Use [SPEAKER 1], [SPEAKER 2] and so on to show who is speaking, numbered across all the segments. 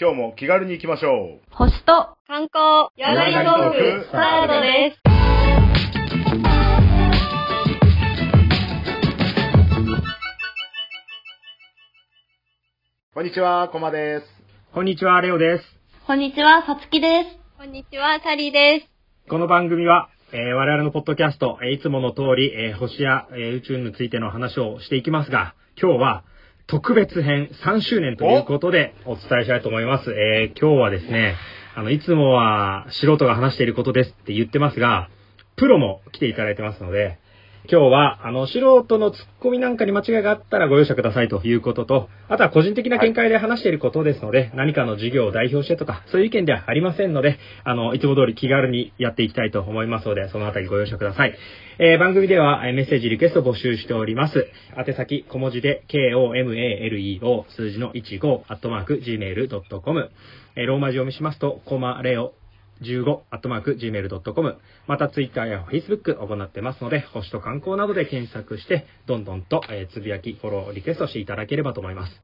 [SPEAKER 1] 今日も気軽に行きましょう。
[SPEAKER 2] 星と、
[SPEAKER 3] 観光、
[SPEAKER 1] やが
[SPEAKER 3] や
[SPEAKER 1] りトー
[SPEAKER 3] がりト
[SPEAKER 1] ク
[SPEAKER 3] ーク、
[SPEAKER 1] ス
[SPEAKER 3] ス
[SPEAKER 1] タ
[SPEAKER 3] タ
[SPEAKER 1] ー
[SPEAKER 3] ー
[SPEAKER 1] ト
[SPEAKER 3] ト
[SPEAKER 1] で
[SPEAKER 3] です。
[SPEAKER 1] こんにちは、コマです。
[SPEAKER 4] こんにちは、レオです。
[SPEAKER 2] こんにちは、さつきです。
[SPEAKER 3] こんにちは、サリーです。
[SPEAKER 4] この番組は、えー我々のポッドキャスト、えーいつもの通り、えー星や、えー宇宙についての話をしていきますが、今日は特別編3周年ということでお伝えしたいと思います。えー今日はですね、あの、いつもは素人が話していることですって言ってますが、プロも来ていただいてますので、今日は、あの、素人のツッコミなんかに間違いがあったらご容赦くださいということと、あとは個人的な見解で話していることですので、何かの授業を代表してとか、そういう意見ではありませんので、あの、いつも通り気軽にやっていきたいと思いますので、そのあたりご容赦ください。えー番組ではえーメッセージ、リクエストを募集しております。宛先、小文字で、KOMALEO、数字の15、アットマーク、gmail.com。えーローマ字読みしますと、コマレオ15、アットマーク、gmail.com。また、ツイッターやフェイスブック行ってますので、星と観光などで検索して、どんどんと、えーつぶやき、フォロー、リクエストしていただければと思います。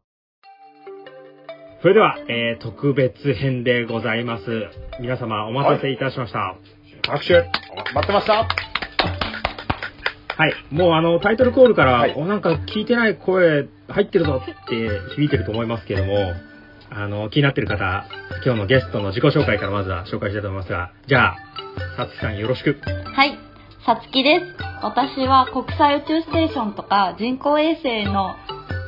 [SPEAKER 4] それでは、えー特別編でございます。皆様、お待たせいたしました。
[SPEAKER 1] 拍手待ってました
[SPEAKER 4] はい、もうあのタイトルコールから、
[SPEAKER 1] はい
[SPEAKER 4] おなんか聞いてない声入ってるぞって響いてると思いますけども、あの気になってる方、今日のゲストの自己紹介からまずは紹介したいと思いますが、じゃあ、さつきさんよろしく。
[SPEAKER 2] はい、さつきです。私は国際宇宙ステーションとか人工衛星の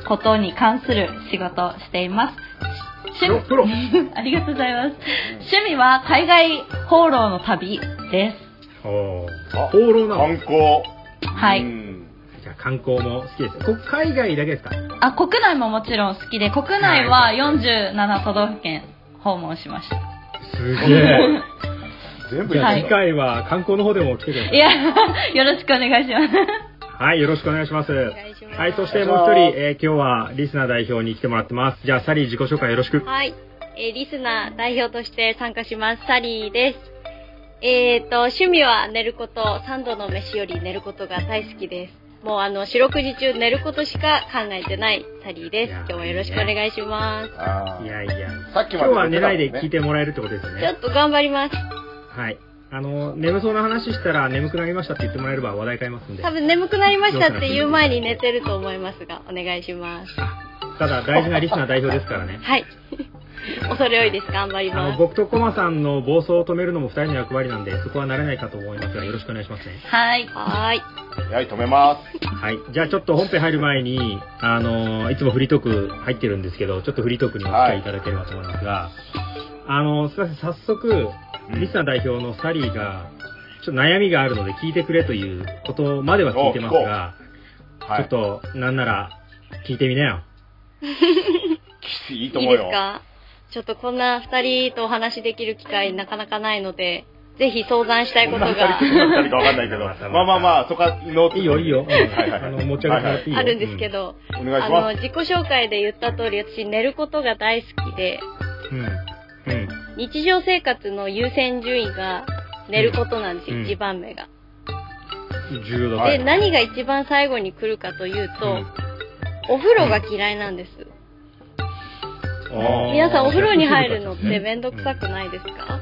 [SPEAKER 2] ことに関する仕事をしています。
[SPEAKER 1] プロ、プロ。
[SPEAKER 2] ありがとうございます。趣味は海外放浪の旅で
[SPEAKER 4] おー
[SPEAKER 1] あ
[SPEAKER 4] 放浪な
[SPEAKER 1] 観
[SPEAKER 4] の
[SPEAKER 1] 光。
[SPEAKER 2] す。は
[SPEAKER 1] う
[SPEAKER 2] い。
[SPEAKER 1] ん
[SPEAKER 4] じゃあ観光も好きです。こ海外だけですか
[SPEAKER 2] あ、国内ももちろん好きで、国内は47都道府県訪問しました。
[SPEAKER 4] すげえ。
[SPEAKER 1] 全部
[SPEAKER 4] じゃあ
[SPEAKER 2] はい
[SPEAKER 4] 次回は観光の方でも来てくださ
[SPEAKER 2] い
[SPEAKER 4] い。
[SPEAKER 2] や、よろしくお願いします。
[SPEAKER 4] はい、よろしくお願いします。
[SPEAKER 3] お願いします。
[SPEAKER 4] はい、そしてもう一人、えー今日はリスナー代表に来てもらってます。じゃあ、サリー自己紹介よろしく。
[SPEAKER 3] はい。えーリスナー代表として参加します、サリーです。えっ、と、趣味は寝ること、3度の飯より寝ることが大好きです。もうあの、四六時中寝ることしか考えてないサリーです。
[SPEAKER 4] いやー
[SPEAKER 3] 今日はよろしくお願いします。
[SPEAKER 1] あー
[SPEAKER 4] いやいや。
[SPEAKER 1] さっきま
[SPEAKER 4] 今日
[SPEAKER 1] で
[SPEAKER 4] は寝
[SPEAKER 1] 寝
[SPEAKER 4] な
[SPEAKER 1] ないい
[SPEAKER 4] で聞いてもらえるってことですよ
[SPEAKER 3] ちょ
[SPEAKER 4] ね。
[SPEAKER 3] っと頑張ります。
[SPEAKER 4] はい。あの、眠そうな話したら眠くなりましたって言ってもらえれば話題変えますんで。
[SPEAKER 3] 多分眠くなりましたって言う前に寝てると思いますが、お願いします。
[SPEAKER 4] ただ大事なリスナー代表ですから ね。
[SPEAKER 3] はい。恐れ多いです。頑張り
[SPEAKER 4] あ
[SPEAKER 3] ま
[SPEAKER 4] の、
[SPEAKER 3] す。
[SPEAKER 4] 僕とコマさんの暴走を止めるのも二人の役割なんで、そこは慣れないかと思いますが、よろしくお願いしますね。
[SPEAKER 2] はい。
[SPEAKER 3] はーい。
[SPEAKER 1] はい、止めま
[SPEAKER 4] はい。じゃあちょっと本編入る前に、あの、いつもフリートーク入ってるんですけど、ちょっとフリートークにお付き合いいただければと思いますが、あの、すいません、早速、
[SPEAKER 1] うん
[SPEAKER 4] リスナー代表のサリーが、ちょっと悩みがあるので聞いてくれということまでは聞いてます
[SPEAKER 1] お聞
[SPEAKER 4] が、
[SPEAKER 1] す。は
[SPEAKER 4] ちょっと、なんなら、聞いてみなよ。
[SPEAKER 1] い。いいと
[SPEAKER 3] いい
[SPEAKER 1] 思う
[SPEAKER 3] です
[SPEAKER 1] よ。
[SPEAKER 3] かちょっとこんな二人とお話しできる機会なかなかないので、ぜひ相談したいことが
[SPEAKER 1] 何人かわかんないけど。
[SPEAKER 4] ま たまた
[SPEAKER 1] まあまあまあ、そこはノー
[SPEAKER 4] いいよ、いいよ。
[SPEAKER 1] はいはい。
[SPEAKER 4] あの、持ち上げてもらっていいよ。
[SPEAKER 3] あるんですけど、
[SPEAKER 1] はいはいお願い
[SPEAKER 3] あ
[SPEAKER 1] し
[SPEAKER 3] の、
[SPEAKER 1] ま
[SPEAKER 3] 自己紹介で言った通り、私寝ることが大好きで、
[SPEAKER 4] うん。うん。うん。
[SPEAKER 3] 日常生活の優先順位が寝ることなんですよ、
[SPEAKER 4] うん
[SPEAKER 3] 一番目が。
[SPEAKER 4] 重要だ
[SPEAKER 1] は
[SPEAKER 3] で、
[SPEAKER 1] い
[SPEAKER 3] 何が一番最後に来るかという
[SPEAKER 4] う
[SPEAKER 3] と
[SPEAKER 4] ん、
[SPEAKER 3] お風呂が嫌いなんです。
[SPEAKER 4] あー
[SPEAKER 3] 皆さんお風呂に入るのってめんどくさくないですか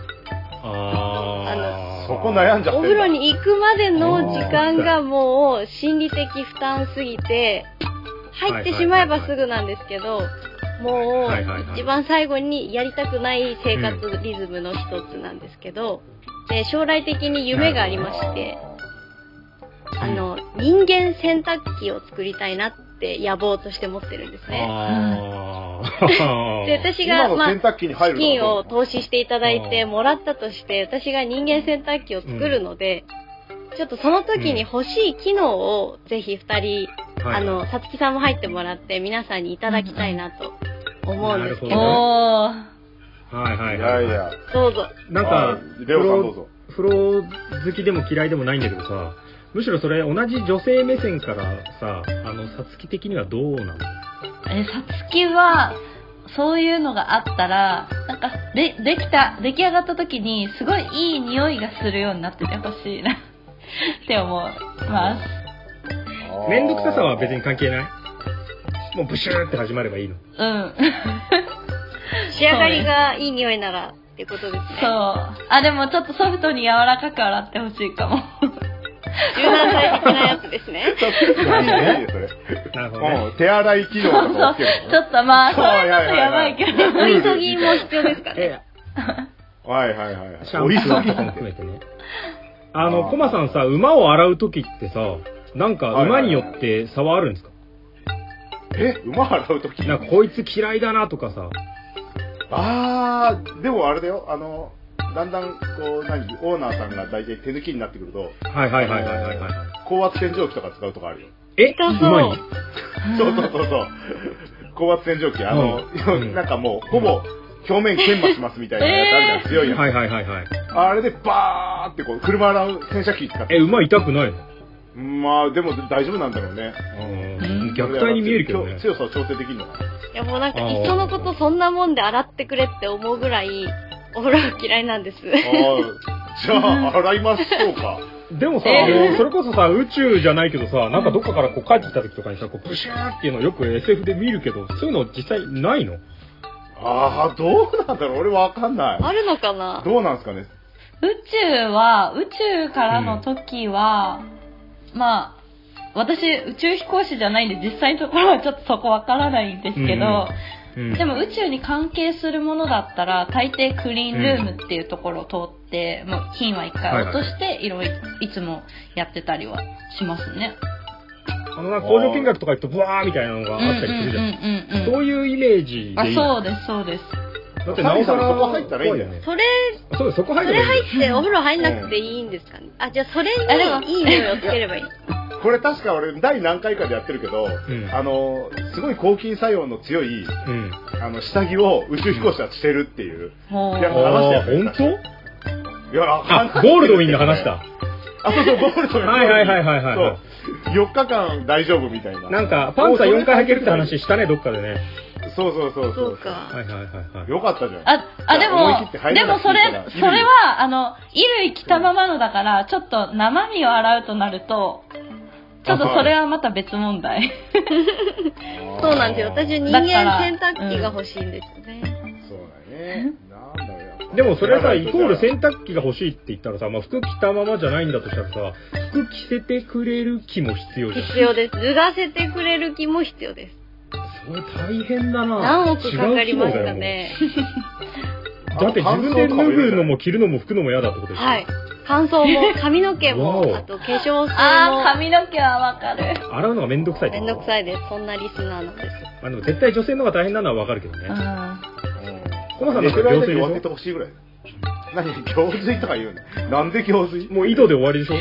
[SPEAKER 4] あ
[SPEAKER 1] す。
[SPEAKER 4] ー
[SPEAKER 1] そこ悩んじゃってんだ
[SPEAKER 3] お風呂に行くまでの時間がもう心理的負担すぎて、入ってしまえばすぐなんですけど、も
[SPEAKER 4] はいはい
[SPEAKER 3] う
[SPEAKER 4] はい
[SPEAKER 3] 一番最後にやりたくない生活リズムの一つなんですけど、で将来的に夢がありまして、あの、人間洗濯機を作りたいなって野望として持ってるんですね。
[SPEAKER 4] あー
[SPEAKER 3] で、私
[SPEAKER 1] 今
[SPEAKER 3] が、
[SPEAKER 1] の
[SPEAKER 3] まあ、
[SPEAKER 1] 洗濯機に入る
[SPEAKER 3] 資
[SPEAKER 1] のは
[SPEAKER 3] 金を
[SPEAKER 1] どう
[SPEAKER 3] 投資していただいて
[SPEAKER 4] うん
[SPEAKER 3] もらったとして、私が人間洗濯機を作るので、ちょっとその時に欲しい機能をぜひ2人、
[SPEAKER 4] はい
[SPEAKER 3] あの、さつきさんも入ってもらって皆さんにいただきたいなと思うんですけ
[SPEAKER 4] なる
[SPEAKER 3] ど、
[SPEAKER 4] ほ
[SPEAKER 2] おー。
[SPEAKER 4] はいはいい
[SPEAKER 1] や
[SPEAKER 4] はいいは
[SPEAKER 1] や。
[SPEAKER 3] どうぞ。
[SPEAKER 4] い。なんか
[SPEAKER 1] は、いレオさんどうぞ。
[SPEAKER 4] 風呂好きでも嫌いでもないんだけどさ、むしろそれ同じ女性目線からさ、あの、さつき的にはどうなの
[SPEAKER 2] えさつきはそういうのがあったらなんかでできた出来上がった時にすごいいい匂いがするようになっててほしいなって思います
[SPEAKER 4] めんどくささは別に関係ないもうブシューって始まればいいの。
[SPEAKER 2] うん
[SPEAKER 3] 仕上がりがいい匂いならってことですね。
[SPEAKER 2] そう。あ、でもちょっとソフトに柔らかく洗ってほしい かも。
[SPEAKER 3] 柔軟剤的なやつで すね。
[SPEAKER 1] 何 何それ。
[SPEAKER 4] なるほどね。
[SPEAKER 1] うん手洗い機
[SPEAKER 2] そう
[SPEAKER 1] 能と
[SPEAKER 2] そ
[SPEAKER 1] か
[SPEAKER 2] う
[SPEAKER 1] つける。
[SPEAKER 2] ちょっとまあ、そ
[SPEAKER 1] そう
[SPEAKER 2] れはちょっとやばいけど。
[SPEAKER 3] お急ぎも必要ですかね。
[SPEAKER 4] え、
[SPEAKER 1] はいはいはいはい。
[SPEAKER 4] シャンプーとかも含めてね。 あの、コマさんさ、馬を洗う時ってさ、なんか馬によって差はあるんですか
[SPEAKER 1] え、馬洗うとき
[SPEAKER 4] なんかこいつ嫌いだなとかさ。
[SPEAKER 1] あー、でもあれだよ、あの、だんだん、こう、何、オーナーさんが大体手抜きになってくると、
[SPEAKER 4] はいはいはいはいはいはい。
[SPEAKER 1] 高圧洗浄機とか使うとかあ るよ。
[SPEAKER 4] え、
[SPEAKER 3] 痛そう
[SPEAKER 4] 馬に
[SPEAKER 1] そうそうそうそう。高圧洗浄機、あの、
[SPEAKER 4] うん
[SPEAKER 1] なんかもう、ほぼ、表面研磨しますみたいなやつあるじゃん、強いやつ。
[SPEAKER 4] はいはいはいはい。
[SPEAKER 1] あれでバーってこう、車洗う洗車機使っ
[SPEAKER 4] え、
[SPEAKER 1] て。
[SPEAKER 4] 馬痛くないの
[SPEAKER 1] まあ、でも大丈夫なんだろうね。
[SPEAKER 4] うん虐待に見えるけどね。
[SPEAKER 1] 強強さを調整できるのかない
[SPEAKER 3] やもうなんか、
[SPEAKER 4] あー
[SPEAKER 3] いっそのことそんなもんで洗ってくれって思うぐらい、お風呂嫌いなんです。
[SPEAKER 1] あーじゃあ、洗いましょうか。
[SPEAKER 4] でもさ、
[SPEAKER 2] えー
[SPEAKER 4] あのそれこそさ、宇宙じゃないけどさ、なんかどっかからこう帰ってきた時とかにさ、こうプシューっていうのよく SF で見るけど、そういうの実際ないの
[SPEAKER 1] ああ、どうなんだろう俺わかんない。
[SPEAKER 3] あるのかな
[SPEAKER 1] どうなんですかね
[SPEAKER 2] 宇宙は、宇宙からの時は、まあ、私、宇宙飛行士じゃないんで、実際のところはちょっとそこわからないんですけど、
[SPEAKER 4] うん
[SPEAKER 2] でも宇宙に関係するものだったら、大抵クリーンルームっていうところを通って、もう金は一回落として、いろいろいつもやってたりはしますね。
[SPEAKER 4] あのなんか工場見学とか行くとブワーみたいなのがあったりするじゃん。
[SPEAKER 2] うんうんうんうん
[SPEAKER 4] そういうイメージでいい。
[SPEAKER 2] あ、そうです、そうです。
[SPEAKER 4] だってなおさら
[SPEAKER 1] そこ入ったらいいんだよね
[SPEAKER 4] 怖
[SPEAKER 3] それ、
[SPEAKER 4] よねそうです、そ
[SPEAKER 3] そ
[SPEAKER 4] こ入ったら
[SPEAKER 3] れ
[SPEAKER 4] いいん
[SPEAKER 3] 入
[SPEAKER 4] だよ。
[SPEAKER 3] ってお風呂入んなくていいんですかね。あ、じゃあそれ
[SPEAKER 2] あでも
[SPEAKER 3] にいい匂いをつければいい。
[SPEAKER 1] これ確か俺、第何回かでやってるけど、
[SPEAKER 4] ん
[SPEAKER 1] あの、すごい抗菌作用の強い、
[SPEAKER 4] うん。
[SPEAKER 1] あの、下着を宇宙飛行士はしてるっていう。
[SPEAKER 2] ほう
[SPEAKER 1] いや
[SPEAKER 4] あ
[SPEAKER 1] 話
[SPEAKER 4] あ
[SPEAKER 1] したよ
[SPEAKER 4] ー、
[SPEAKER 1] ね
[SPEAKER 4] 本
[SPEAKER 1] いや、
[SPEAKER 4] 当あ、ゴールドウィンの話だ。。
[SPEAKER 1] あ、そうそう、ゴールドウィン。
[SPEAKER 4] はいはいはいはいはいはい
[SPEAKER 1] そう。4日間大丈夫みたいな。
[SPEAKER 4] なんか、パンツァ4回履けるって話したね、どっかでね。
[SPEAKER 1] そうそうそうそ
[SPEAKER 3] そうう。か。
[SPEAKER 4] はいはいはいはい。
[SPEAKER 1] よかったじゃん。
[SPEAKER 2] あ、あ、で
[SPEAKER 1] 思い切って
[SPEAKER 2] も、
[SPEAKER 1] 入
[SPEAKER 2] で
[SPEAKER 1] らな
[SPEAKER 2] も
[SPEAKER 1] く
[SPEAKER 2] そ
[SPEAKER 1] ていい
[SPEAKER 2] れ
[SPEAKER 1] から、
[SPEAKER 2] それは、あの、衣類着たままのだから、ちょっと生身を洗うとなると、ちょっとそれはまた別問題。
[SPEAKER 3] そうなんですよ。私人間洗濯機が欲しいんですよね。
[SPEAKER 1] そうだね。なんだろうやっぱ
[SPEAKER 4] でもそれさ、イコール洗濯機が欲しいって言ったらさ、まあ、服着たままじゃないんだとしたらさ、服着せてくれる気も必要じゃん。
[SPEAKER 3] 必要です。脱がせてくれる気も必要です。
[SPEAKER 4] それ大変だな
[SPEAKER 3] 何億かかりますか。ね。
[SPEAKER 4] 違う機能だよもうだって自分で脱ぐのも着るのも服のも嫌だってことでしょ
[SPEAKER 3] はい。乾燥も髪の毛も
[SPEAKER 4] わお、
[SPEAKER 3] あと化粧
[SPEAKER 2] あー、
[SPEAKER 3] 水も。
[SPEAKER 2] 髪の毛はわかる。
[SPEAKER 4] 洗うのがめんどくさいって
[SPEAKER 3] め
[SPEAKER 4] こ
[SPEAKER 3] ん
[SPEAKER 4] と
[SPEAKER 3] どくさいです。そんなリスナーなんです。
[SPEAKER 4] あでも絶対女性の方が大変なのはわかるけど
[SPEAKER 2] う
[SPEAKER 4] ね。
[SPEAKER 2] ん。
[SPEAKER 1] うん
[SPEAKER 4] コマさん
[SPEAKER 1] 寝
[SPEAKER 4] だ
[SPEAKER 1] て
[SPEAKER 4] け
[SPEAKER 1] る
[SPEAKER 4] 行
[SPEAKER 1] 間
[SPEAKER 4] 水
[SPEAKER 1] に
[SPEAKER 4] でし
[SPEAKER 1] 終
[SPEAKER 4] ょ
[SPEAKER 1] わっててほしいぐらい。何行水とか言うのなんで行水
[SPEAKER 4] もう井戸で終わりでしょ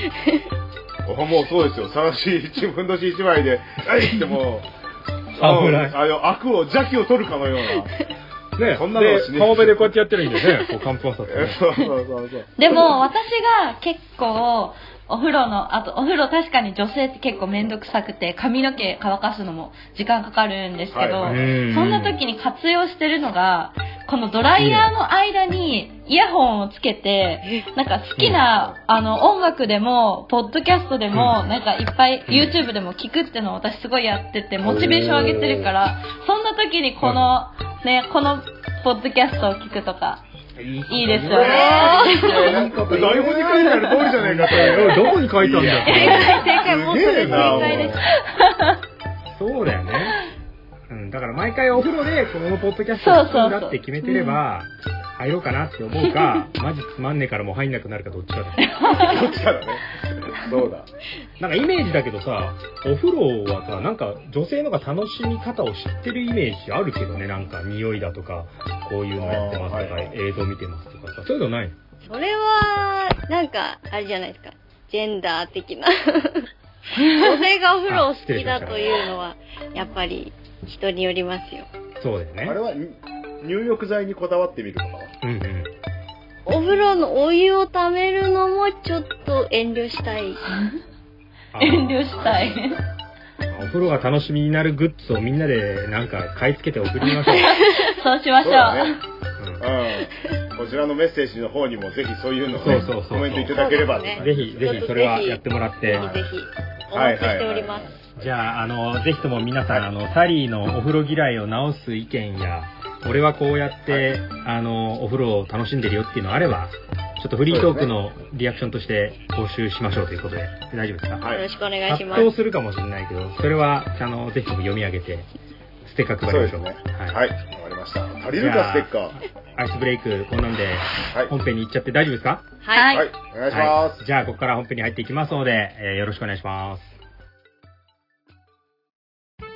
[SPEAKER 1] あもうそうですよ。さらし一分のし一枚で、はいってもう、
[SPEAKER 4] 危ない
[SPEAKER 1] うんあの、悪を、邪気を取るかのような。
[SPEAKER 4] ね
[SPEAKER 1] そんなのはしね
[SPEAKER 4] で、顔辺でこうやってやってるんだよ ね。こう、乾布摩擦
[SPEAKER 1] え
[SPEAKER 4] ね。
[SPEAKER 1] そうそうそうそう。
[SPEAKER 2] でも、私が結構、お風呂の、あと、お風呂確かに女性って結構めんどくさくて、髪の毛乾かすのも時間かかるんですけど、
[SPEAKER 1] はいう
[SPEAKER 2] そんな時に活用してるのが、このドライヤーの間にイヤホンをつけて、なんか好きな、あの、音楽でも、ポッドキャストでも、
[SPEAKER 4] うん
[SPEAKER 2] なんかいっぱい YouTube でも聞くってのを私すごいやってて、モチベーション上げてるから、そんな時にこの、ね、このポッドキャストを聞くとか、いいですよね。
[SPEAKER 1] 台本に書いてある通りじゃないか、それ。
[SPEAKER 4] どこに書いたんだ
[SPEAKER 3] 正
[SPEAKER 4] よ。
[SPEAKER 3] 解、正解、もうそれ正解です。
[SPEAKER 4] そうだよね。うん、だから毎回お風呂でこのポッドキャストを聞くんだって決めてれば、入ろうかなって思うか、マジつまんねえからもう入んなくなるかどっちかだね。
[SPEAKER 1] どっちかだね。そうだ。
[SPEAKER 4] なんかイメージだけどさ、お風呂はさ、なんか女性のが楽しみ方を知ってるイメージあるけどね、なんか匂いだとか、こういうのやってますと
[SPEAKER 1] あーは
[SPEAKER 4] か、
[SPEAKER 1] い
[SPEAKER 4] 映像見てますとかさ、そういうのないの
[SPEAKER 3] それは、なんか、あれじゃないですか。ジェンダー的 な。女性がお風呂を好きだというのは、やっぱり人によりますよ。
[SPEAKER 4] そうだよ
[SPEAKER 1] あ
[SPEAKER 4] ね
[SPEAKER 1] れ。はに入浴剤にこだわってみるとかは
[SPEAKER 4] うんうん。
[SPEAKER 3] お風呂のお湯を溜めるのもちょっと遠慮したい。
[SPEAKER 4] あー
[SPEAKER 2] 遠慮したい。
[SPEAKER 4] お風呂が楽しみになるグッズをみんなでなんか買い付けて送り ましょう。
[SPEAKER 2] そうしまし
[SPEAKER 1] そ
[SPEAKER 2] ょ。
[SPEAKER 1] うだね。
[SPEAKER 4] うん
[SPEAKER 1] うん。こちらのメッセージの方にもぜひそういうのを
[SPEAKER 4] そう
[SPEAKER 1] ね
[SPEAKER 4] そうそうそう
[SPEAKER 1] コメントいただければ。
[SPEAKER 3] そうですね
[SPEAKER 4] ぜひ、ぜひ、それはやってもらって。
[SPEAKER 3] ぜひぜひ、お待ちしております。
[SPEAKER 4] じゃあ、あの、ぜひとも皆さん、あの、サリーのお風呂嫌いを直す意見や、俺はこうやって、あの、お風呂を楽しんでるよっていうのあれば、ちょっとフリートークのリアクションとして募集しましょうということで、大丈夫ですか
[SPEAKER 1] はい
[SPEAKER 3] よろしくお願いし
[SPEAKER 4] 発
[SPEAKER 3] ま
[SPEAKER 4] 表
[SPEAKER 3] す。
[SPEAKER 4] するかもしれないけど、それは、あの、ぜひとも読み上げて、ステッカー配
[SPEAKER 1] そう
[SPEAKER 4] り
[SPEAKER 1] で
[SPEAKER 4] まし
[SPEAKER 1] す
[SPEAKER 4] ょう。
[SPEAKER 1] ね。はい。わかりました。足りる
[SPEAKER 4] じゃ
[SPEAKER 1] か、
[SPEAKER 4] あ
[SPEAKER 1] ステッカー。
[SPEAKER 4] アイスブレイク、こんなんで、
[SPEAKER 1] はい。
[SPEAKER 4] 本編に行っちゃって大丈夫ですか
[SPEAKER 3] は
[SPEAKER 2] はい
[SPEAKER 3] い。
[SPEAKER 1] はい。お願いします。
[SPEAKER 4] はいじゃあ、ここから本編に入っていきますので、えーよろしくお願いしま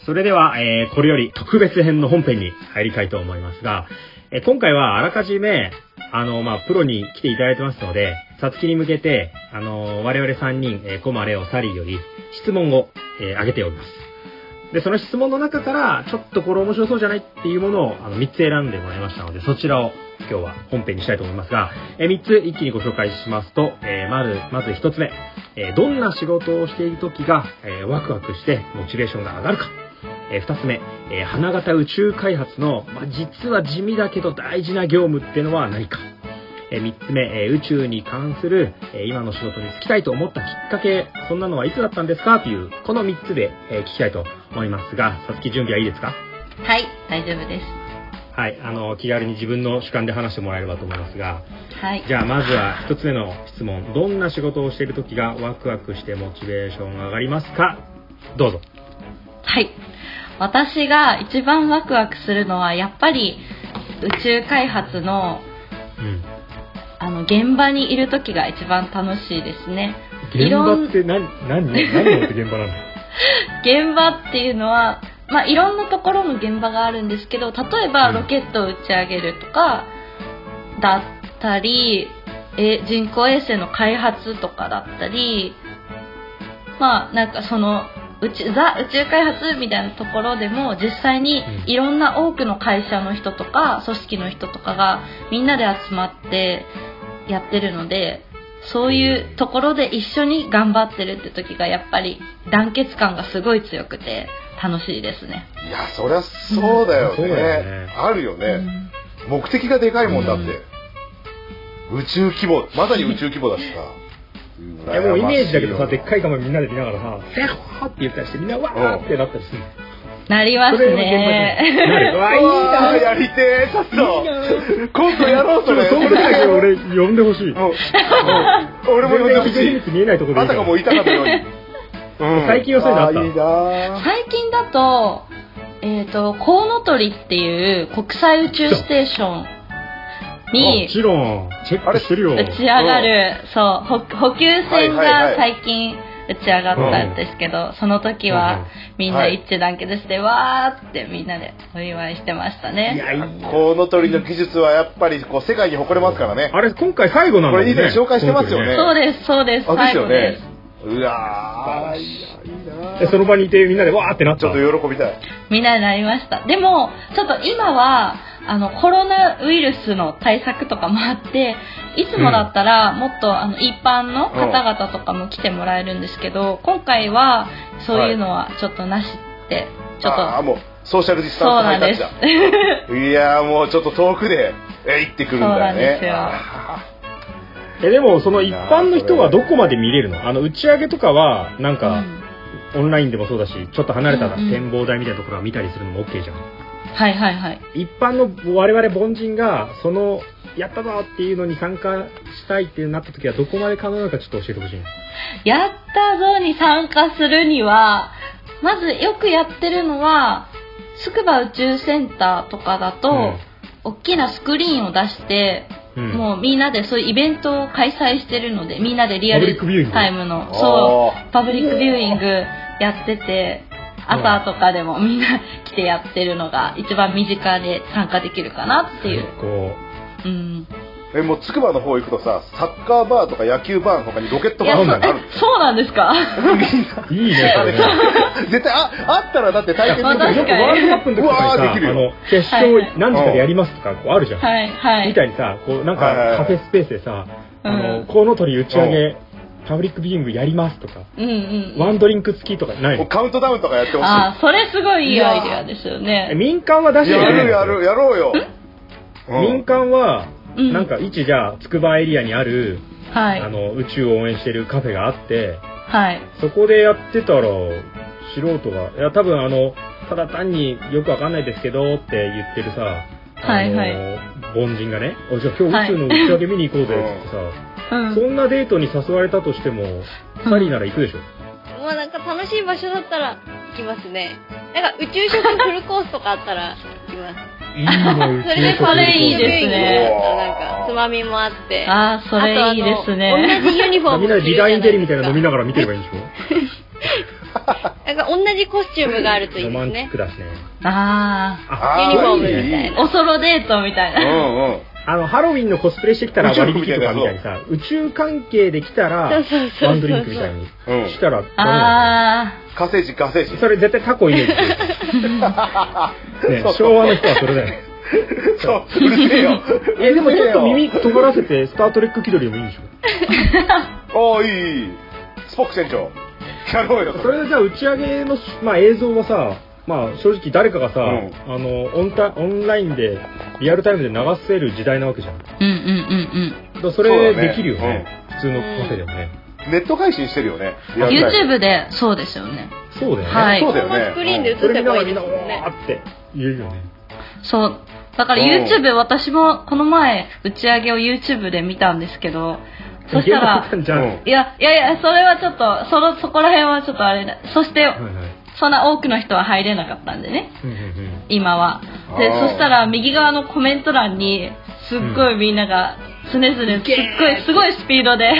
[SPEAKER 4] す。それでは、えーこれより特別編の本編に入りたいと思いますが、えー今回はあらかじめ、あの、まあ、プロに来ていただいてますので、さつきに向けて、あの、我々3人、えーコマ、レオ、サリーより質問を、えー上げております。で、その質問の中から、ちょっとこれ面白そうじゃないっていうものを、あの、3つ選んでもらいましたので、そちらを今日は本編にしたいと思いますが、えー3つ一気にご紹介しますと、えーまず、まず1つ目、えーどんな仕事をしている時が、えーワクワクしてモチベーションが上がるか。え2つ目、えー花形宇宙開発の、まあ、実は地味だけど大事な業務っていうのは何か。え3つ目、えー宇宙に関する、えー今の仕事に就きたいと思ったきっかけ、そんなのはいつだったんですかという、この3つで、えー聞きたいと思いますが、さつき準備はいいですか
[SPEAKER 2] はい、大丈夫です。
[SPEAKER 4] はい、あの、気軽に自分の主観で話してもらえればと思いますが、
[SPEAKER 2] はい。
[SPEAKER 4] じゃあまずは一つ目の質問。どんな仕事をしている時がワクワクしてモチベーションが上がりますかどうぞ。
[SPEAKER 2] はい。私が一番ワクワクするのは、やっぱり宇宙開発の
[SPEAKER 4] うん。
[SPEAKER 2] あの現場にいる時が一番楽しいですね。い
[SPEAKER 4] 現
[SPEAKER 2] ろ
[SPEAKER 4] 場
[SPEAKER 2] ん
[SPEAKER 4] って何、何、何を持って現場 なの
[SPEAKER 2] 現場っていうのは、まあ、いろんなところの現場があるんですけど例えば
[SPEAKER 4] うん
[SPEAKER 2] ロケットを打ち上げるとかだったり、え人工衛星の開発とかだったりまあなんかその宇宙ザ宇宙開発みたいなところでも実際に
[SPEAKER 4] うん
[SPEAKER 2] いろんな多くの会社の人とか組織の人とかがみんなで集まってやってるのでそういうところで一緒に頑張ってるって時がやっぱり団結感がすごい強くて楽しいですね。
[SPEAKER 1] いや、そりゃそうだよ
[SPEAKER 4] そうだよ
[SPEAKER 1] ね
[SPEAKER 4] ね。
[SPEAKER 1] あるよ
[SPEAKER 2] う
[SPEAKER 1] ね。
[SPEAKER 2] ん
[SPEAKER 1] 目的がでかいもんだって。宇宙規模、まさに宇宙規模だしさ。
[SPEAKER 4] いやもうイメージだけどさ、でっか
[SPEAKER 1] い。
[SPEAKER 4] い釜みんなで見ながらさ、フェホーって言ったりして、みんなわーってなったりするの。
[SPEAKER 2] なります
[SPEAKER 4] それ現場に
[SPEAKER 2] ね。
[SPEAKER 4] なる。わ
[SPEAKER 1] あ
[SPEAKER 4] ー、いいなー
[SPEAKER 1] やりてえ、ちょっと。今度やろう、
[SPEAKER 4] ち
[SPEAKER 1] そ
[SPEAKER 4] ょっ
[SPEAKER 1] れ。
[SPEAKER 4] とその時だけ俺呼んでほしい。
[SPEAKER 1] うんうん俺も呼んでほしい
[SPEAKER 4] 全然。見えないところでい
[SPEAKER 1] あ
[SPEAKER 4] いか
[SPEAKER 1] た
[SPEAKER 4] ら
[SPEAKER 1] かもいたかのように。うん
[SPEAKER 4] 最近はそういうのあった
[SPEAKER 1] ーいいな
[SPEAKER 2] 最近だと、えっ、と、コウノトリっていう国際宇宙ステーションに
[SPEAKER 4] もちろん、チェックしてるよ。
[SPEAKER 2] 打ち上がる、そう、補補給船が最近打ち上がったんですけど、その時はみんな一致団結して、わーってみんなでお祝いしてました
[SPEAKER 4] い
[SPEAKER 2] ね。
[SPEAKER 4] や、いいな
[SPEAKER 1] ーコウノトリの技術はやっぱりこう世界に誇れますからね。
[SPEAKER 4] あれ、今回最後なんだもんね
[SPEAKER 1] これ以前紹介してますよね
[SPEAKER 2] そうです、そうです、
[SPEAKER 1] あ、です
[SPEAKER 2] 最
[SPEAKER 1] よ
[SPEAKER 2] 後
[SPEAKER 1] ね
[SPEAKER 2] です。。
[SPEAKER 1] うわー、いやいいな
[SPEAKER 4] えその場にいてみんなでわーってなっ
[SPEAKER 1] ち
[SPEAKER 4] た
[SPEAKER 1] ょっと喜びたい。
[SPEAKER 2] みんなになりました。でも、ちょっと今は、あの、コロナウイルスの対策とかもあって、いつもだったら、もっと、あの、一般の方々とかも来てもらえるんですけど、今回は、そういうのはちょっとなしって、ちょっと、
[SPEAKER 1] あーもうソーシャルディス
[SPEAKER 2] そ
[SPEAKER 1] タ
[SPEAKER 2] う
[SPEAKER 1] ンスハイ
[SPEAKER 2] なん
[SPEAKER 1] タッ
[SPEAKER 2] で
[SPEAKER 1] チ
[SPEAKER 2] す。
[SPEAKER 1] だ。いやーもうちょっと遠くで、えいってくるんだよね。
[SPEAKER 2] そうなんですよ
[SPEAKER 1] あ
[SPEAKER 4] えでもその一般の人はどこまで見れるのあの打ち上げとかはなん
[SPEAKER 2] う
[SPEAKER 4] か
[SPEAKER 2] ん
[SPEAKER 4] オンラインでもそうだしちょっと離れた
[SPEAKER 2] うんうん
[SPEAKER 4] 展望台みたいなところは見たりするのも OK じゃん
[SPEAKER 2] はいはいはい。
[SPEAKER 4] 一般の我々凡人がそのやったぞっていうのに参加したいってなった時はどこまで可能なのかちょっと教えてほしいの
[SPEAKER 2] やったぞに参加するには、まずよくやってるのは、筑波宇宙センターとかだと、
[SPEAKER 4] うん
[SPEAKER 2] 大きなスクリーンを出して、
[SPEAKER 4] うん
[SPEAKER 2] もうみんなでそういうイベントを開催してるのでみんなでリア
[SPEAKER 4] パブリックビューイン
[SPEAKER 2] ル
[SPEAKER 4] グ
[SPEAKER 2] タイムの
[SPEAKER 1] ー
[SPEAKER 2] そ
[SPEAKER 1] あ
[SPEAKER 2] うパブリックビューイングやってて朝とかでもみんな来てやってるのが一番身近で参加できるかなっていう、
[SPEAKER 4] こ
[SPEAKER 2] うん、
[SPEAKER 1] ーえもう筑波の方行くとさ、サッカーバーとか野球バーの他にロケット
[SPEAKER 2] い
[SPEAKER 1] バ
[SPEAKER 2] や
[SPEAKER 1] ー
[SPEAKER 2] そ
[SPEAKER 1] みたいなのあ
[SPEAKER 2] え
[SPEAKER 1] る
[SPEAKER 2] そうなんですか
[SPEAKER 4] ういいねそれね
[SPEAKER 1] 絶対ああったらだって体験
[SPEAKER 2] まあ
[SPEAKER 1] できる
[SPEAKER 2] 確
[SPEAKER 4] よ
[SPEAKER 1] よ
[SPEAKER 4] くワールドカップの時とかに
[SPEAKER 1] うわー
[SPEAKER 4] さ
[SPEAKER 1] できるよ
[SPEAKER 4] あの決
[SPEAKER 2] はいは
[SPEAKER 4] 勝
[SPEAKER 2] い
[SPEAKER 4] 何時からやりますとかこうあるじゃん
[SPEAKER 2] はいはい
[SPEAKER 4] みたいにさ、こうなん
[SPEAKER 1] はいはいは
[SPEAKER 4] か
[SPEAKER 1] い
[SPEAKER 4] カフェスペースでさ、
[SPEAKER 2] うん
[SPEAKER 4] あの、コウノトリ打ち上げ、パブリックビューイングやりますとか、
[SPEAKER 2] うんうん
[SPEAKER 4] ワンドリンク付きとかない
[SPEAKER 1] もう
[SPEAKER 4] の
[SPEAKER 1] カウントダウンとかやってほしい。
[SPEAKER 2] ああそれすごいいいアイデアですよね
[SPEAKER 4] 民間は出して
[SPEAKER 1] や
[SPEAKER 4] くれ
[SPEAKER 1] る
[SPEAKER 4] ないの
[SPEAKER 1] やる、やろうよ。
[SPEAKER 4] 民間は、
[SPEAKER 2] うん
[SPEAKER 4] なんか一じゃあ、つくばエリアにある、
[SPEAKER 2] は
[SPEAKER 4] あ
[SPEAKER 2] い
[SPEAKER 4] の、宇宙を応援してるカフェがあって、
[SPEAKER 2] はい。
[SPEAKER 4] そこでやってたら、素人が、いや、多分あの、ただ単によくわかんないですけどって言ってるさ、
[SPEAKER 2] はいはい
[SPEAKER 4] あの凡人がね、おじゃあ今日宇宙の打ち上げ見に行こうぜってさ、
[SPEAKER 2] う
[SPEAKER 4] そ
[SPEAKER 2] ん。
[SPEAKER 4] んなデートに誘われたとしても、サリーなら行くでしょ。
[SPEAKER 3] まあなんか楽しい場所だったら行きますね。なんか宇宙食フルコースとかあったら行きます。
[SPEAKER 4] いいの、宇
[SPEAKER 3] それで
[SPEAKER 2] それいいですね
[SPEAKER 3] なんかつまみもあって。
[SPEAKER 2] ああ、それいいです
[SPEAKER 3] あとあの
[SPEAKER 2] ね。
[SPEAKER 3] 同じユニフォーム
[SPEAKER 4] みんな
[SPEAKER 3] 着る
[SPEAKER 4] で
[SPEAKER 3] じ
[SPEAKER 4] リ
[SPEAKER 3] ゃな
[SPEAKER 4] ラ
[SPEAKER 3] い
[SPEAKER 4] インデリみたいな
[SPEAKER 3] で
[SPEAKER 4] の
[SPEAKER 3] す
[SPEAKER 4] 飲みながら見てればいいん でし
[SPEAKER 3] かなんか同じコスチュームがあるとい
[SPEAKER 4] ょ
[SPEAKER 3] い
[SPEAKER 4] ロ
[SPEAKER 3] で
[SPEAKER 4] マ
[SPEAKER 3] す
[SPEAKER 4] ンチッ
[SPEAKER 3] ね
[SPEAKER 4] ク。だしね。
[SPEAKER 2] あ
[SPEAKER 1] あ
[SPEAKER 3] ユニフォームみ
[SPEAKER 4] いい
[SPEAKER 3] たい
[SPEAKER 4] ね
[SPEAKER 2] あ、お
[SPEAKER 3] な。
[SPEAKER 2] ソロデートみたいな。
[SPEAKER 1] うんうん。
[SPEAKER 4] あの、ハロウィンのコスプレしてきたら割引とかみたいにさ、宇宙関係で来たら、
[SPEAKER 3] そうそうそうそう
[SPEAKER 4] ワンドリンクみたいに
[SPEAKER 1] うん
[SPEAKER 4] したらダメだね、
[SPEAKER 2] あ
[SPEAKER 1] 火星人、火星人。
[SPEAKER 4] それ絶対タコイメージするね
[SPEAKER 1] そう
[SPEAKER 4] 昭和の人はそれだよね。
[SPEAKER 1] そう、うるせえよ。
[SPEAKER 4] え、でもちょっと耳
[SPEAKER 1] あ
[SPEAKER 4] 尖らせて、スタートレック気取りでもいいんでしょ
[SPEAKER 1] あ、いい、いい。スポック船長。やろうよ、
[SPEAKER 4] それでじゃあ打ち上げの、まあ、映像はさ、まあ、正直誰かがさ、
[SPEAKER 1] うん
[SPEAKER 4] あのオンタ、オンラインで、リアルタイムで流せる時代なわけじゃん。だか
[SPEAKER 2] あ、うんうん
[SPEAKER 4] らそ
[SPEAKER 1] そう
[SPEAKER 4] れ
[SPEAKER 1] だね
[SPEAKER 4] できるよね。普通のカフェでもね。
[SPEAKER 1] ネット配信してるよね。
[SPEAKER 2] うんうん。
[SPEAKER 1] リアルタイム
[SPEAKER 2] YouTube でそうですよね。
[SPEAKER 4] そうだよね。
[SPEAKER 2] はい
[SPEAKER 1] そうだよ
[SPEAKER 3] この
[SPEAKER 1] ね。
[SPEAKER 3] スクリーンで映
[SPEAKER 4] それ
[SPEAKER 3] せ
[SPEAKER 4] 見な
[SPEAKER 3] ば
[SPEAKER 4] が
[SPEAKER 3] い
[SPEAKER 4] ら
[SPEAKER 3] いで
[SPEAKER 4] みん
[SPEAKER 3] す
[SPEAKER 4] な、
[SPEAKER 3] も
[SPEAKER 4] わ
[SPEAKER 3] んね。
[SPEAKER 4] ーって言えるよね。
[SPEAKER 2] そう。だから
[SPEAKER 1] うん
[SPEAKER 2] YouTube、私もこの前、打ち上げを YouTube で見たんですけど、そした ら、
[SPEAKER 4] じゃあ、
[SPEAKER 1] うん
[SPEAKER 4] はい
[SPEAKER 2] いや、いやいや、それはちょっと、その、そこら辺はちょっとあれだ。そして、
[SPEAKER 4] はい。
[SPEAKER 2] そんな多くの人は入れなかったんでね、
[SPEAKER 4] うんうんうん
[SPEAKER 2] 今は。で、
[SPEAKER 1] あー
[SPEAKER 2] そしたら右側のコメント欄に、すっごいみんなが、常々、すっごい、すごいスピードで、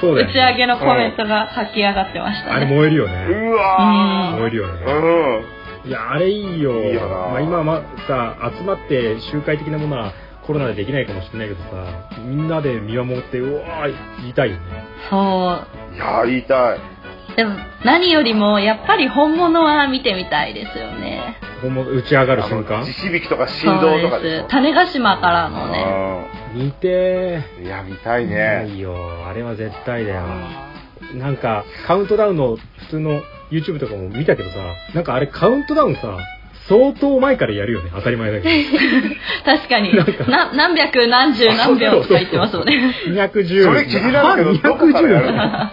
[SPEAKER 4] そうだよ
[SPEAKER 2] 打
[SPEAKER 4] ね
[SPEAKER 2] ち上げのコメントが書き上がってました
[SPEAKER 4] あれ
[SPEAKER 2] ね。
[SPEAKER 4] 燃えるよね。
[SPEAKER 1] うわ
[SPEAKER 4] 燃えるよ
[SPEAKER 1] ー。
[SPEAKER 4] ね。
[SPEAKER 1] うん。
[SPEAKER 4] いや、あれいいよ。
[SPEAKER 1] いいよな
[SPEAKER 4] まあ今はまさ、集まって集会的なものはコロナでできないかもしれないけどさ、みんなで見守って、うわー、言いたいよね。
[SPEAKER 2] そ
[SPEAKER 1] いやー、言いたい。
[SPEAKER 2] う。でも、何よりも、やっぱり本物は見てみたいですよね。
[SPEAKER 4] 本物打ち上がる瞬
[SPEAKER 1] あの
[SPEAKER 4] 間
[SPEAKER 1] 地。響きとか振動とか
[SPEAKER 2] そうで。
[SPEAKER 1] です
[SPEAKER 2] 種子島からのね。
[SPEAKER 4] 見て
[SPEAKER 1] うんいや、見たい
[SPEAKER 4] ー。
[SPEAKER 1] ね。
[SPEAKER 4] いいよ。あれは絶対だよ。なんか、カウントダウンの普通の YouTube とかも見たけどさ、なんかあれカウントダウンさ、相当前からやるよね。当たり前だけど。
[SPEAKER 2] 確かに、
[SPEAKER 4] なんか
[SPEAKER 2] な何百何十何秒とか言ってますもんね。
[SPEAKER 4] 210。
[SPEAKER 1] それ気になるけどどこからやるの
[SPEAKER 4] 210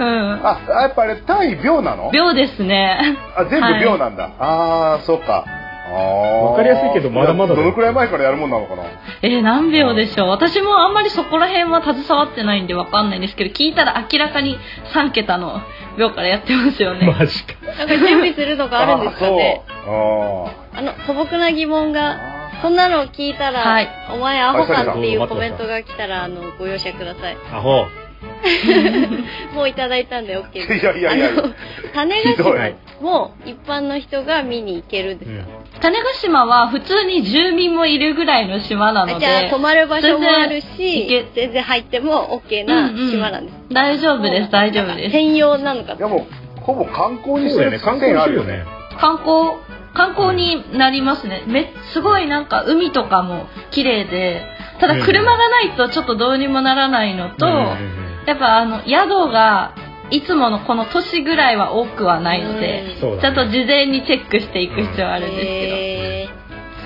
[SPEAKER 2] うん。
[SPEAKER 1] あ、あやっぱあれ単位秒なの
[SPEAKER 2] 秒ですね。
[SPEAKER 1] あ、全部秒なんだ。あー、そうか。わ
[SPEAKER 4] わかりやすいけどまだまだだ
[SPEAKER 1] どのくらい前からやるもんなのかな
[SPEAKER 2] えー何秒でしょう私もあんまりそこら辺は携わってないんでわかんないんですけど、聞いたら明らかに3桁の秒からやってますよね。
[SPEAKER 4] マジか。
[SPEAKER 3] なんか準備するのがあるんですかね。
[SPEAKER 1] あーそう。あー
[SPEAKER 3] あの素朴な疑問が。そんなの聞いたら、
[SPEAKER 2] はい
[SPEAKER 3] お前アホかっていうコメントが来たら、あの、ご容赦ください。
[SPEAKER 4] アホ。
[SPEAKER 3] もういただいたんで OK です。
[SPEAKER 1] いやいやいや
[SPEAKER 3] あの種
[SPEAKER 1] ひ
[SPEAKER 3] 子
[SPEAKER 1] ど
[SPEAKER 3] 島
[SPEAKER 1] い。
[SPEAKER 3] も一般の人が見に行けるんですか、
[SPEAKER 2] 種子島は普通に住民もいるぐらいの島なの
[SPEAKER 3] あじゃあ
[SPEAKER 2] で
[SPEAKER 3] 泊、まる場所もあるし
[SPEAKER 2] 全然行
[SPEAKER 3] 全然入っても OK な島なんです、
[SPEAKER 2] 大丈夫です、大丈夫です。
[SPEAKER 3] 専用なのか
[SPEAKER 1] いやもう、ほぼ観光にし
[SPEAKER 4] そう
[SPEAKER 1] てる
[SPEAKER 4] だよね。観光
[SPEAKER 1] あ
[SPEAKER 4] す
[SPEAKER 1] る
[SPEAKER 4] る
[SPEAKER 1] よ
[SPEAKER 4] よ
[SPEAKER 1] ね
[SPEAKER 4] ね。。
[SPEAKER 2] 観光、観光になりますね。め、すごいなんか海とかも綺麗で、ただ車がないとちょっとどうにもならないのと、
[SPEAKER 4] うんうん
[SPEAKER 2] やっぱあの、宿が、いつものこの年ぐらいは多くはないので、
[SPEAKER 4] うんそう
[SPEAKER 2] ちゃ
[SPEAKER 4] だ
[SPEAKER 2] んと
[SPEAKER 4] ね。
[SPEAKER 2] 事前にチェックしていく必要あるんですけ
[SPEAKER 3] へ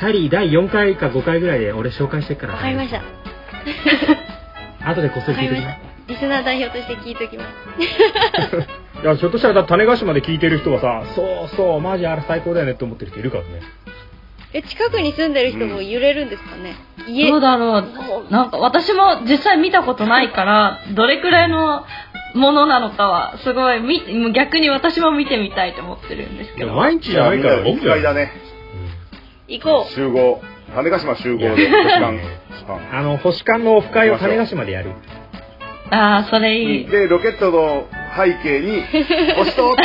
[SPEAKER 4] サリー第4回か5回ぐらいで俺紹介してっか
[SPEAKER 3] ー
[SPEAKER 4] ら。
[SPEAKER 3] わかりました。
[SPEAKER 4] 後でこっそり聞いてき
[SPEAKER 3] わ
[SPEAKER 4] な
[SPEAKER 3] か。リスナー代表として聞いときます
[SPEAKER 4] いや、ひょっとしたらだ種子島で聞いてる人はさ、そうそう、マジあれ最高だよねって思ってる人いるからね。
[SPEAKER 3] え近くに住んでる人も揺れるんですかね、
[SPEAKER 2] ど、
[SPEAKER 3] 家
[SPEAKER 2] どうだろう。
[SPEAKER 3] もう
[SPEAKER 2] なんか私も実際見たことないから、どれくらいのものなのかは、すごい見、もう逆に私も見てみたいと思ってるんですけ
[SPEAKER 4] でも
[SPEAKER 2] ど。
[SPEAKER 4] 毎日じゃない
[SPEAKER 1] みん
[SPEAKER 4] か
[SPEAKER 1] な
[SPEAKER 4] ら
[SPEAKER 1] で一回だ。ね。
[SPEAKER 3] 行こ
[SPEAKER 1] 集合。種子島集合で、
[SPEAKER 4] いや
[SPEAKER 1] 時間。時 間
[SPEAKER 4] あの、星間のオフ会を種子島 でやる。
[SPEAKER 2] ああ、それいい。
[SPEAKER 1] で、ロケットの背景に、押しとって。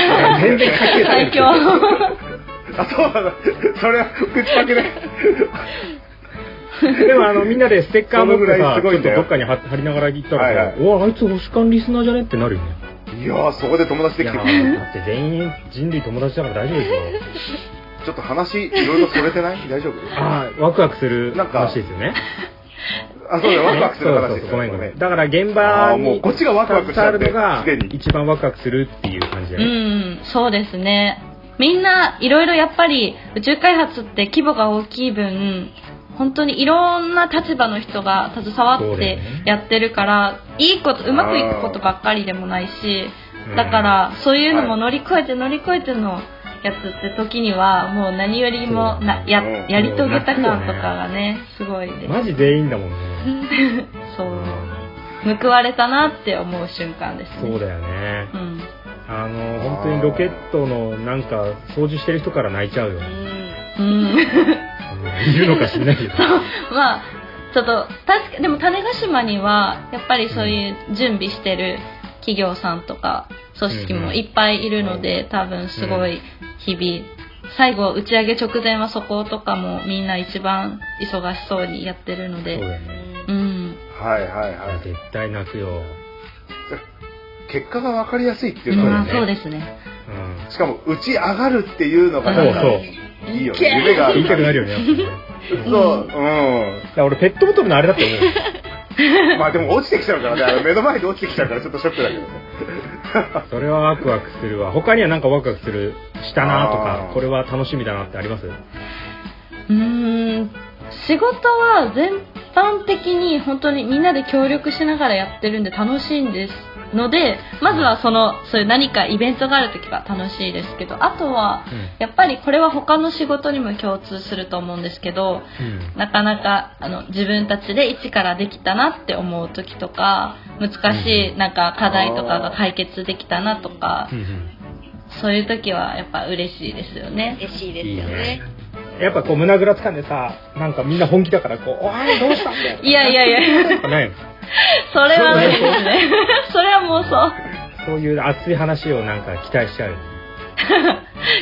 [SPEAKER 4] 全然関係ない
[SPEAKER 2] 最。強。
[SPEAKER 1] あ、そうなんだ。それは、口だけで。
[SPEAKER 4] でもあの、みんなでステッカー持っ
[SPEAKER 1] そのぐら
[SPEAKER 4] て
[SPEAKER 1] い
[SPEAKER 4] さ、
[SPEAKER 1] す
[SPEAKER 4] ち
[SPEAKER 1] ごい
[SPEAKER 4] ょ
[SPEAKER 1] ん
[SPEAKER 4] っ
[SPEAKER 1] だ
[SPEAKER 4] と
[SPEAKER 1] よ
[SPEAKER 4] どっかに貼貼りながら行った
[SPEAKER 1] はい
[SPEAKER 4] ら
[SPEAKER 1] は
[SPEAKER 4] さ、うわ、あいつ星間リスナーじゃねってなるよね。
[SPEAKER 1] いやー、そこで友達で
[SPEAKER 4] い
[SPEAKER 1] きる。
[SPEAKER 4] やーだって全員人類友達だから大丈 夫ですよ。
[SPEAKER 1] ちょっと話、いろいろそれてない大丈夫
[SPEAKER 4] ああ、ワクワクする
[SPEAKER 1] なんか
[SPEAKER 4] 話ですよね。
[SPEAKER 1] あ、そうだよ、ワクワクする話
[SPEAKER 4] そ
[SPEAKER 1] で
[SPEAKER 4] うそう
[SPEAKER 1] す
[SPEAKER 4] そ
[SPEAKER 1] よ
[SPEAKER 4] うごめんごめ
[SPEAKER 1] こ
[SPEAKER 4] ん。
[SPEAKER 1] れ
[SPEAKER 4] だから現
[SPEAKER 1] あ
[SPEAKER 4] 場
[SPEAKER 1] ーもう
[SPEAKER 4] に
[SPEAKER 1] こっちがワクワクしちゃ
[SPEAKER 4] 携
[SPEAKER 1] って
[SPEAKER 4] わるのが
[SPEAKER 1] すでに
[SPEAKER 4] 一番ワクワクするっていう感じだ
[SPEAKER 2] う
[SPEAKER 4] よね。
[SPEAKER 2] ん、そうですね。みんないろいろやっぱり宇宙開発って規模が大きい分、本当にいろんな立場の人が携わ
[SPEAKER 4] そう
[SPEAKER 2] っ
[SPEAKER 4] だよ
[SPEAKER 2] て
[SPEAKER 4] ね
[SPEAKER 2] やってるから、いいこと、うまくいくことばっかりでもないし、
[SPEAKER 4] ううん
[SPEAKER 2] だから、そういうのも乗り越えて乗り越えてのやつって時には、もう何よりもなや
[SPEAKER 1] うん
[SPEAKER 2] やり遂げた感とかがね、すごいです。
[SPEAKER 4] マジ全員だもんね。
[SPEAKER 2] そう。報われたなって思う瞬間ですね。
[SPEAKER 4] そうだよね。
[SPEAKER 2] うん。
[SPEAKER 4] あの、本当にロケットのなんか掃除してる人から泣いちゃうよ
[SPEAKER 3] う
[SPEAKER 4] ね。
[SPEAKER 3] ん。
[SPEAKER 2] うん。
[SPEAKER 4] いるのかしんないけど。
[SPEAKER 2] まあちょっと確かでも種子島にはやっぱりそういう準備してる企業さんとか組織もいっぱいいるので、多分すごい日々、最後打ち上げ直前はそことかもみんな一番忙しそうにやってるの
[SPEAKER 4] そう
[SPEAKER 2] で
[SPEAKER 4] だよね。
[SPEAKER 2] うん
[SPEAKER 1] はいはいはい
[SPEAKER 4] 絶対泣くよ。
[SPEAKER 1] 結果が分かりやすいっていう
[SPEAKER 2] ま
[SPEAKER 1] のは
[SPEAKER 2] あ
[SPEAKER 1] ね、
[SPEAKER 2] そうですね
[SPEAKER 4] うん。
[SPEAKER 1] しかも打ち上がるっていうのがなんか
[SPEAKER 4] そう
[SPEAKER 1] いいよね夢があ
[SPEAKER 4] 言
[SPEAKER 1] る
[SPEAKER 4] いたくなるよね、やっぱりね。
[SPEAKER 1] そううん
[SPEAKER 4] いや俺ペットボトルのあれだって思う。
[SPEAKER 1] まあでも落ちてきちゃうからねあの目の前で落ちてきちゃうからちょっとショックだけどね
[SPEAKER 4] それはワクワクするわ。他にはなんかワクワクする、したなと
[SPEAKER 1] あ
[SPEAKER 4] か
[SPEAKER 1] ー、
[SPEAKER 4] これは楽しみだなってあります
[SPEAKER 2] うーん仕事は全般的に本当にみんなで協力しながらやってるんで楽しいんですのでまずはそのそういう何かイベントがある時は楽しいですけどあとはやっぱりこれは他の仕事にも共通すると思うんですけど
[SPEAKER 4] うん。
[SPEAKER 2] なかなかあの自分たちで一からできたなって思う時とか難しいなんか課題とかが解決できたなとか
[SPEAKER 4] うん。
[SPEAKER 2] そういう時はやっぱ嬉しいですよね。
[SPEAKER 3] 嬉しいです
[SPEAKER 4] いい
[SPEAKER 3] よ
[SPEAKER 4] ね
[SPEAKER 3] ね。。
[SPEAKER 4] やっぱこう胸ぐらつかんでさ、なんかみんな本気だからこう、 おいどうしたんだよ。
[SPEAKER 2] いやいやいや
[SPEAKER 4] やっぱないの
[SPEAKER 2] それは無理ですね。 それは妄想。
[SPEAKER 4] そういう熱い話をなんか期待しちゃうよね。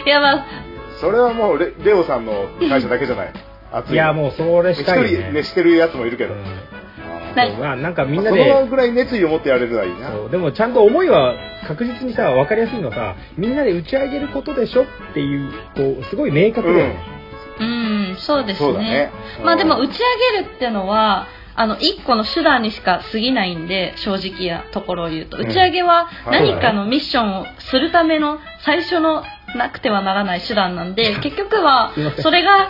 [SPEAKER 2] いや、まあ、
[SPEAKER 1] それはもうレレオさんの会社だけじゃない熱
[SPEAKER 4] いやもうそれ
[SPEAKER 1] 一
[SPEAKER 4] したいよ
[SPEAKER 1] 人
[SPEAKER 4] ね
[SPEAKER 1] ね。してるやつもいるけど、
[SPEAKER 4] うん
[SPEAKER 1] あ
[SPEAKER 2] なん
[SPEAKER 4] そう
[SPEAKER 2] か
[SPEAKER 4] まあなんか
[SPEAKER 1] ー
[SPEAKER 4] みんな
[SPEAKER 1] その
[SPEAKER 4] で、
[SPEAKER 1] ぐらい熱意を持ってやれるのはいいな
[SPEAKER 4] そうでもちゃんと思いは確実にさ、分かりやすいのはさ、みんなで打ち上げることでしょっていう、こう、すごい明確だよね。
[SPEAKER 2] うん、そうですね。
[SPEAKER 1] そうだね
[SPEAKER 2] まあでも、打ち上げるってのは、あの、一個の手段にしか過ぎないんで、正直なところを言うと。
[SPEAKER 1] うん
[SPEAKER 2] 打ち上げは
[SPEAKER 1] はい
[SPEAKER 2] 何かのミッションをするための最初のなくてはならない手段なん で、結局は
[SPEAKER 4] すいません、
[SPEAKER 2] それが、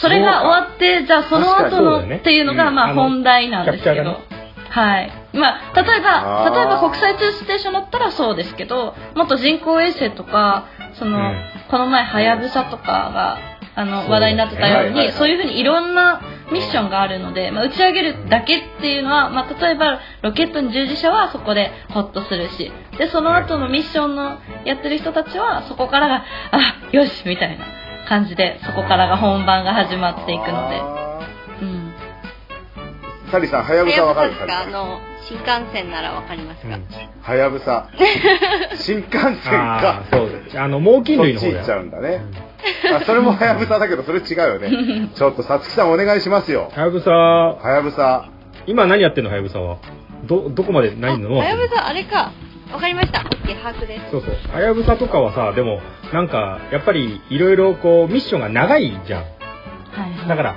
[SPEAKER 2] それが終わって、じゃあその後
[SPEAKER 4] 確かにそうだよ
[SPEAKER 2] の
[SPEAKER 4] ね
[SPEAKER 2] っていうの
[SPEAKER 4] う
[SPEAKER 2] が、
[SPEAKER 4] ん
[SPEAKER 2] ま
[SPEAKER 4] あ
[SPEAKER 2] あ
[SPEAKER 4] の
[SPEAKER 2] 本題なんですけ
[SPEAKER 4] キャプチャーが
[SPEAKER 2] ど
[SPEAKER 4] ね。
[SPEAKER 2] はい。まあ、例えば、
[SPEAKER 1] あー
[SPEAKER 2] 例えば国際通信ステーションだったらそうですけど、もっと人工衛星とか、その、
[SPEAKER 4] うん
[SPEAKER 2] この前、はやぶさとかが、あ
[SPEAKER 4] そうだよ
[SPEAKER 2] の、
[SPEAKER 4] ね
[SPEAKER 2] 話題になってたよう
[SPEAKER 1] はいはいは
[SPEAKER 2] に、
[SPEAKER 1] い
[SPEAKER 2] そういうふうにいろんなミッションがあるので、まあ、打ち上げるだけっていうのは、まあ、例えば、ロケットの従事者はそこでホッとするし、で、その後のミッションのやってる人たちは、そこからが、あ、よしみたいな感じで、そこからが本番が始まっていくので、
[SPEAKER 1] あ
[SPEAKER 2] うん。
[SPEAKER 1] ーサリーさんはやぶさわか
[SPEAKER 3] はや
[SPEAKER 1] る
[SPEAKER 3] ぶさですかあの、新幹線ならわかります
[SPEAKER 4] うん
[SPEAKER 3] か
[SPEAKER 1] はやぶさ 新幹線
[SPEAKER 4] あ
[SPEAKER 1] か
[SPEAKER 4] あ、そう。あの、猛禽
[SPEAKER 1] そっ
[SPEAKER 4] 類の
[SPEAKER 1] ち
[SPEAKER 4] 方
[SPEAKER 1] 行っ
[SPEAKER 4] だ
[SPEAKER 1] ちゃ
[SPEAKER 4] よ。
[SPEAKER 1] うんだね、あそれもはやぶさだけどそれ違うよ ねちょっとさつきさんお願いしますよ
[SPEAKER 4] はやぶさ、
[SPEAKER 1] はやぶさ
[SPEAKER 4] 今何やってんのはやぶさは。ど、どこまでないの
[SPEAKER 3] あはやぶさ、あれか。わかりました。オッケー、把握です。
[SPEAKER 4] そうそう。はやぶさとかはさ、でも、なんか、やっぱり、いろいろこう、ミッションが長いじゃん。
[SPEAKER 2] はいはい。
[SPEAKER 4] だから、は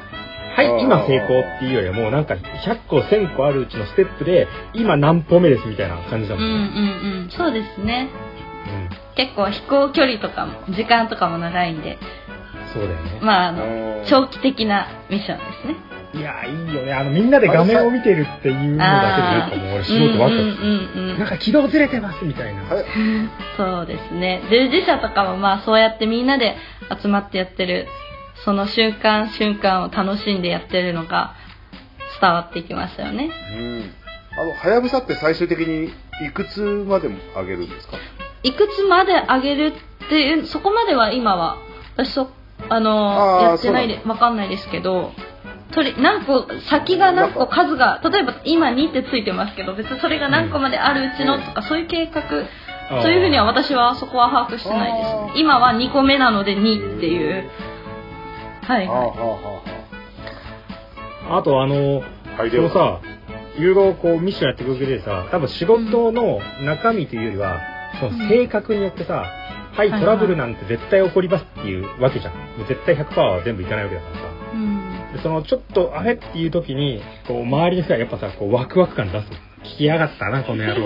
[SPEAKER 1] あー
[SPEAKER 4] い、今成功っていうよりは、もうなんか、100個、1000個あるうちのステップで、今何歩目ですみたいな感じだ
[SPEAKER 2] うん
[SPEAKER 4] も
[SPEAKER 2] うん
[SPEAKER 4] ね。
[SPEAKER 2] んうん。そうですね。
[SPEAKER 4] うん。
[SPEAKER 2] 結構飛行距離とかも、時間とかも長いんで、
[SPEAKER 4] そうだよね。
[SPEAKER 2] まあ、あ
[SPEAKER 1] あ
[SPEAKER 2] の、
[SPEAKER 1] のー
[SPEAKER 2] 長期的なミッションですね。
[SPEAKER 4] いやー、いいよね。あの、みんなで画面を見てるっていうのだけで、なんかもう俺、素人ワクワクする。
[SPEAKER 2] うんうんうんう
[SPEAKER 4] なん
[SPEAKER 2] ん
[SPEAKER 4] か、軌道ずれてますみたいな。
[SPEAKER 1] はや
[SPEAKER 2] そうですね従事者とかもまあそうやってみんなで集まってやってるその瞬間瞬間を楽しんでやってるのが伝わってきましたよね
[SPEAKER 1] うんあのはやぶさって最終的にいくつまでも上げるんですか
[SPEAKER 2] いくつまで上げるっていうそこまでは今は私そあの
[SPEAKER 1] あー
[SPEAKER 2] やってないでわかんないですけどとり何個先が何
[SPEAKER 1] な
[SPEAKER 2] 個
[SPEAKER 1] ん
[SPEAKER 2] 数が例えば今2ってついてますけど別にそれが何個まであるうちのとか、そういう計画
[SPEAKER 4] あー
[SPEAKER 2] そういうふうには私はそこは把握してないです
[SPEAKER 1] あ
[SPEAKER 2] ね。今は2個目なので2っていう。はい
[SPEAKER 1] はあ
[SPEAKER 2] はい。
[SPEAKER 1] はあは
[SPEAKER 4] あと、あの、
[SPEAKER 1] あはい
[SPEAKER 4] そ
[SPEAKER 1] で
[SPEAKER 4] の
[SPEAKER 1] は
[SPEAKER 4] さ、いろいろこうミッションやっていく上でさ、多分仕事の中身というよりは、その性格によってさ、はい、
[SPEAKER 2] はい
[SPEAKER 4] トラブルなんて絶対起こりますっていうわけじゃん。もう絶対100%は全部いかないわけだからさ。
[SPEAKER 2] うん。
[SPEAKER 4] でそのちょっとあれっていう時に、こう周りの人がやっぱさ、こうワクワク感出す。聞きやがったな、この野郎。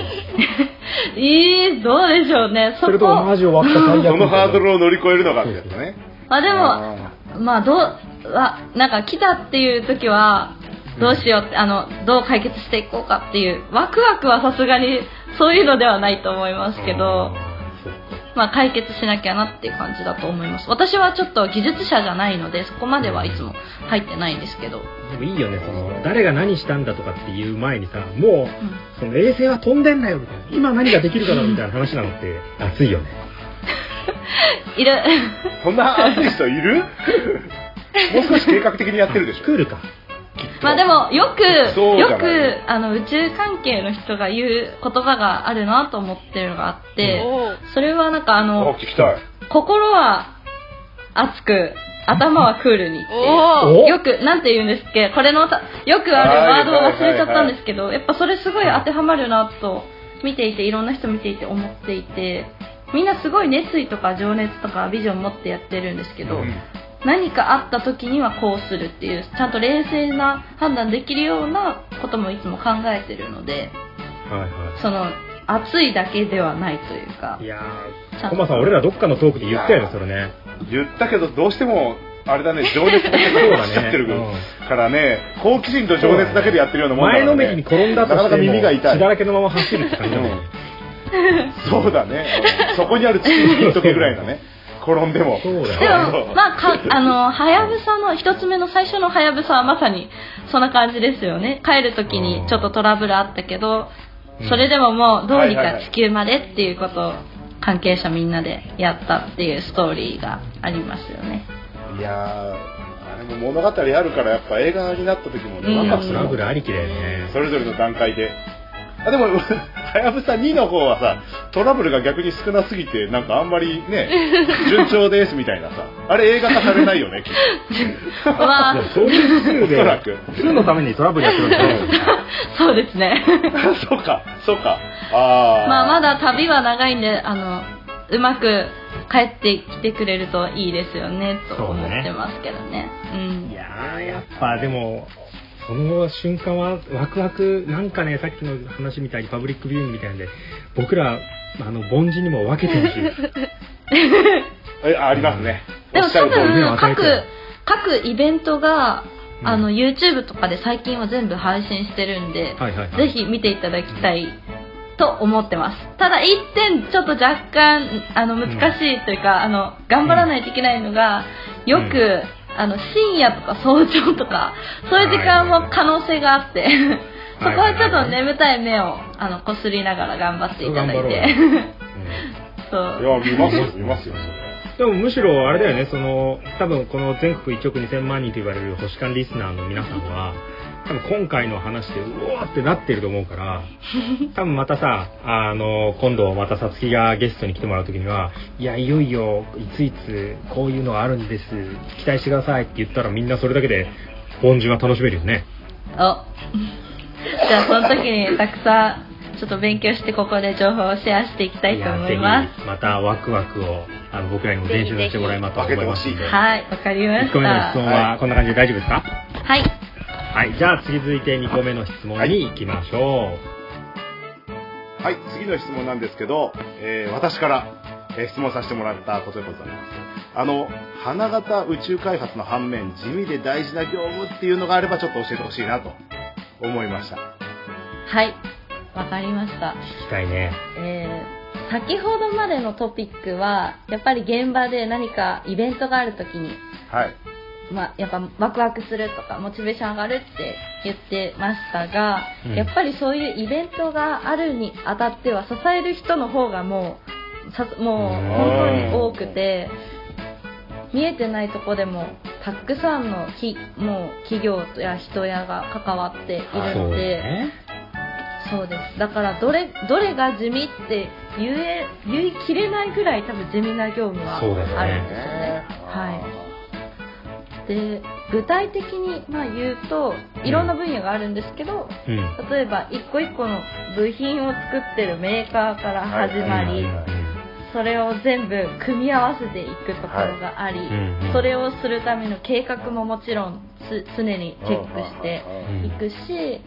[SPEAKER 2] えー、どうでしょうね。そ
[SPEAKER 4] それと
[SPEAKER 2] こ。
[SPEAKER 4] 同じ終わった最悪みた
[SPEAKER 1] そ
[SPEAKER 4] いな
[SPEAKER 1] のハードルを乗り越えるのがってやつだね
[SPEAKER 2] まあでも、
[SPEAKER 1] あ
[SPEAKER 2] まあどう、わ、なんか来たっていう時は、どうしようって、あの、どう解決していこうかっていう、ワクワクはさすがにそういうのではないと思いますけど、
[SPEAKER 4] あーそっか
[SPEAKER 2] まあ、解決しなきゃなっていう感じだと思います私はちょっと技術者じゃないのでそこまではいつも入ってないんですけど、
[SPEAKER 4] でもいいよねその誰が何したんだとかっていう前にさもうその衛星は飛んでんだよみたいな今何ができるかなみたいな話なのって熱いよね
[SPEAKER 2] いる
[SPEAKER 1] そんなアーティストいるもう少し計画的にやってるでし
[SPEAKER 4] ス
[SPEAKER 1] ょ
[SPEAKER 4] クールか
[SPEAKER 2] まあでもよく
[SPEAKER 1] そうじゃ
[SPEAKER 2] よ
[SPEAKER 1] ない
[SPEAKER 2] くあの宇宙関係の人が言う言葉があるなと思ってるのがあって
[SPEAKER 3] おー
[SPEAKER 2] それはなんかあ
[SPEAKER 1] あ
[SPEAKER 2] の
[SPEAKER 1] 聞きたい
[SPEAKER 2] 心は熱く頭はクールにっていう
[SPEAKER 3] おー
[SPEAKER 4] お
[SPEAKER 2] よく、なんて言うんですっけ、これのた、よくあるワードを忘れちゃったんですけど、やっぱそれすごい当てはまるなと、見ていて、いろんな人見ていて思っていて、みんなすごい熱意とか情熱とかビジョン持ってやってるんですけど、
[SPEAKER 1] うん
[SPEAKER 2] 何かあった時にはこうするっていう、ちゃんと冷静な判断できるようなこともいつも考えてるので、
[SPEAKER 4] はいは
[SPEAKER 2] その、熱いだけではないというか
[SPEAKER 4] いい、や
[SPEAKER 2] ちゃ
[SPEAKER 4] ー
[SPEAKER 2] ん
[SPEAKER 4] コマ
[SPEAKER 2] と。
[SPEAKER 4] さん俺らどっかのトークで言ったよねそれね
[SPEAKER 1] 言ったけどどうしてもあれだね情熱だけでしちゃってる
[SPEAKER 4] そうだね
[SPEAKER 1] からね好奇心と情熱だけでやってるようなもんだか
[SPEAKER 4] 前
[SPEAKER 1] ら、ね、
[SPEAKER 4] のめりに転んだとしても
[SPEAKER 1] なかなか耳が痛い
[SPEAKER 4] 血だらけのまま走るって感じだもんね
[SPEAKER 1] そうだねそこにある地に行っとけぐらいだ ね 転んでも
[SPEAKER 4] そうだよ
[SPEAKER 2] で
[SPEAKER 1] あ
[SPEAKER 2] も、まあ、か、あの、はやぶさの、一つ目の最初のはやぶさはまさに、そんな感じですよね。帰る時にちょっとトラブルあったけど
[SPEAKER 4] うん、
[SPEAKER 2] それでももう、どうに
[SPEAKER 1] はいはい
[SPEAKER 2] か
[SPEAKER 1] はい
[SPEAKER 2] 地球までっていうことを、関係者みんなでやったっていうストーリーがありますよ ね。
[SPEAKER 1] いやーあれも物語あるからやっぱ映画になった時もね
[SPEAKER 2] うん
[SPEAKER 1] ワクワ
[SPEAKER 4] いや
[SPEAKER 1] クする
[SPEAKER 4] トラ
[SPEAKER 1] もん
[SPEAKER 4] ブルありきだよね
[SPEAKER 1] それぞれの段階であでも はやぶさ2の方はさトラブルが逆に少なすぎてなんかあんまり ね順調ですみたいなさあれ映画化されないよ ねきっ
[SPEAKER 2] まあ
[SPEAKER 4] い、やそういう普通
[SPEAKER 1] おそらく
[SPEAKER 4] で普通のためにトラブルやってるんだよ
[SPEAKER 2] そうですね。
[SPEAKER 1] と そうかそうかああ
[SPEAKER 2] まあ、まだ旅は長いんで、あの、うまく帰ってきてくれるといいですよね、と思ってますけどね。うん
[SPEAKER 4] い。やーやっぱでもその瞬間はワクワクなんかねさっきの話みたいにパブリックビューイングみたいなんで僕らあの凡人にも分けて ほしい
[SPEAKER 1] えあありますね
[SPEAKER 2] で
[SPEAKER 1] お
[SPEAKER 2] も多
[SPEAKER 1] っしゃる通り
[SPEAKER 4] ね
[SPEAKER 2] 分
[SPEAKER 4] 与えてる
[SPEAKER 2] 各各イベントが
[SPEAKER 4] うん
[SPEAKER 2] あの YouTube とかで最近は全部配信してるんで、
[SPEAKER 4] はいはい、はい、
[SPEAKER 2] ぜひ見ていただきたいと思ってますただ一点ちょっと若干あの難しいというか、あの頑張らないといけないのがよく、
[SPEAKER 4] う
[SPEAKER 2] あの深夜とか早朝とかそういう時間も可能性があって、 そこはちょっと眠たい目をあのこすりながら頑張っていただいてそ
[SPEAKER 1] いうや見ますよ見ますよそれ
[SPEAKER 4] でもむしろあれだよねその多分この全国1億2000万人と言われる星間リスナーの皆さんは多分今回の話でうおーってなってると思うから多分またさあの今度またさつきがゲストに来てもらう時にはいやいよいよいついつこういうのがあるんです期待してくださいって言ったらみんなそれだけで凡人は楽しめるよね
[SPEAKER 2] お じゃあその時にたくさんちょっと勉強してここで情報をシェアしていきたいと思いま
[SPEAKER 4] やぜひまたワクワクをあの僕らにも伝承してもらえばと思いますの
[SPEAKER 1] ぜ
[SPEAKER 4] で
[SPEAKER 2] す
[SPEAKER 1] ひ
[SPEAKER 2] はいわかりまし
[SPEAKER 4] 1個目の質問
[SPEAKER 2] た
[SPEAKER 4] はこんな感じで大丈夫ですか、
[SPEAKER 2] はい
[SPEAKER 4] はい、じゃあ次続いて2個目の質問に行きましょう。
[SPEAKER 1] はい次の質問なんですけど、えー私から、えー質問させてもらったことでございますあの花形宇宙開発の反面地味で大事な業務っていうのがあればちょっと教えてほしいなと思いました
[SPEAKER 2] はいわかりました
[SPEAKER 4] 聞きたいね。
[SPEAKER 2] えー先ほどまでのトピックはやっぱり現場で何かイベントがある時に
[SPEAKER 1] はい
[SPEAKER 2] まあ、やっぱワクワクするとかモチベーション上がるって言ってましたが、
[SPEAKER 4] うん
[SPEAKER 2] やっぱりそういうイベントがあるにあたっては支える人の方がもうさもう本当に多くて見えてないとこでもたくさんのきもう企業や人やが関わっているので。
[SPEAKER 4] ね。
[SPEAKER 2] そうですだからどれどれが地味って言え言い切れないぐらい多分地味な業務はあ
[SPEAKER 4] そうだよね
[SPEAKER 2] るんですよね。はい、で具体的にまあ言うといろんな分野があるんですけど、
[SPEAKER 4] うん。
[SPEAKER 2] 例えば一個一個の部品を作ってるメーカーから始まり、
[SPEAKER 4] うん
[SPEAKER 2] それを全部組み合わせていくところがあり、
[SPEAKER 4] うんうん
[SPEAKER 2] それをするための計画ももちろんつ常にチェックして。
[SPEAKER 4] うん
[SPEAKER 2] 行くし、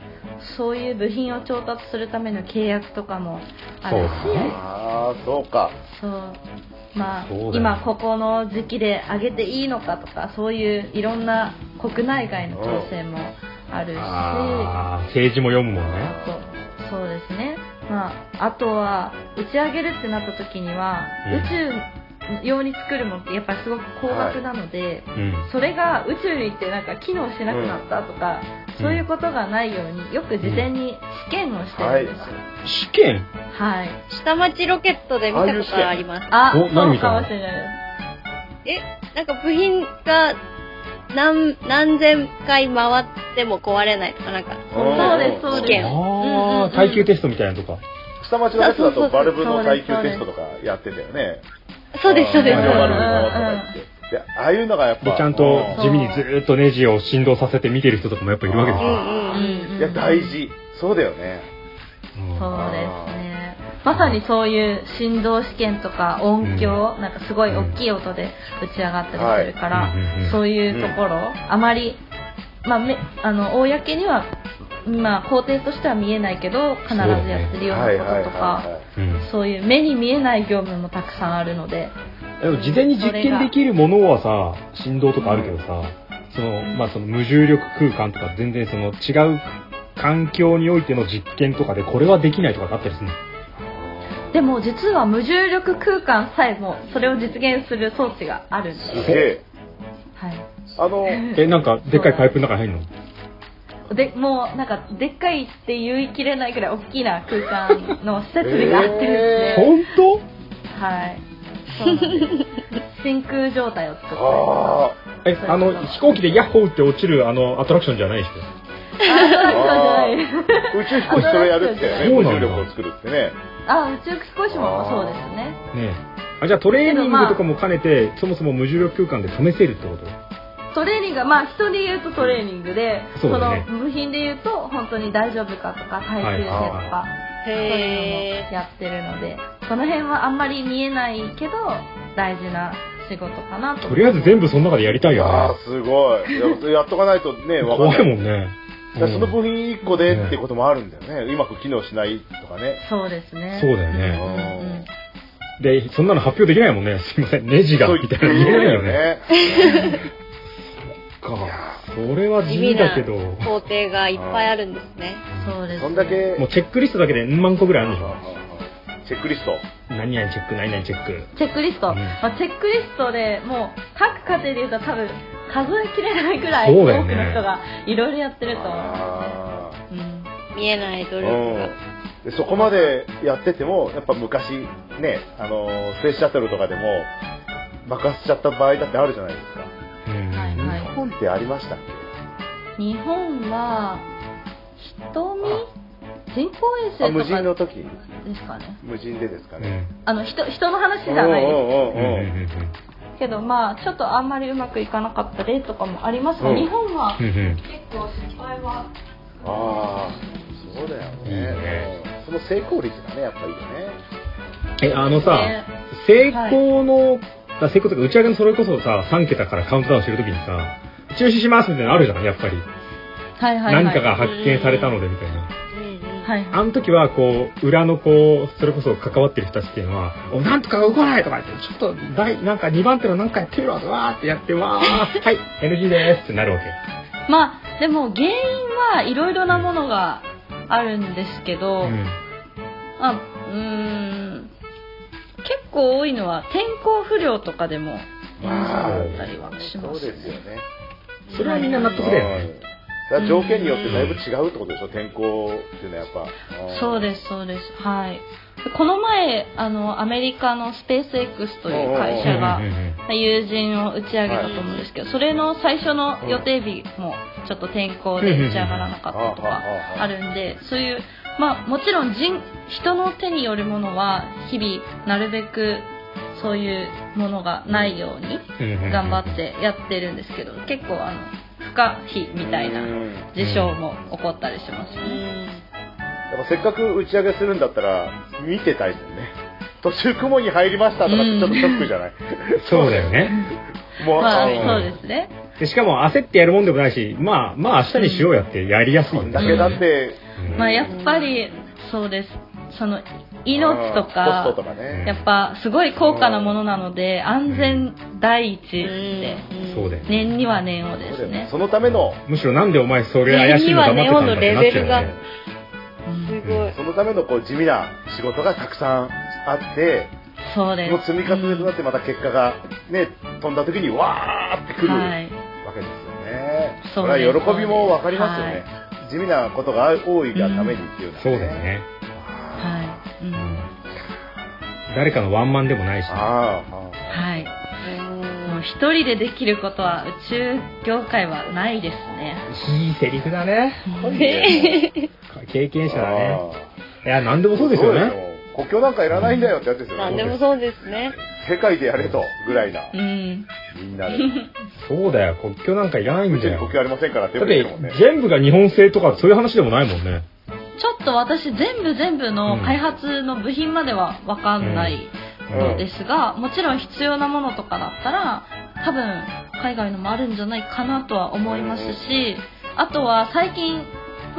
[SPEAKER 2] そういう部品を調達するための契約とかもあるし
[SPEAKER 4] そうだね
[SPEAKER 1] ああそうか
[SPEAKER 2] そうまあ
[SPEAKER 4] そうだよね
[SPEAKER 2] 今ここの時期で上げていいのかとかそういういろんな国内外の調整もあるし
[SPEAKER 4] ああ、政治も読むもんね。
[SPEAKER 2] そうそうですねまあ、あとは打ち上げるってなった時には、
[SPEAKER 4] うん
[SPEAKER 2] 宇宙用に作るものってやっぱりすごく高額なので、
[SPEAKER 4] うん。
[SPEAKER 2] それが宇宙に行ってなんか機能しなくなったとか、
[SPEAKER 4] うん
[SPEAKER 2] そういうことがないようによく事前に試験をしてるんですよ、
[SPEAKER 4] 試験
[SPEAKER 2] はい、
[SPEAKER 3] 下町ロケットで見たことがあります。
[SPEAKER 2] あ
[SPEAKER 4] お何
[SPEAKER 2] そう
[SPEAKER 4] 見た
[SPEAKER 2] か
[SPEAKER 4] の
[SPEAKER 2] もしれない
[SPEAKER 3] え、なんか部品が何、何千回回っても壊れないとか、なんか、そんな
[SPEAKER 2] ですそうです
[SPEAKER 3] 試験。
[SPEAKER 2] うんうんう
[SPEAKER 4] あ
[SPEAKER 2] ん
[SPEAKER 4] あ、耐久テストみたいなとか。
[SPEAKER 1] 下町のやつだ
[SPEAKER 3] そうそう
[SPEAKER 1] と
[SPEAKER 3] そう
[SPEAKER 1] バルブの耐久テストとかやってたよね。
[SPEAKER 3] そうです、そうで
[SPEAKER 1] あ
[SPEAKER 3] す。
[SPEAKER 1] ー
[SPEAKER 4] うん
[SPEAKER 1] バルブのとかやって。で、ああいうのがやっ
[SPEAKER 4] で
[SPEAKER 1] ぱ。
[SPEAKER 4] ちゃんと地味にずーっとネジを振動させて見てる人とかもやっぱいるわけです
[SPEAKER 3] う
[SPEAKER 4] よ。
[SPEAKER 3] んうん。
[SPEAKER 2] うんうん
[SPEAKER 1] いや、大事。そうだよね。
[SPEAKER 4] うん
[SPEAKER 2] そうですねまさにそういう振動試験とか音響、なんかすごい大きい音で打ち上がったりするから、
[SPEAKER 4] はいうんうんうん
[SPEAKER 2] そういうところ、あまり、まあ、めあの公には、まあ、工程としては見えないけど必ずやってるようなこととかそう,、
[SPEAKER 4] うん
[SPEAKER 2] いう目に見えない業務もたくさんあるので
[SPEAKER 4] でも事前に実験できるものはさ振動とかあるけどさ、そのまあ、その無重力空間とか全然その違う環境においての実験とかでこれはできないとかがあったりするの
[SPEAKER 2] でも実は無重力空間さえもそれを実現する装置があるんです
[SPEAKER 1] すげえ。
[SPEAKER 2] はい
[SPEAKER 1] あ の、
[SPEAKER 4] えなんかでっかいパイプの中に入るの
[SPEAKER 2] でもうなんかでっかいって言い切れないくらい大きな空間の設備があってですね、
[SPEAKER 4] 本当
[SPEAKER 2] はいそうなんです真空状態を作ってあ
[SPEAKER 1] あ
[SPEAKER 4] えあの飛行機でヤッホーって落ちるあのアトラクションじゃないでし
[SPEAKER 2] あそうじゃない
[SPEAKER 1] あ、宇宙飛行士それやるってよね。
[SPEAKER 4] そう
[SPEAKER 1] 無
[SPEAKER 4] なんだ
[SPEAKER 1] 重力を作るってね。
[SPEAKER 2] あ宇宙飛行士もそうですね
[SPEAKER 4] ょねえあじゃあトレーニングとかも兼ねてそもそも無重力空間で試せるってこと
[SPEAKER 2] トレーニングがまあ人で言うとトレーニングで、
[SPEAKER 4] そうだね
[SPEAKER 2] の部品で言うと本当に大丈夫かとか耐久性とか、そういうの
[SPEAKER 3] へ
[SPEAKER 2] もやってるのでその辺はあんまり見えないけど大事な仕事かなと
[SPEAKER 4] とりあえず全部その中でやりたい
[SPEAKER 1] い
[SPEAKER 4] よ
[SPEAKER 1] や
[SPEAKER 4] ね
[SPEAKER 1] ー、すごい。いややっとかないとね、わかん
[SPEAKER 4] 怖
[SPEAKER 1] ない
[SPEAKER 4] いもんね
[SPEAKER 1] だからその
[SPEAKER 4] うん
[SPEAKER 1] 部品1個でってこともあるんだよね。うまく機能しないとかね。
[SPEAKER 2] そうですね
[SPEAKER 4] そうだよ
[SPEAKER 1] う
[SPEAKER 4] ね
[SPEAKER 1] ん
[SPEAKER 2] ん
[SPEAKER 4] でそんなの発表できないもんね すいませんネジがみたいなの言えないよね。かそれは地味だけども
[SPEAKER 3] ー工程がいっぱいあるんですね。
[SPEAKER 2] そうです、ね。
[SPEAKER 1] そんだけ。
[SPEAKER 4] うチェックリストだけで何万個ぐらいあるんでしょ
[SPEAKER 1] チェックリスト。
[SPEAKER 4] 何々チェック何々チェック
[SPEAKER 2] チェックリスト、
[SPEAKER 4] うん
[SPEAKER 2] まあ、チェックリストでもう各家庭でいうと多分数えきれないぐらい
[SPEAKER 4] そう
[SPEAKER 2] 多く
[SPEAKER 4] だよ
[SPEAKER 2] の
[SPEAKER 4] ね
[SPEAKER 2] 人がいろいろやってると思いま
[SPEAKER 1] あ
[SPEAKER 2] すね。うん
[SPEAKER 3] 見えない努
[SPEAKER 1] ー
[SPEAKER 3] 力が。
[SPEAKER 1] うんでそこまでやってても、やっぱ昔ね、あのー、スペースシャトルとかでも爆発しちゃった場合だってあるじゃないですか。
[SPEAKER 4] うん
[SPEAKER 2] はいはい
[SPEAKER 1] 日本ってありましたっ
[SPEAKER 2] 日本は瞳人工衛
[SPEAKER 1] けあ、
[SPEAKER 2] 星
[SPEAKER 1] 無
[SPEAKER 2] と
[SPEAKER 1] 人
[SPEAKER 2] か
[SPEAKER 1] の時
[SPEAKER 2] ですかね
[SPEAKER 1] 無人でですか
[SPEAKER 4] うんう
[SPEAKER 1] ね。
[SPEAKER 2] あの人人の話じゃないです
[SPEAKER 1] うんうんう
[SPEAKER 4] ん
[SPEAKER 1] んうん
[SPEAKER 2] けどまあちょっとあんまりうまくいかなかった例とかもありますが、
[SPEAKER 1] うん
[SPEAKER 2] 日本は
[SPEAKER 4] うんうんうん
[SPEAKER 2] 結構失敗は
[SPEAKER 1] ああ、そうだよね
[SPEAKER 4] いいね
[SPEAKER 1] その成功率がね、やっぱりいいよね。
[SPEAKER 4] えあのさ
[SPEAKER 2] ね
[SPEAKER 4] 成功のあ成功というか打ち上げのそれこそさ3桁からカウントダウンしてるときにさ中止しますみたいなのあるじゃんやっぱり
[SPEAKER 2] はいはいはい
[SPEAKER 4] 何かが発見されたのでみたいな
[SPEAKER 3] うんうん
[SPEAKER 2] はい
[SPEAKER 4] あの時はこう裏のこうそれこそ関わってる人たちっていうのは「おなんとか動かない!」とか言って「ちょっと第なんか2番手のなんかやってみろ!」わーってやって「わーはい NG です!」ってなるわけ
[SPEAKER 2] まあでも原因はいろいろなものがあるんですけど、
[SPEAKER 4] うん
[SPEAKER 2] あうーん結構多いのは天候不良とかでも演じたりはし
[SPEAKER 1] そ
[SPEAKER 2] ま
[SPEAKER 1] う
[SPEAKER 2] す
[SPEAKER 1] ですよね。
[SPEAKER 4] それはみんな納得だよね
[SPEAKER 1] だから条件によってだいぶ違うってことでしょ、天候っていうのはやっぱ。
[SPEAKER 2] そ
[SPEAKER 1] す。
[SPEAKER 2] うですそうですはいでこの前あのアメリカのスペース X という会社が
[SPEAKER 4] うんうんうん
[SPEAKER 2] 友人を打ち上げたと思うんですけど、それの最初の予定日もちょっと天候で打ち上がらなかったとかあるんでそういうまあもちろん人人の手によるものは日々なるべくそういうものがないように
[SPEAKER 4] うんうん
[SPEAKER 2] 頑張ってやってるんですけど結構あの不可避みたいな
[SPEAKER 1] うん
[SPEAKER 2] 事象も起こったりします
[SPEAKER 3] う
[SPEAKER 2] ね。
[SPEAKER 3] ん
[SPEAKER 1] やっぱせっかく打ち上げするんだったら見てたいもんね途中雲に入りましたとかってちょっとショックじゃない、
[SPEAKER 4] そうだよね
[SPEAKER 1] もう、
[SPEAKER 2] まあ
[SPEAKER 1] うん
[SPEAKER 2] そうですね
[SPEAKER 4] でしかも焦ってやるもんでもないしまあまあ明日にしようやってやりやすい
[SPEAKER 1] こんだけだって、
[SPEAKER 4] うん
[SPEAKER 2] まあやっぱりそうですその命とか
[SPEAKER 1] コストとかね
[SPEAKER 2] やっぱすごい高価なものなので安全第一って
[SPEAKER 4] そうだよね
[SPEAKER 2] 念には念をで
[SPEAKER 1] そう
[SPEAKER 2] す
[SPEAKER 1] だよね
[SPEAKER 2] ね
[SPEAKER 1] そのための
[SPEAKER 4] むしろなんでお前それ怪しいの黙ってたんだってなっちゃうよね
[SPEAKER 3] すごい。
[SPEAKER 1] そのためのこう地味な仕事がたくさんあって、
[SPEAKER 2] そう
[SPEAKER 1] そ
[SPEAKER 2] です。
[SPEAKER 1] の積み重ねとなってまた結果がね、飛んだ時にわーってくるわ
[SPEAKER 2] はい。
[SPEAKER 1] けですよね。
[SPEAKER 2] そう
[SPEAKER 1] こ
[SPEAKER 2] です
[SPEAKER 1] れは喜びもわかりますよね。地味なことが多いがためにっていうのは、
[SPEAKER 4] そうです。ね。
[SPEAKER 2] はい。うん。
[SPEAKER 4] 誰かのワンマンでもないしね、
[SPEAKER 1] ああ、
[SPEAKER 2] はい。もう
[SPEAKER 3] う
[SPEAKER 2] 一人でできることは宇宙業界はないですね。
[SPEAKER 4] いいセリフだね。
[SPEAKER 1] はい
[SPEAKER 3] ん へえ
[SPEAKER 4] 経験者だね。
[SPEAKER 1] ああ
[SPEAKER 4] いや、なんでもそうですよね。。
[SPEAKER 1] 国境なんかいらないんだよってやつですよ
[SPEAKER 3] なん
[SPEAKER 1] ね。
[SPEAKER 3] でもそうですね。
[SPEAKER 1] 世界でやれと、ぐらいな
[SPEAKER 2] う、ん。
[SPEAKER 1] みんなで。
[SPEAKER 4] そうだよ、国境なんかいらないん
[SPEAKER 1] 宇宙に
[SPEAKER 4] だよ
[SPEAKER 1] 国。境ありませんからって
[SPEAKER 4] だっ
[SPEAKER 1] 言
[SPEAKER 4] て
[SPEAKER 1] うもんね。、
[SPEAKER 4] 全部が日本製とかそういう話でもないもんね。
[SPEAKER 2] ちょっと私全部全部の開発の部品まではわかんないのですが、もちろん必要なものとかだったら多分海外のもあるんじゃないかなとは思いますし、あとは最近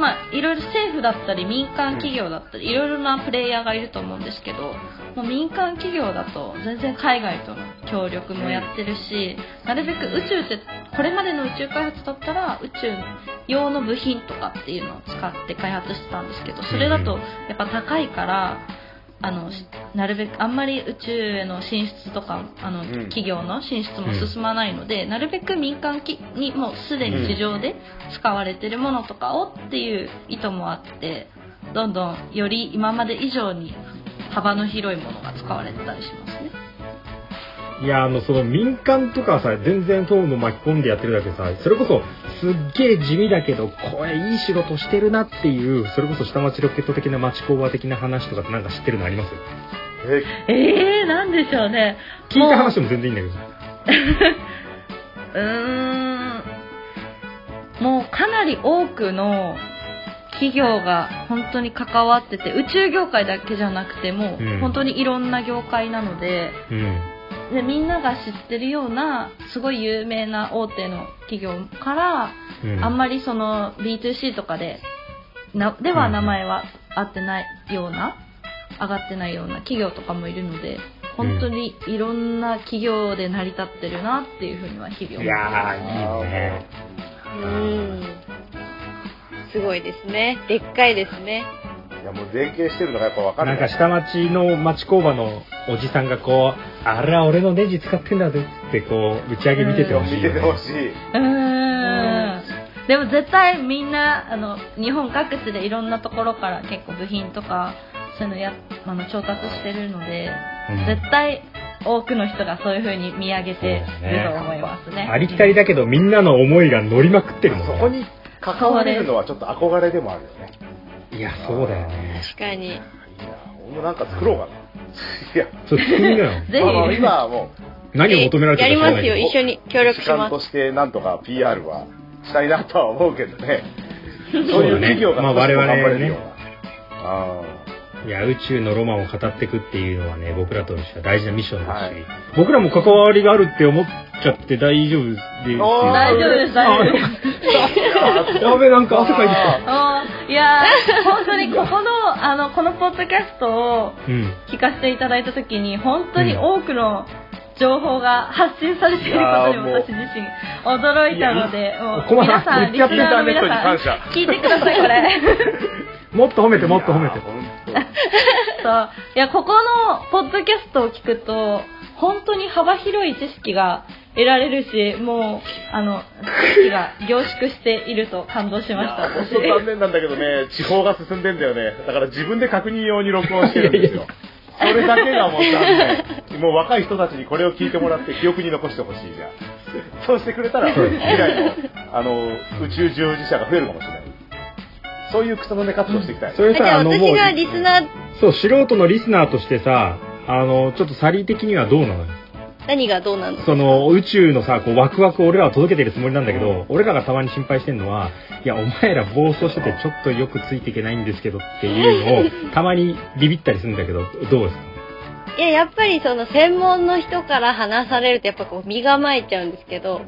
[SPEAKER 2] まあいろいろ政府だったり民間企業だったりいろいろなプレイヤーがいると思うんですけど、もう民間企業だと全然海外との協力もやってるし、なるべく宇宙ってこれまでの宇宙開発だったら宇宙用の部品とかっていうのを使って開発してたんですけどそれだとやっぱ高いから。あのしなるべくあんまり宇宙への進出とかあの、
[SPEAKER 1] ん
[SPEAKER 2] 企業の進出も進まないので、なるべく民間機にもうすでに市場で使われてるものとかをっていう意図もあってどんどんより今まで以上に幅の広いものが使われてたりしますね。
[SPEAKER 4] いや、あの、その民間とかさ、全然そういうの巻き込んでやってるだけでさ、それこそ、すっげえ地味だけど、これいい仕事してるなっていう、それこそ下町ロケット的な町工場的な話とかってなんか知ってるのあります
[SPEAKER 1] え
[SPEAKER 2] えー、なんでしょうね。
[SPEAKER 4] 聞いた話でも全然いいんだ
[SPEAKER 2] うーんもうかなり多くの企業が本当に関わってて宇宙業界だけじゃなくても
[SPEAKER 4] うん
[SPEAKER 2] う本当にいろんな業界なので,、
[SPEAKER 4] けど。うん。
[SPEAKER 2] でみんなが知ってるようなすごい有名な大手の企業から
[SPEAKER 4] うん、
[SPEAKER 2] あんまりその B2C とかでなでは名前は合ってないような上がってないような企業とかもいるので本当にいろんな企業で成り立ってるなっていうふうには日々思
[SPEAKER 4] い
[SPEAKER 2] います
[SPEAKER 4] やー、いいね。
[SPEAKER 3] うん。すごいですね。でっかいですね。
[SPEAKER 1] いやもう連携してるのがやっぱわか
[SPEAKER 4] な
[SPEAKER 1] る
[SPEAKER 4] んか下町の町工場のおじさんがこう、あら、俺のネジ使ってんだぜってこう、打ち上げ見ててほし
[SPEAKER 1] 見
[SPEAKER 4] いよ
[SPEAKER 1] て
[SPEAKER 4] ね、
[SPEAKER 1] てほしい。
[SPEAKER 2] うーんでも絶対みんなあの日本各地でいろんなところから結構部品とかそういうのやあの調達してるので
[SPEAKER 4] うん
[SPEAKER 2] 絶対多くの人がそういう風に見上げてると思いますね
[SPEAKER 4] ありきたりだけどみんなの思いが乗りまくってるもんね。
[SPEAKER 1] そこに関われるのはちょっと憧れでもあるよね。
[SPEAKER 4] いや、そうだよね。
[SPEAKER 3] 確かに。
[SPEAKER 1] いや、俺もなんか作ろうかな。いや、
[SPEAKER 4] ちょっとみなよ。
[SPEAKER 2] ぜ
[SPEAKER 1] まあまあ
[SPEAKER 2] ひ
[SPEAKER 1] 今はもう、
[SPEAKER 4] 何を求められて
[SPEAKER 3] や
[SPEAKER 4] る
[SPEAKER 3] り
[SPEAKER 4] か
[SPEAKER 3] ま
[SPEAKER 4] 知らな
[SPEAKER 3] す
[SPEAKER 4] いけ
[SPEAKER 3] よ。
[SPEAKER 4] ど
[SPEAKER 3] 一緒に協力
[SPEAKER 1] 時
[SPEAKER 3] し
[SPEAKER 1] 間
[SPEAKER 3] ま
[SPEAKER 1] と
[SPEAKER 3] す。
[SPEAKER 1] してなんとか PR はしたいなとは思うけどね。そう
[SPEAKER 4] ね
[SPEAKER 1] いう企業が
[SPEAKER 4] まあ
[SPEAKER 1] 少しでも頑張れるよう
[SPEAKER 4] 我
[SPEAKER 1] な。あ
[SPEAKER 4] いや、宇宙のロマンを語っていくっていうのはね、僕らとしては大事なミッションだし、僕らも関わりがあるって思っちゃって大丈夫ですよ。
[SPEAKER 1] おー
[SPEAKER 2] 大丈夫です大丈 夫です
[SPEAKER 4] です。やべ、なんか汗かいてきた。
[SPEAKER 2] あーいやー本当にここのあのこのポッドキャストを
[SPEAKER 4] うん。
[SPEAKER 2] 聞かせていただいた時に本当に多くの情報が発信されていること
[SPEAKER 1] い
[SPEAKER 2] に
[SPEAKER 1] やーもう
[SPEAKER 2] 私自身驚いたのでも
[SPEAKER 4] こ
[SPEAKER 2] う
[SPEAKER 4] まさん
[SPEAKER 2] 皆さん
[SPEAKER 4] ぶ
[SPEAKER 2] リ
[SPEAKER 4] っ
[SPEAKER 2] スナ
[SPEAKER 4] ちゃけ
[SPEAKER 2] ーの皆さん
[SPEAKER 1] 謝。
[SPEAKER 2] 聞いてくださいこれ
[SPEAKER 4] もっと褒めて、もっと褒め
[SPEAKER 1] い
[SPEAKER 4] て
[SPEAKER 1] や。本当
[SPEAKER 2] そういやここのポッドキャストを聞くと本当に幅広い知識が得られるしもうあの知識が凝縮していると感動しました
[SPEAKER 1] 本
[SPEAKER 2] 私
[SPEAKER 1] 当残念なんだけどね、地方が進んでんだよね。だから自分で確認用に録音してるんですよ。それだけがもう残念。もう若い人たちにこれを聞いてもらって記憶に残してほしいじゃん。そうしてくれたら、
[SPEAKER 4] そうです
[SPEAKER 1] 未来のあの宇宙従事者が増えるかもしれない。そういう草の根活動していきたい。
[SPEAKER 4] それ
[SPEAKER 3] じゃ
[SPEAKER 4] さ、
[SPEAKER 3] あ
[SPEAKER 4] あの、
[SPEAKER 3] 私
[SPEAKER 4] もう、
[SPEAKER 3] がリスナー、
[SPEAKER 4] そう、素人のリスナーとしてさ、あの、ちょっとサリー的にはどうなのよ
[SPEAKER 3] 何がどうなの
[SPEAKER 4] その、宇宙のさ、こう、ワクワクを俺らは届けてるつもりなんだけど、俺らがたまに心配してるのは、いや、お前ら暴走しててちょっとよくついていけないんですけどっていうのを、たまにビビったりするんだけど、どうですか
[SPEAKER 3] いや、やっぱりその専門の人から話されるとやっぱこう身構えちゃうんですけど、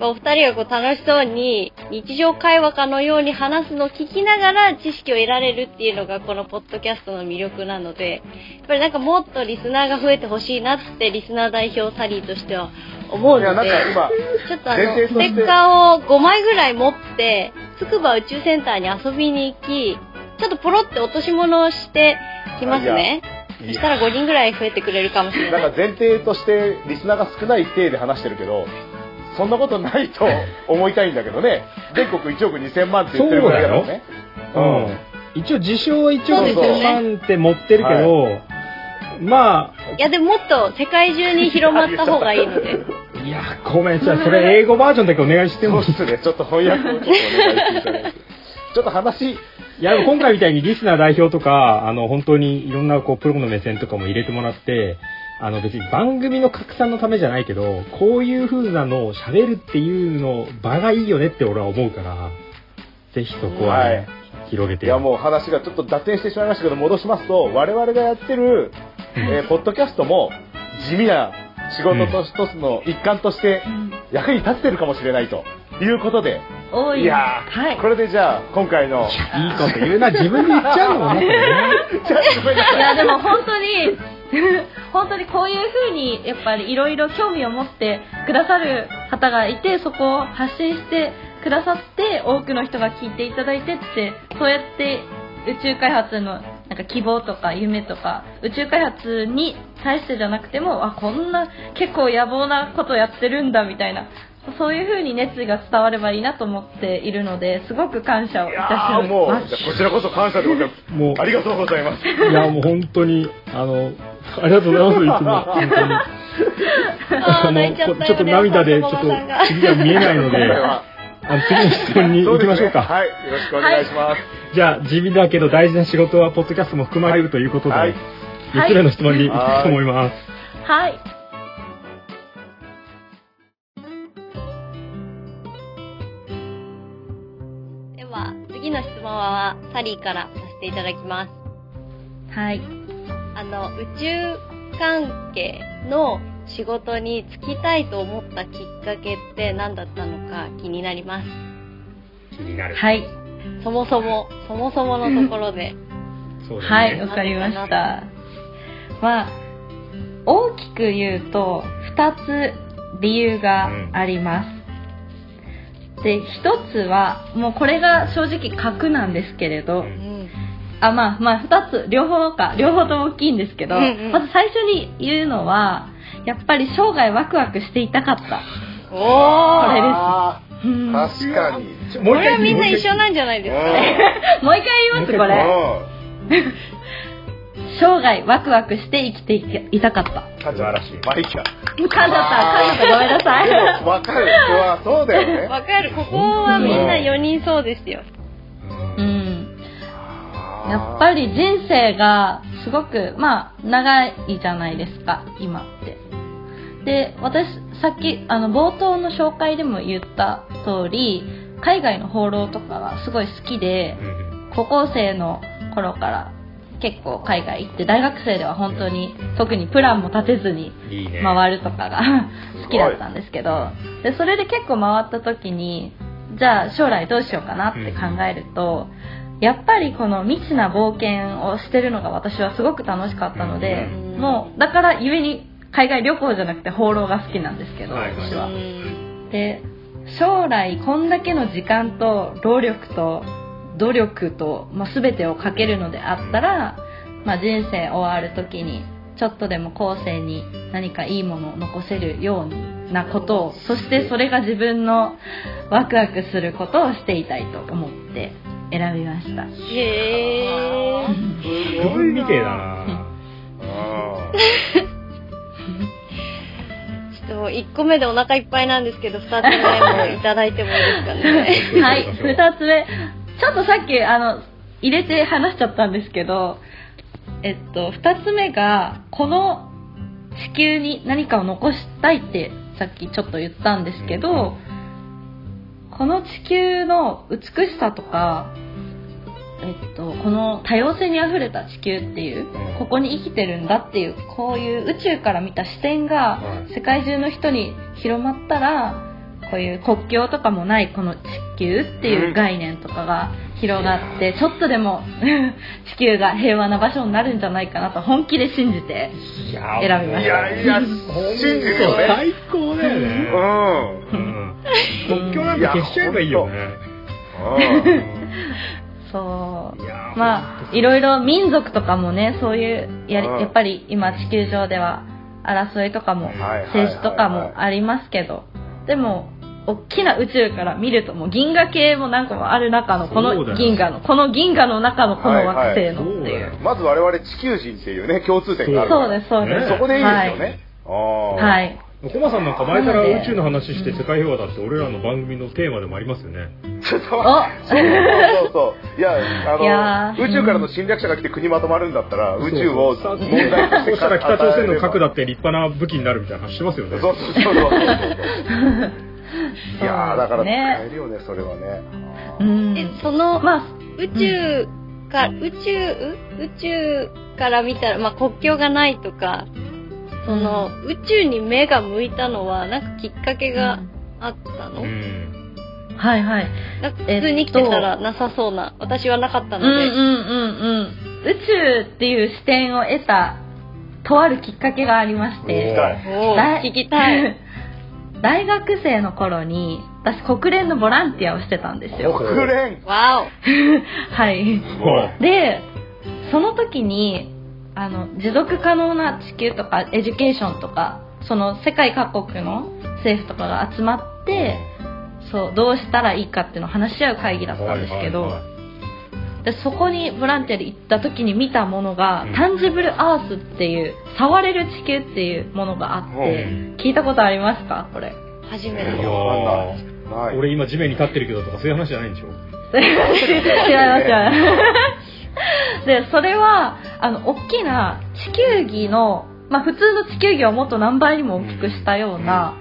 [SPEAKER 3] まあお二人がこう楽しそうに日常会話かのように話すのを聞きながら知識を得られるっていうのがこのポッドキャストの魅力なので、やっぱりなんかもっとリスナーが増えてほしいなってリスナー代表サリーとしては思う
[SPEAKER 1] いや、
[SPEAKER 3] の
[SPEAKER 1] なん
[SPEAKER 3] で、
[SPEAKER 1] か今、
[SPEAKER 3] ちょっとあの、
[SPEAKER 1] 前提
[SPEAKER 3] ス
[SPEAKER 1] として
[SPEAKER 3] テッカーを5枚ぐらい持って、つくば宇宙センターに遊びに行き、ちょっとポロって落とし物をしてきますね。そ
[SPEAKER 1] いや
[SPEAKER 3] したら5人ぐらい増えてくれるかもしれ
[SPEAKER 1] な
[SPEAKER 3] なんい。
[SPEAKER 1] か前提としてリスナーが少ない体で話してるけどそんなことないと思いたいんだけどね全国1億2000万って言ってるわけだからね
[SPEAKER 4] うん。一応、自称は一応
[SPEAKER 1] そうですよね
[SPEAKER 4] 3って持ってるけど、ま
[SPEAKER 3] いや、でももっと世界中に広まった方がいいので。
[SPEAKER 4] あ、いや、ごめんなさい。それ英語バージョンだけお願いして
[SPEAKER 1] そう
[SPEAKER 4] も
[SPEAKER 1] っ。すねちょっと翻訳をちょっとお願いしていただいてちょっと話
[SPEAKER 4] いや、でも今回みたいにリスナー代表とか、あの、本当にいろんなこう、プロの目線とかも入れてもらって、あの、別に番組の拡散のためじゃないけど、こういう風なのを喋るっていうの、場がいいよねって俺は思うから、ぜひそこはね、広げて。
[SPEAKER 1] いやもう話がちょっと脱線してしまいましたけど戻しますと我々がやってる、えーポッドキャストも地味な仕事と一つの一環として役に立ってるかもしれないということで
[SPEAKER 2] 多い
[SPEAKER 1] いやー、
[SPEAKER 2] はい
[SPEAKER 1] これでじゃあ今回の
[SPEAKER 4] いいこと言うな、自分で言っちゃうのもね。これね
[SPEAKER 1] じゃあごめんなさ
[SPEAKER 2] いやでも本当に 本当にこういう風にやっぱりいろいろ興味を持ってくださる方がいてそこを発信してくださって多くの人が聞いていただいてってそうやって宇宙開発のなんか希望とか夢とか宇宙開発に対してじゃなくてもあこんな結構野望なことやってるんだみたいなそういう風に熱意が伝わればいいなと思っているのですごく感謝をい
[SPEAKER 1] い
[SPEAKER 2] たして
[SPEAKER 1] やー
[SPEAKER 2] おり
[SPEAKER 1] もう
[SPEAKER 2] ます
[SPEAKER 1] じゃあこちらこそ感謝でございます
[SPEAKER 4] もう
[SPEAKER 1] ありがとうございます
[SPEAKER 4] いや、もう本当に、あの、ありがとうございます、いつも。本当に。
[SPEAKER 3] あー
[SPEAKER 4] の
[SPEAKER 3] 泣いちゃったよ
[SPEAKER 4] ちょっと涙で、ち
[SPEAKER 3] レ
[SPEAKER 4] ょ
[SPEAKER 3] オ
[SPEAKER 4] っ
[SPEAKER 3] さ
[SPEAKER 4] と
[SPEAKER 3] んとママさんが
[SPEAKER 4] 次が見えないので、あの次の質問に行きましょうか。
[SPEAKER 1] はいよろしくお願いします、
[SPEAKER 4] じゃあ、地味だけど大事な仕事は、ポッドキャストも含まれるということで、
[SPEAKER 1] はい
[SPEAKER 4] 3つ目の質問に行きたいと思います。
[SPEAKER 2] はい
[SPEAKER 3] では、次の質問はサリーからさせていただきます。
[SPEAKER 2] はい
[SPEAKER 3] あの、宇宙関係の仕事に就きたいと思ったきっかけって何だったのか気になります。
[SPEAKER 4] 気になる。
[SPEAKER 2] はい
[SPEAKER 3] そもそも、そもそものところで。
[SPEAKER 4] そうですね。
[SPEAKER 2] はい、わかりました。まあ、大きく言うと、二つ理由があります。で、一つは、もうこれが正直核なんですけれど、
[SPEAKER 3] うん。
[SPEAKER 2] あ、まあまあ、二つ、両方か、両方とも大きいんですけど、
[SPEAKER 3] うんうん
[SPEAKER 2] まず最初に言うのは、やっぱり生涯ワクワクしていたかった。
[SPEAKER 3] お
[SPEAKER 2] こ
[SPEAKER 3] ー
[SPEAKER 2] れです
[SPEAKER 1] あ
[SPEAKER 2] うん
[SPEAKER 1] ー
[SPEAKER 2] もう
[SPEAKER 1] 確かに
[SPEAKER 4] ちょも
[SPEAKER 3] こ
[SPEAKER 4] う一
[SPEAKER 3] れは
[SPEAKER 4] 回
[SPEAKER 3] みんな一緒なんじゃないですかね。
[SPEAKER 2] 一回言います、これ。
[SPEAKER 1] う
[SPEAKER 2] 生涯ワクワクして生きていけいたかった。
[SPEAKER 1] ん素晴らしいマイキャ
[SPEAKER 2] 噛んじゃった、噛んじゃった、ごめんな さい。
[SPEAKER 1] わかるうわそうだ よね
[SPEAKER 3] わかる。ここはみんな4人そうですよ。
[SPEAKER 2] う
[SPEAKER 4] うん
[SPEAKER 2] ん。やっぱり人生がすごく、まあ、長いじゃないですか、今って。で、私、さっき、あの、冒頭の紹介でも言った通り、海外の放浪とかがすごい好きで、高校生の頃から結構海外行って、大学生では本当に、特にプランも立てずに
[SPEAKER 4] うんいいね。
[SPEAKER 2] 回るとかが好きだったんですけどでそれで結構回った時にじゃあ将来どうしようかなって考えると、やっぱりこの未知な冒険をしてるのが私はすごく楽しかったので、
[SPEAKER 3] うん
[SPEAKER 2] もうだからゆえに海外旅行じゃなくて放浪が好きなんですけど、
[SPEAKER 4] はいはい
[SPEAKER 2] 私
[SPEAKER 3] う
[SPEAKER 2] は。
[SPEAKER 3] ん。
[SPEAKER 2] で将来こんだけの時間と労力と努力と、まあ、全てをかけるのであったら、まあ、人生終わる時にちょっとでも後世に何かいいものを残せるようなことをそしてそれが自分のワクワクすることをしていたいと思って選びました
[SPEAKER 3] へー。
[SPEAKER 1] す
[SPEAKER 4] 自
[SPEAKER 1] ごい
[SPEAKER 4] 分み
[SPEAKER 1] な
[SPEAKER 4] てえだな。
[SPEAKER 3] ちょっともう1個目でお腹いっぱいなんですけど、2つ目もいただいてもいいですかね。
[SPEAKER 2] はい、二つ目。ちょっとさっき、あの、入れて話しちゃったんですけど、えっと、二つ目が、この地球に何かを残したいって、さっきちょっと言ったんですけど、この地球の美しさとか、えっと、この多様性にあふれた地球っていう、ここに生きてるんだっていう、こういう宇宙から見た視点が、
[SPEAKER 4] はい
[SPEAKER 2] 世界中の人に広まったらこういう国境とかもないこの地球っていう概念とかが広がって、ちょっとでも 地球が平和な場所になるんじゃないかなと本気で信じて
[SPEAKER 4] いや
[SPEAKER 2] 選びま
[SPEAKER 1] い
[SPEAKER 2] した
[SPEAKER 1] やいや信じるよね
[SPEAKER 4] 最高だよ
[SPEAKER 1] う
[SPEAKER 4] ね。
[SPEAKER 1] ん
[SPEAKER 4] うん国境なんて消しちゃえばいいよね。
[SPEAKER 1] うん
[SPEAKER 2] そう
[SPEAKER 4] いやー
[SPEAKER 2] まあいろいろ民族とかもねそういうやり
[SPEAKER 1] うん
[SPEAKER 2] やっぱり今地球上では争いとかも
[SPEAKER 1] いはいはいはい
[SPEAKER 2] 政治とかもありますけどでも大きな宇宙から見るともう銀河系も何個もある中のこ
[SPEAKER 4] そうだ
[SPEAKER 2] の
[SPEAKER 4] よ
[SPEAKER 2] 銀河のこの銀河の中のこの惑星のって
[SPEAKER 4] はい
[SPEAKER 2] い
[SPEAKER 4] はいう
[SPEAKER 1] まず我々地球人っていうね共通点があるか
[SPEAKER 2] そ
[SPEAKER 1] ら
[SPEAKER 2] うですそうで
[SPEAKER 4] ね
[SPEAKER 2] す
[SPEAKER 1] そこでいいですよね、ああ
[SPEAKER 2] はいはい
[SPEAKER 4] コマさんなんか前から宇宙の話して世界平和だって俺らの番組のテーマでもありますよね。
[SPEAKER 1] ちょっと
[SPEAKER 2] お
[SPEAKER 1] 待ってそうそうそういや
[SPEAKER 2] いや
[SPEAKER 1] あの
[SPEAKER 2] ー
[SPEAKER 1] 宇宙からの侵略者が来て国まとまるんだったら宇宙を
[SPEAKER 4] そうそう
[SPEAKER 1] 問題として
[SPEAKER 4] そうしたら北朝鮮の核だ
[SPEAKER 1] っ
[SPEAKER 4] って立派な武器になるみたいな話してますよ
[SPEAKER 1] そう
[SPEAKER 4] ね。
[SPEAKER 1] そうそうそうそういやーだから使え
[SPEAKER 2] ね
[SPEAKER 1] るよねそれはね
[SPEAKER 2] うん
[SPEAKER 3] でその
[SPEAKER 2] ま
[SPEAKER 3] 宇宙か、宇宙宇宙から見たら、まあ、国境がないとかその宇宙に目が向いたのはなんかきっかけ
[SPEAKER 2] あ
[SPEAKER 3] があったの、
[SPEAKER 4] うん。
[SPEAKER 2] はいはい
[SPEAKER 3] なんか普通に生きてたらなさそうな私はなかったの
[SPEAKER 2] うんうん
[SPEAKER 3] で、
[SPEAKER 2] うんうん宇宙っていう視点を得たとあるきっかけがありまし
[SPEAKER 1] 行
[SPEAKER 2] て
[SPEAKER 1] きたい
[SPEAKER 3] おー
[SPEAKER 2] だ
[SPEAKER 3] 聞きたい
[SPEAKER 2] 大学生の頃に私国連のボランティアをしてたんですよ
[SPEAKER 1] 国連
[SPEAKER 3] わ
[SPEAKER 2] はい
[SPEAKER 1] す
[SPEAKER 4] ごい
[SPEAKER 2] でその時にあの持続可能な地球とかエデュケーションとかその世界各国の政府とかが集まってそうどうしたらいいかっていうのを話し合う会議だったんですけど、
[SPEAKER 4] はいはいは
[SPEAKER 2] でそこにボランティアで行った時に見たものが、
[SPEAKER 4] うん
[SPEAKER 2] タンジブルアースっていう触れる地球っていうものがあっ
[SPEAKER 1] う
[SPEAKER 2] て、聞いたことありますか これ
[SPEAKER 3] お初
[SPEAKER 1] い
[SPEAKER 3] め
[SPEAKER 1] や
[SPEAKER 4] い
[SPEAKER 3] て
[SPEAKER 4] よ
[SPEAKER 1] ーない
[SPEAKER 4] 俺今地面に立ってるけどとかそういう話じゃないんでしょ
[SPEAKER 2] 違います違います でそれはあの大きな地球儀の、まあ、普通の地球儀をもっと何倍にも大きくしたような、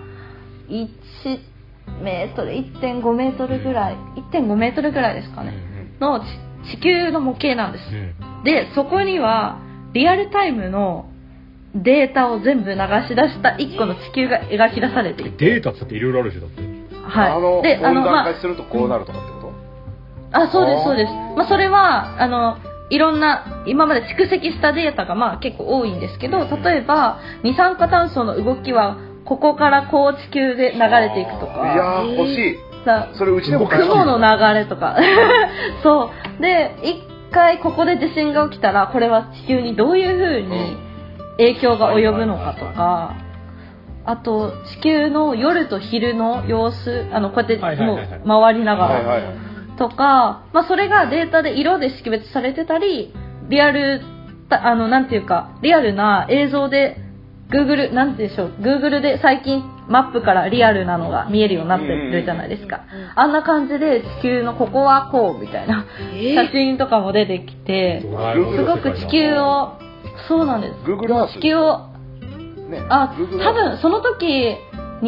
[SPEAKER 2] 1メートル1.5メートルぐらい1.5メートルぐらいですか
[SPEAKER 4] う
[SPEAKER 2] ね
[SPEAKER 4] ん
[SPEAKER 2] の地地球の模型なんです
[SPEAKER 4] うん
[SPEAKER 2] でそこにはリアルタイムのデータを全部流し出した1個の地球が描き出されていて、
[SPEAKER 4] データっていろいろあるでしょだって。
[SPEAKER 2] はい、
[SPEAKER 1] あの
[SPEAKER 2] であ
[SPEAKER 1] 温
[SPEAKER 2] の、
[SPEAKER 1] 暖
[SPEAKER 2] ま
[SPEAKER 1] 化するとこうなるとかってこと
[SPEAKER 2] あ、あそうですそうです、まあ、それはあのいろんな今まで蓄積したデータがまあ結構多いんですけど例えば二酸化炭素の動きはここからこう地球で流れていくと
[SPEAKER 1] い
[SPEAKER 2] か
[SPEAKER 1] やー欲しい
[SPEAKER 2] さ
[SPEAKER 1] それうちでも買える
[SPEAKER 2] 雲の流れとかそうで一回ここで地震が起きたらこれは地球にどういうふうに影響が及ぶのかとかあと地球の夜と昼の様子あのこうや
[SPEAKER 4] は
[SPEAKER 2] っ
[SPEAKER 4] い
[SPEAKER 2] て
[SPEAKER 4] はい
[SPEAKER 2] も
[SPEAKER 4] はいはいう
[SPEAKER 2] 回りなが
[SPEAKER 1] はい
[SPEAKER 2] ら
[SPEAKER 1] はいはい
[SPEAKER 2] とか、まあ、それがデータで色で識別されてたりリアルたあのなんていうかリアルな映像で Google なんて言うんでしょう Google で最近マップからリアルなのが見えるようになってるじゃないですか。あんな感じで地球のここはこうみたいな
[SPEAKER 3] え
[SPEAKER 2] 写真とかも出てきてすごく地球をそうなんです
[SPEAKER 1] Google Earth
[SPEAKER 2] 地球を
[SPEAKER 1] ね
[SPEAKER 2] あ
[SPEAKER 1] Google
[SPEAKER 2] 多分その時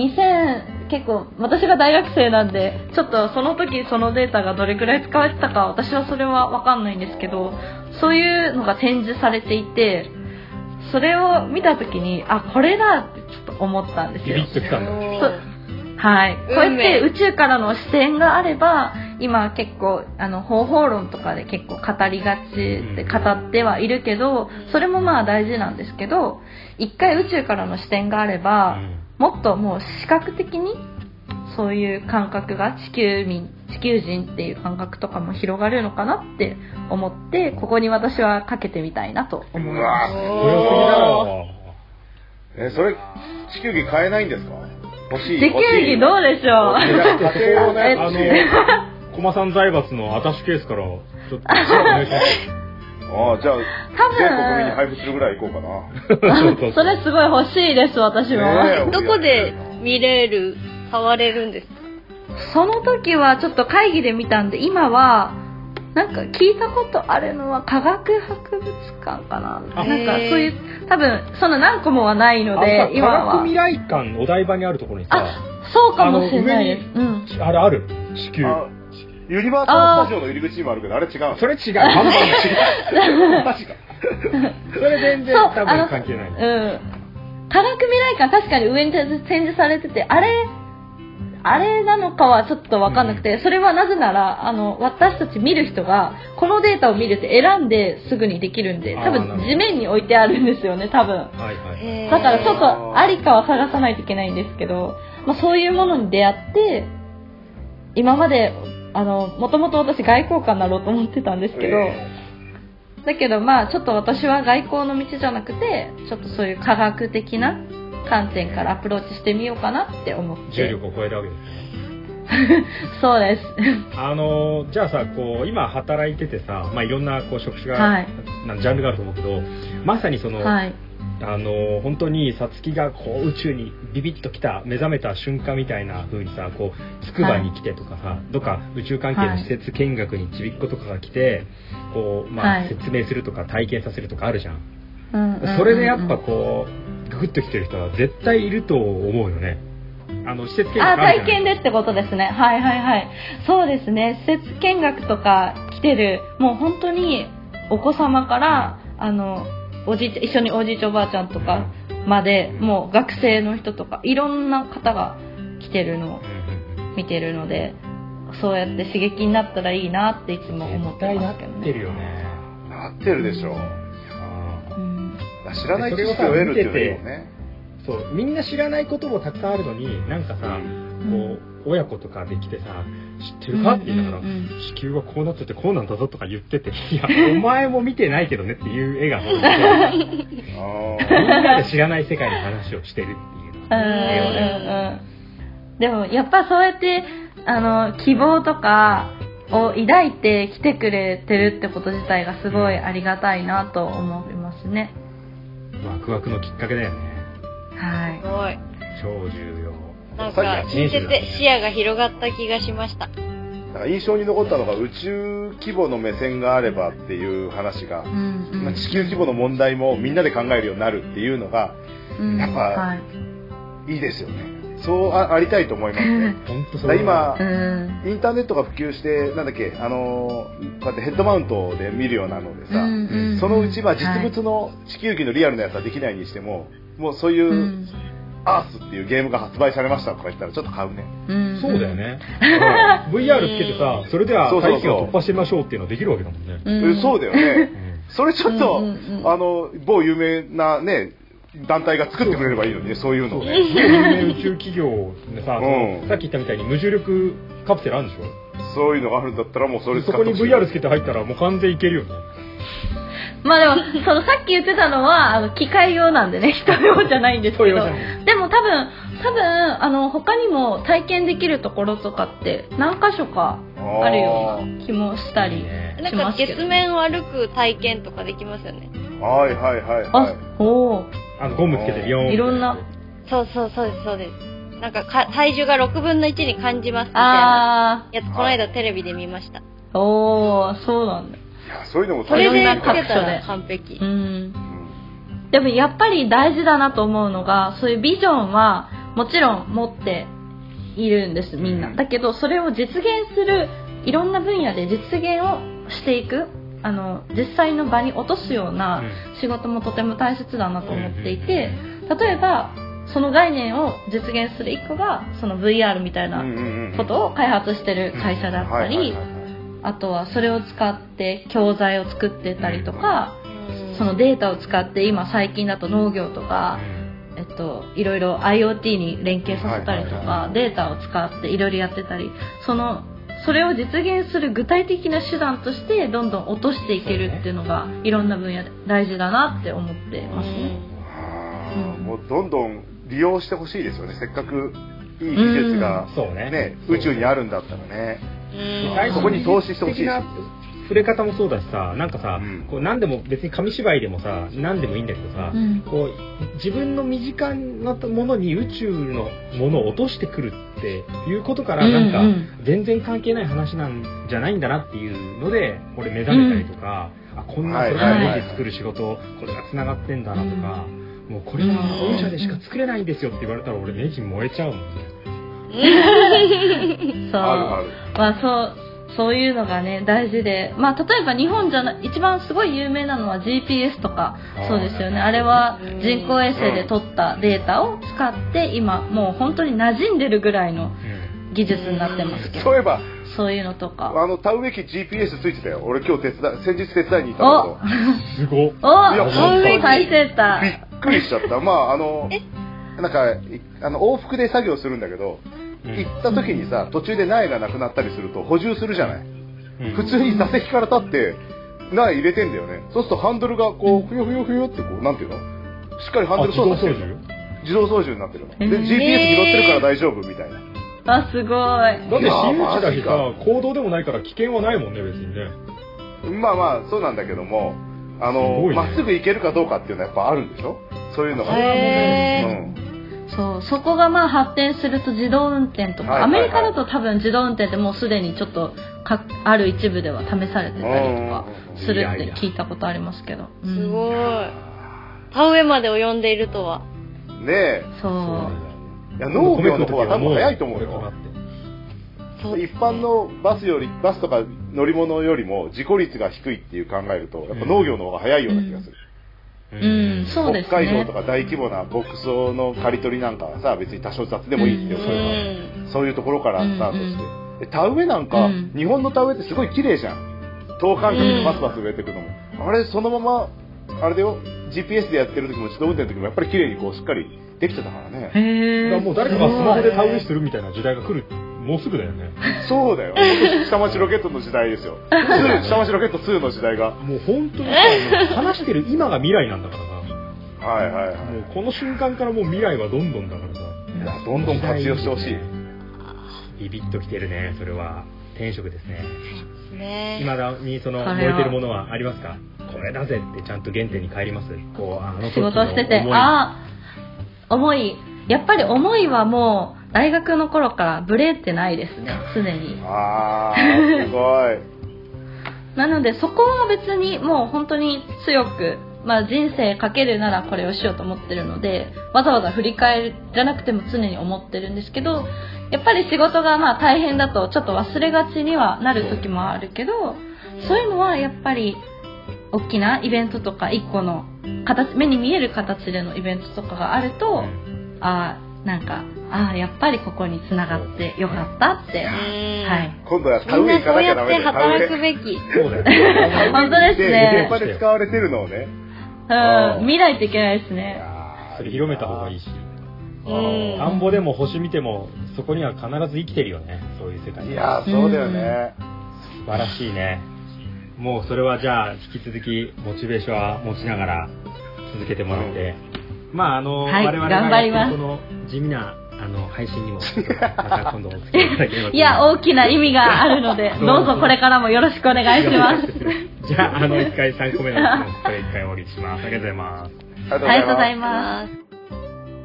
[SPEAKER 2] 2000結構私が大学生なんでちょっとその時そのデータがどれくらい使われてたか私はそれは分かんないんですけどそういうのが展示されていてそれを見た時にあこれだってちょっと思ったんです
[SPEAKER 4] ビ
[SPEAKER 2] よ
[SPEAKER 4] ビッときたんだ。
[SPEAKER 2] そうはい、こうやって宇宙からの視点があれば今結構あの方法論とかで結構語りがちで語ってはいるけどそれもまあ大事なんですけど一回宇宙からの視点があればもっともう視覚的にそういう感覚が地球民地球人っていう感覚とかも広がるのかなって思ってここに私はかけてみたいなと思いうま
[SPEAKER 1] わ
[SPEAKER 2] す。
[SPEAKER 1] ー
[SPEAKER 4] およ
[SPEAKER 1] えそれ地球儀買えないんですか欲しい
[SPEAKER 2] 地球儀どうでしょう
[SPEAKER 1] 欲しい欲しい家庭をね
[SPEAKER 2] え
[SPEAKER 1] 欲しい
[SPEAKER 4] あの、コマさん財閥のアタッシュケースから、ちょっと、お願いし
[SPEAKER 1] ああじゃあ
[SPEAKER 2] 多分
[SPEAKER 1] 全国民に配布するぐらい行こうかな
[SPEAKER 4] ます。
[SPEAKER 2] それすごい欲しいです私も。
[SPEAKER 1] ねえ
[SPEAKER 3] どこで見れる触れるんですか
[SPEAKER 2] その時はちょっと会議で見たんで今はなんか聞いたことあるのは科学博物館かななんか
[SPEAKER 4] あ
[SPEAKER 2] そういう多分その何個もはないの
[SPEAKER 4] あ
[SPEAKER 2] で
[SPEAKER 4] のさ
[SPEAKER 2] 今
[SPEAKER 4] 科学
[SPEAKER 2] は
[SPEAKER 4] 未来館お台場にあるところにさ、
[SPEAKER 2] そうかもしれないです、うん、
[SPEAKER 4] あれある地球。
[SPEAKER 1] あユニバーサル・スタジオの入り口にもあるけどあれ違うの
[SPEAKER 4] それ違う。あの違う。確か。 それ全然
[SPEAKER 2] そう
[SPEAKER 4] 多
[SPEAKER 2] あ
[SPEAKER 4] 分
[SPEAKER 2] の
[SPEAKER 4] 関係な
[SPEAKER 2] う
[SPEAKER 4] い。
[SPEAKER 2] ん科学未来館確かに上に展示されててあれあれなのかはちょっと分かんなくて、それはなぜならあの私たち見る人がこのデータを見るって選んですぐにできるんで多
[SPEAKER 4] あーなるほ
[SPEAKER 2] 分
[SPEAKER 4] ど
[SPEAKER 2] 地面に置いてあるんですよね多分
[SPEAKER 4] はいはい。
[SPEAKER 2] だからちょっ
[SPEAKER 1] あー
[SPEAKER 2] とありかは探さないといけないんですけど、まあ、そういうものに出会って今まであの、もともと私外交官になろうと思ってたんですけど、だけどまあちょっと私は外交の道じゃなくて、ちょっとそういう科学的な観点からアプローチしてみようかなって思って。
[SPEAKER 4] 重力を超えたわけですね
[SPEAKER 2] そうです。
[SPEAKER 4] あのじゃあさこう今働いててさ、まあ、いろんなこう職種が、
[SPEAKER 2] はい
[SPEAKER 4] なジャンルがあると思うけどまさにその、
[SPEAKER 2] はい。
[SPEAKER 4] あの本当にさつきがこう宇宙にビビッと来た目覚めた瞬間みたいな風にさこう筑波に来てとかさ、どっか宇宙関係の施設見学にちびっことかが来てこう、ま
[SPEAKER 2] は
[SPEAKER 4] あ、
[SPEAKER 2] い
[SPEAKER 4] 説明するとか体験させるとかあるじゃん、
[SPEAKER 2] うんうんうんうん
[SPEAKER 4] それでやっぱこうググッと来てる人は絶対いると思うよねあの施設見学
[SPEAKER 2] あ
[SPEAKER 4] るじ
[SPEAKER 2] 体
[SPEAKER 4] ゃん
[SPEAKER 2] 験でってことですねはいはいはいそうですね施設見学とか来てるもう本当にお子様からあのおじいちゃん一緒におじいちゃんおばあちゃんとかまでもう学生の人とかいろんな方が来てるのを
[SPEAKER 4] うんうんうん
[SPEAKER 2] 見てるのでそうやって刺激になったらいいなっていつも思って
[SPEAKER 4] 絶対
[SPEAKER 2] ま
[SPEAKER 4] な
[SPEAKER 2] す
[SPEAKER 4] っ
[SPEAKER 2] けど
[SPEAKER 4] て
[SPEAKER 2] ね、
[SPEAKER 4] るよね
[SPEAKER 1] なってるでしょう。
[SPEAKER 4] あ
[SPEAKER 2] うん、
[SPEAKER 1] 知らない知識を得るっていうのもね。
[SPEAKER 4] ーそうみんな知らないこともたくさんあるのになんかさ、こう親子とかできてさ「知ってるか?」って言いながら
[SPEAKER 2] うんうんうん
[SPEAKER 4] 「地球はこうなっててこうなんだぞ」とか言ってて「いやお前も見てないけどね」っていう絵が載っててみん
[SPEAKER 1] あ
[SPEAKER 4] なで知らない世界の話をしてるっていう
[SPEAKER 2] うんうん
[SPEAKER 4] 絵をね
[SPEAKER 2] うんでもやっぱそうやってあの希望とかを抱いて来てくれてるってこと自体がすごいありがたいなと思いますね。
[SPEAKER 4] ワクワクのきっかけだよね
[SPEAKER 2] はい
[SPEAKER 3] す。ごい。
[SPEAKER 4] 超重要
[SPEAKER 3] なんか聞いてて視野が広がった気がしました。
[SPEAKER 1] ーなんか印象に残ったのが宇宙規模の目線があればっていう話が
[SPEAKER 2] う、んうん
[SPEAKER 1] まあ地球規模の問題もみんなで考えるようになるっていうのが
[SPEAKER 2] うん
[SPEAKER 1] やっぱ
[SPEAKER 2] はい。
[SPEAKER 1] いいですよね。そうあありたいと思いますね。
[SPEAKER 4] 本当
[SPEAKER 1] だか
[SPEAKER 4] そう
[SPEAKER 1] ら今、
[SPEAKER 2] うん
[SPEAKER 1] インターネットが普及して、なんだっけ、あのーこうやってヘッドマウントで見るようなのでさ、
[SPEAKER 2] うんうん
[SPEAKER 1] そのうち、まあ、実
[SPEAKER 2] はい
[SPEAKER 1] 物の地球儀のリアルなやつはできないにしても、もうそういうう、
[SPEAKER 2] ん
[SPEAKER 1] アースっていうゲームが発売されましたとか言ったら、ちょっと買うね。
[SPEAKER 2] うん
[SPEAKER 4] そうだよ。ね VR つけてさそれでは
[SPEAKER 1] そうそうそう
[SPEAKER 4] 大気を突破してみましょうっていうのできるわけだもんね
[SPEAKER 2] うん
[SPEAKER 1] えそうだよ
[SPEAKER 4] う
[SPEAKER 1] ね。
[SPEAKER 4] ん
[SPEAKER 1] それちょっと、
[SPEAKER 2] うんうんうん
[SPEAKER 1] あの、某有名なね、団体が作ってくれればいいのにね、そういうのをね。
[SPEAKER 4] 有名宇宙企業でさ、
[SPEAKER 1] うん
[SPEAKER 4] そのさっき言ったみたいに無重力カプセルあるんでしょ
[SPEAKER 1] そういうのがあるんだったら、もうそれ
[SPEAKER 4] そ
[SPEAKER 1] 使
[SPEAKER 4] こ
[SPEAKER 1] って
[SPEAKER 4] に
[SPEAKER 1] ほしい
[SPEAKER 4] VR つけて入ったらもう完全いけるよね
[SPEAKER 2] まあでも、そのさっき言ってたのは、あの、機械用なんでね、人用じゃないんですけど。
[SPEAKER 4] 人用じゃな
[SPEAKER 2] でも多分、多分、あの、他にも体験できるところとかって何箇所かあるような気もしたり。
[SPEAKER 3] なん
[SPEAKER 2] しま
[SPEAKER 3] か
[SPEAKER 2] すけど
[SPEAKER 3] 月面を歩く体験とかできますよね。
[SPEAKER 1] はいはいはいは
[SPEAKER 2] あ
[SPEAKER 1] い。、
[SPEAKER 2] おー
[SPEAKER 4] あのゴムつけてビヨーンって
[SPEAKER 2] いろんな
[SPEAKER 3] そうそうそうですそうです。なんかか体重が6分の1に感じますみたいな
[SPEAKER 2] あ
[SPEAKER 3] やつこの間テレビで見ました。
[SPEAKER 2] ー、おー、そうなんだ。
[SPEAKER 1] いや、そういうのも
[SPEAKER 3] そ
[SPEAKER 1] 大
[SPEAKER 3] れ
[SPEAKER 1] 変
[SPEAKER 3] で
[SPEAKER 1] だ
[SPEAKER 3] つ
[SPEAKER 1] よ
[SPEAKER 3] け
[SPEAKER 2] 各
[SPEAKER 3] た
[SPEAKER 2] 所で
[SPEAKER 3] ら完璧
[SPEAKER 2] う。ん。
[SPEAKER 1] うん
[SPEAKER 2] でもやっぱり大事だなと思うのがそういうビジョンはもちろん持っているんですみんなだけどそれを実現するいろんな分野で実現をしていくあの実際の場に落とすよう
[SPEAKER 4] う
[SPEAKER 2] なん仕事もとても大切だなと思っていて例えばその概念を実現する一個がその VR みたいなことを開発してる会社だったりあとはそれを使って教材を作ってたりとか
[SPEAKER 3] うん
[SPEAKER 2] そのデータを使って今最近だと農業とかえっと、いろいろ IoT に連携させたりとか、
[SPEAKER 1] はいはいは
[SPEAKER 2] データを使っていろいろやってたりそのそれを実現する具体的な手段としてどんどん落としていけるっていうのがいろんな分野で大事だなって思って
[SPEAKER 3] う
[SPEAKER 2] ますね。
[SPEAKER 3] ん
[SPEAKER 1] あー
[SPEAKER 2] うん
[SPEAKER 1] もうどんどん利用してほしいですよねせっかくいい技術が、
[SPEAKER 4] そうね
[SPEAKER 1] ね、宇宙にあるんだったらね
[SPEAKER 3] うん
[SPEAKER 1] 最後そこに投資してほしいし
[SPEAKER 4] 的な触れ方もそうだしさなんかさ、
[SPEAKER 1] うん
[SPEAKER 4] こう何でも別に紙芝居でもさ何でもいいんだけどさ、
[SPEAKER 2] うん
[SPEAKER 4] こう自分の身近なものに宇宙のものを落としてくるっていうことからなんか、
[SPEAKER 2] うんうん
[SPEAKER 4] 全然関係ない話なんじゃないんだなっていうので俺目覚めたりとか、あこんな
[SPEAKER 1] はい
[SPEAKER 4] それ
[SPEAKER 2] はい
[SPEAKER 4] が文字作る仕事、これがつながってんだなとか、もうこれは
[SPEAKER 2] うん
[SPEAKER 4] 御社でしか作れないんですよって言われたら俺ネジ燃えちゃうもんね。
[SPEAKER 1] ある
[SPEAKER 2] そう
[SPEAKER 1] ある
[SPEAKER 2] まあそうそういうのがね大事で、まあ、例えば日本じゃな一番すごい有名なのは GPS とか
[SPEAKER 4] あー
[SPEAKER 2] そうですよねあれは
[SPEAKER 3] うん
[SPEAKER 2] 人工衛星で撮ったデータを使って今もう本当に馴染んでるぐらいの技術になってますけど
[SPEAKER 1] そういえば
[SPEAKER 2] そういうのとか
[SPEAKER 1] あの田植え機 GPS ついてたよ俺今日手伝い先日手伝いに行ったんだ
[SPEAKER 4] すごっ
[SPEAKER 2] お
[SPEAKER 1] いや
[SPEAKER 3] 本当に
[SPEAKER 2] 最先端
[SPEAKER 1] けどびっくりしちゃったまああのなんかいあの往復で作業するんだけど
[SPEAKER 4] うん
[SPEAKER 1] 行った時にさ途中で苗がなくなったりすると補充するじゃない
[SPEAKER 4] うん
[SPEAKER 1] 普通に座席から立って苗入れてんだよねそうするとハンドルがこうふよふよふよってこうなんていうのしっかりハンド
[SPEAKER 4] あ
[SPEAKER 1] ル
[SPEAKER 4] 自動
[SPEAKER 1] 操作し
[SPEAKER 4] 操
[SPEAKER 1] て
[SPEAKER 4] 縦
[SPEAKER 1] る自動操縦になってるので
[SPEAKER 2] へ
[SPEAKER 1] GPS
[SPEAKER 2] ー
[SPEAKER 1] 拾ってるから大丈夫みたいな
[SPEAKER 2] あ、すごい。
[SPEAKER 4] だって私有地だし
[SPEAKER 1] いや
[SPEAKER 4] さ行動でもないから危険はないもんね別にね
[SPEAKER 1] まあまあそうなんだけどもあ
[SPEAKER 4] すご
[SPEAKER 1] の
[SPEAKER 4] いね
[SPEAKER 1] ま、っすぐ行けるかどうかっていうのはやっぱあるんでしょそういうのが、
[SPEAKER 2] へー
[SPEAKER 1] うん
[SPEAKER 2] そう、そこがまあ発展すると自動運転とか、
[SPEAKER 1] はいはいはい
[SPEAKER 2] アメリカだと多分自動運転ってもうすでにちょっとかある一部では試されてたりとか
[SPEAKER 1] うん
[SPEAKER 2] する
[SPEAKER 4] いやいや
[SPEAKER 2] って聞いたことありますけど。うん
[SPEAKER 3] すごい。田植えまで及んでいるとは。
[SPEAKER 1] ねえ
[SPEAKER 2] そう。
[SPEAKER 1] いや農業の方は多分早いと思うよ
[SPEAKER 3] そう
[SPEAKER 1] 一般のバスよりバスとか乗り物よりも事故率が低いっていう考えるとやっぱ農業の方が早いような気がする、
[SPEAKER 4] う
[SPEAKER 2] うん、そうですね。
[SPEAKER 1] 北海道とか大規模な牧草の刈り取りなんかはさ別に多少雑でもいいっていう
[SPEAKER 3] う
[SPEAKER 1] それは
[SPEAKER 3] ん。
[SPEAKER 1] そういうところからスタートして、
[SPEAKER 2] う
[SPEAKER 1] で田植えなんか、
[SPEAKER 2] うん
[SPEAKER 1] 日本の田植えってすごい綺麗じゃん等間隔でバスバス植えていくのも、あれそのままあれだよ GPS でやってる時も自動運転の時もやっぱり綺麗にこうしっかりできてたからね
[SPEAKER 4] だ
[SPEAKER 2] へ
[SPEAKER 4] から
[SPEAKER 2] え。
[SPEAKER 4] もう誰かがスマホで田植えしてるみたいな時代が来るもうすぐだよね
[SPEAKER 1] そうだよ下町ロケットの時代ですよ2下町ロケット2の時代が
[SPEAKER 4] もう本当にさ話してる今が未来なんだからさ
[SPEAKER 1] はいはいはい
[SPEAKER 4] もうこの瞬間からもう未来はどんどんだからさ
[SPEAKER 1] いやどんどん活用してほしい
[SPEAKER 4] ビビッときてるねそれは転職ですね
[SPEAKER 3] ね
[SPEAKER 4] いまだにその
[SPEAKER 2] これは
[SPEAKER 4] 燃えてるものはありますかこれだぜってちゃんと原点に帰りますこうあの時
[SPEAKER 2] 仕
[SPEAKER 4] の
[SPEAKER 2] 事をしてて、
[SPEAKER 4] 思い
[SPEAKER 2] ああ、思い。やっぱり思いはもう、大学の頃からブレってないですね、常に。
[SPEAKER 1] あーすごい
[SPEAKER 2] なので、そこは別にもう本当に強く、まあ人生かけるならこれをしようと思ってるので、わざわざ振り返るじゃなくても常に思ってるんですけど、やっぱり仕事がまあ大変だとちょっと忘れがちにはなる時もあるけど、そういうのはやっぱり大きなイベントとか一個の形目に見える形でのイベントとかがあると、ああなんかああやっぱりここに繋がってよかったって、
[SPEAKER 3] え。うん。
[SPEAKER 2] はい。
[SPEAKER 1] 今度は田
[SPEAKER 3] みん
[SPEAKER 1] 植え行
[SPEAKER 3] な
[SPEAKER 1] か
[SPEAKER 3] そ
[SPEAKER 1] な
[SPEAKER 3] う
[SPEAKER 1] き
[SPEAKER 3] や
[SPEAKER 1] ゃダ
[SPEAKER 3] っ
[SPEAKER 1] メ
[SPEAKER 3] て
[SPEAKER 1] だよ田植
[SPEAKER 3] 働
[SPEAKER 1] え
[SPEAKER 3] くべき。
[SPEAKER 4] そうだよ ね
[SPEAKER 2] 本当ですね
[SPEAKER 1] 現場で使われてるのをね
[SPEAKER 2] うん見ないといけないですね
[SPEAKER 4] それ広めた方がいいし
[SPEAKER 3] う
[SPEAKER 4] 田ん
[SPEAKER 3] ん。
[SPEAKER 4] ぼでも星見てもそこには必ず生きてるよねそういう世界
[SPEAKER 1] いやーそうだよね、
[SPEAKER 4] 素晴らしいねもうそれはじゃあ引き続きモチベーションは持ちながら続けてもらって、まああの、
[SPEAKER 2] はい
[SPEAKER 4] 我々
[SPEAKER 2] 頑張りま
[SPEAKER 4] が
[SPEAKER 2] す
[SPEAKER 4] この地味なあの配信にもちょっとまた今度お付き合いいただければと思ます
[SPEAKER 2] いや大きな意味があるの で
[SPEAKER 4] そう
[SPEAKER 2] どうぞこれからもよろしくお願いします
[SPEAKER 4] じゃああの一回3個目の質問これ一回終わりにしますありがとうございます
[SPEAKER 1] あり
[SPEAKER 2] ありがとうござい
[SPEAKER 1] ま
[SPEAKER 2] ます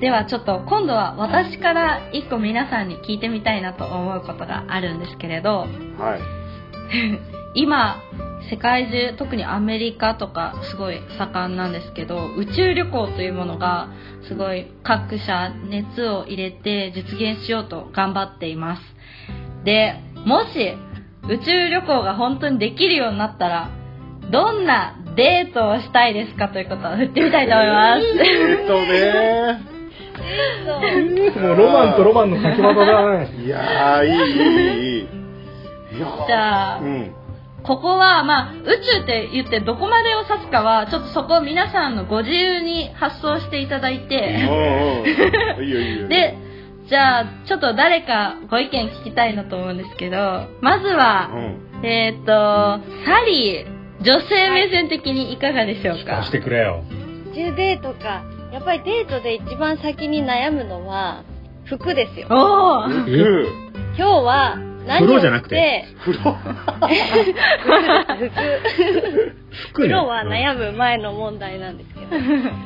[SPEAKER 2] ではちょっと今度は私から一個皆さんに聞いてみたいなと思うことがあるんですけれど
[SPEAKER 1] すはい
[SPEAKER 2] 今世界中特にアメリカとかすごい盛んなんですけど宇宙旅行というものがすごい各社熱を入れて実現しようと頑張っていますでもし宇宙旅行が本当にできるようになったらどんなデートをしたいですかということを振ってみたいと思い ま
[SPEAKER 1] えっとね
[SPEAKER 4] もうロマンとロマンの先ほどだ ね
[SPEAKER 1] いやーいいいいいいいいやー
[SPEAKER 2] すじゃあ
[SPEAKER 1] うん
[SPEAKER 2] ここは、まあ、宇宙って言ってどこまでを指すかは、ちょっとそこを皆さんのご自由に発想していただい
[SPEAKER 1] うん
[SPEAKER 2] て、
[SPEAKER 1] うんいいよいいよ
[SPEAKER 2] で、じゃあ、ちょっと誰かご意見聞きたいなと思うんですけど、まず
[SPEAKER 1] う
[SPEAKER 2] は、
[SPEAKER 1] ん
[SPEAKER 2] えっ、と、サリー、女性目線的にいかがでしょう
[SPEAKER 4] 出し
[SPEAKER 2] か
[SPEAKER 4] てくれよ
[SPEAKER 3] 10デートか。やっぱりデートで一番先に悩むのは、服ですよ。
[SPEAKER 2] おー
[SPEAKER 1] グー
[SPEAKER 3] 今日は何
[SPEAKER 4] 風
[SPEAKER 3] を
[SPEAKER 4] 呂じゃな
[SPEAKER 3] し
[SPEAKER 4] く
[SPEAKER 3] て
[SPEAKER 4] て、
[SPEAKER 1] 風呂
[SPEAKER 3] 服です服。
[SPEAKER 4] 服
[SPEAKER 3] 風呂は悩む前の問題なんですけど、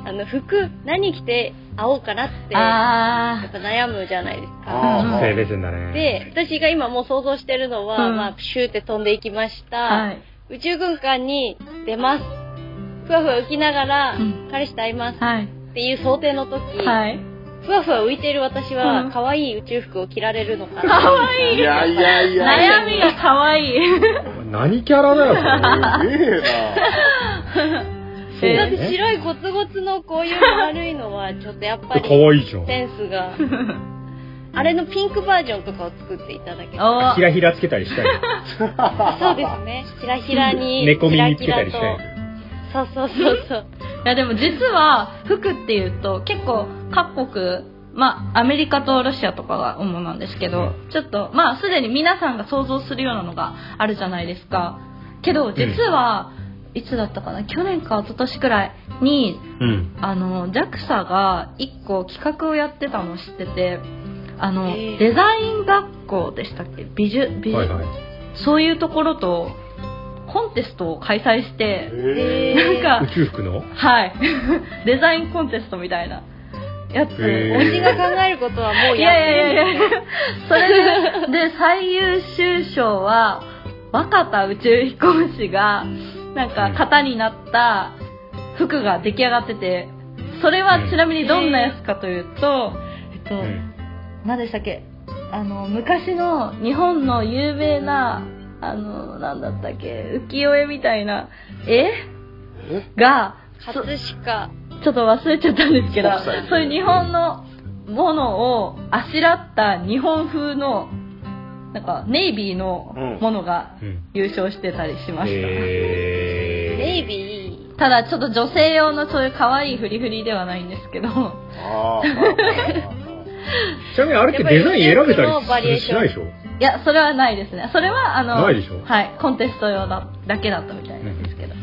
[SPEAKER 3] あの、服、何着て会おうかなって、や
[SPEAKER 2] あ
[SPEAKER 3] っぱ悩むじゃないですか。
[SPEAKER 1] あー
[SPEAKER 4] 女性目線だね
[SPEAKER 3] で、私が今もう想像してるのは、
[SPEAKER 2] うん
[SPEAKER 3] まあ、プシューって飛んでいきました。
[SPEAKER 2] ー、はい。
[SPEAKER 3] 宇宙軍艦に出ます。ふわふわ浮きながら、
[SPEAKER 2] うん
[SPEAKER 3] 彼氏と会います
[SPEAKER 2] はい。
[SPEAKER 3] っていう想定の時、
[SPEAKER 2] はい。
[SPEAKER 3] ふわふわ浮いてる私は、
[SPEAKER 2] うん
[SPEAKER 3] 可愛い宇宙服を着られるのか
[SPEAKER 2] か
[SPEAKER 3] な。
[SPEAKER 2] わい
[SPEAKER 1] い
[SPEAKER 2] い
[SPEAKER 1] やいやいやいや
[SPEAKER 2] 悩みがかわいい。
[SPEAKER 4] 何キャラだよ
[SPEAKER 1] すげえな
[SPEAKER 4] それ
[SPEAKER 2] え
[SPEAKER 3] だっ
[SPEAKER 2] ー
[SPEAKER 3] て白いゴツゴツのこういう丸い のは、ちょっとやっ ぱ
[SPEAKER 4] 可
[SPEAKER 3] り、
[SPEAKER 4] 愛いじゃん
[SPEAKER 3] センスが、あれのピンクバージョンとかを作っていただけたら。
[SPEAKER 2] お
[SPEAKER 4] ひらひらつけたりしたい
[SPEAKER 3] そうですね。ひらひらに、
[SPEAKER 4] 猫耳つけたりして
[SPEAKER 3] キラキラとそうそうそうそう。
[SPEAKER 2] いやでも実は服っていうと結構各国まあ、アメリカとロシアとかが主なんですけど、ちょっと、まあ、すでに皆さんが想像するようなのがあるじゃないですか。けど、実は、いつだったかな、去年か一昨年くらいに、
[SPEAKER 4] うん。
[SPEAKER 2] あの JAXA が1個企画をやってたのを知っててあの、
[SPEAKER 3] へー
[SPEAKER 2] デザイン学校でしたっけ美術美術、
[SPEAKER 4] はいはい。
[SPEAKER 2] そういうところとコンテストを開催して
[SPEAKER 1] え
[SPEAKER 3] え
[SPEAKER 2] なん
[SPEAKER 4] 宇宙服の
[SPEAKER 2] はい デザインコンテストみたいなやつ
[SPEAKER 4] へー
[SPEAKER 3] 推しが考えることはもう
[SPEAKER 2] いやいや
[SPEAKER 3] や
[SPEAKER 2] いやい
[SPEAKER 3] ってる
[SPEAKER 2] や それでで最優秀賞は若田宇宙飛行士がなんか型になった服が出来上がっててそれはちなみにどんなやつかというと、えっと、
[SPEAKER 4] うん。
[SPEAKER 2] 何でしたっけあの昔の日本の有名なあの何だったっけ浮世絵みたいな絵
[SPEAKER 1] え
[SPEAKER 2] がそ
[SPEAKER 3] 葛飾
[SPEAKER 2] ちょっと忘れちゃったんですけど
[SPEAKER 1] 北斎、
[SPEAKER 2] そういう日本のものをあしらった日本風の、なんかネイビーのものが
[SPEAKER 4] うん。
[SPEAKER 2] 優勝してたりしました。
[SPEAKER 4] えー。
[SPEAKER 3] ネイビー
[SPEAKER 2] ただちょっと女性用のそういう可愛いフリフリではないんですけど、
[SPEAKER 1] ああ
[SPEAKER 4] ちなみにあれってデザイン選べた
[SPEAKER 3] やっぱり宇宙服のバリエー
[SPEAKER 4] り
[SPEAKER 3] ション
[SPEAKER 4] しないでしょ
[SPEAKER 2] いや、それはないですね。それはあの、
[SPEAKER 4] ないでしょ
[SPEAKER 2] はい、コンテスト用だだけだったみたいなんですけど、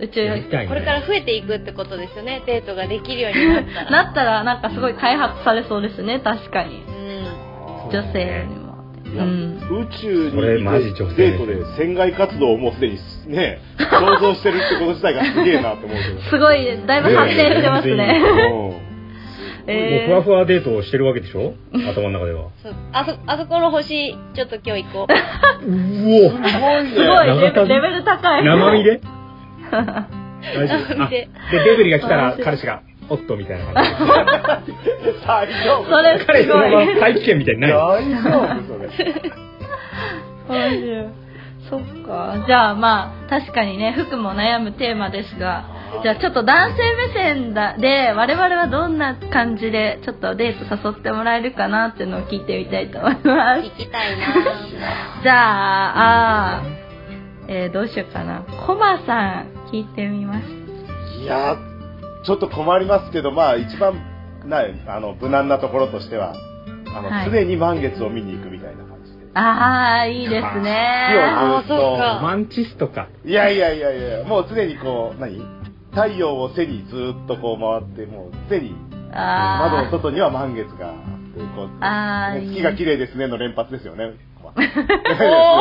[SPEAKER 2] 宇宙
[SPEAKER 4] やりたいね
[SPEAKER 3] これから増えていくってことですよねデートができるようにな
[SPEAKER 2] な
[SPEAKER 3] ったら
[SPEAKER 2] ったらなんかすごい開発されそうですね、確かに
[SPEAKER 3] う。ん
[SPEAKER 2] 女性にも。う
[SPEAKER 1] いや
[SPEAKER 2] ん。
[SPEAKER 1] 宇宙に
[SPEAKER 4] これマジ女性
[SPEAKER 1] デートで船外活動をもうすでにね想像してるってこと自体がすげえなと思うけど
[SPEAKER 2] すごい、だいぶ発展してますね。
[SPEAKER 1] うん
[SPEAKER 2] えー
[SPEAKER 4] もうふわふわデートをしてるわけでしょ頭の中では。
[SPEAKER 3] そうあそあそこの星ちょっと今日行こ
[SPEAKER 4] うお
[SPEAKER 1] すごいね
[SPEAKER 2] すごいレベ
[SPEAKER 4] 長旅
[SPEAKER 2] レベル高い
[SPEAKER 4] 生 身で
[SPEAKER 3] う
[SPEAKER 4] 大丈夫
[SPEAKER 3] な
[SPEAKER 4] あ
[SPEAKER 3] んで
[SPEAKER 4] で、デブリが来たら彼氏が、おっと、みたいな 感じ。
[SPEAKER 1] 大丈夫
[SPEAKER 2] それすご
[SPEAKER 4] 彼
[SPEAKER 2] い
[SPEAKER 4] 氏そのまま大気圏みたいにな
[SPEAKER 1] 大
[SPEAKER 4] い。
[SPEAKER 1] 丈夫それ
[SPEAKER 2] 面白いそっかじゃあまあ確かにね服も悩むテーマですがじゃあちょっと男性目線だで我々はどんな感じでちょっとデート誘ってもらえるかなっていうのを聞いてみたいと思います
[SPEAKER 3] 行きたいな
[SPEAKER 2] じゃああーえーどうしようかなコマさん聞いてみます
[SPEAKER 1] いやちょっと困りますけどまあ一番ないあの無難なところとしてはあの、
[SPEAKER 2] はい
[SPEAKER 1] 常に満月を見に行くみたいな感じで
[SPEAKER 2] ああいいですね
[SPEAKER 3] あーそう
[SPEAKER 4] ロ
[SPEAKER 3] か
[SPEAKER 4] マンチストか。
[SPEAKER 1] いやいやいやいやもう常にこう何太陽を背にずっとこう回ってもう常に窓
[SPEAKER 2] あ
[SPEAKER 1] の外には満月があってこう
[SPEAKER 2] あーいい
[SPEAKER 1] 月が綺麗ですねの連発ですよ ね。まあ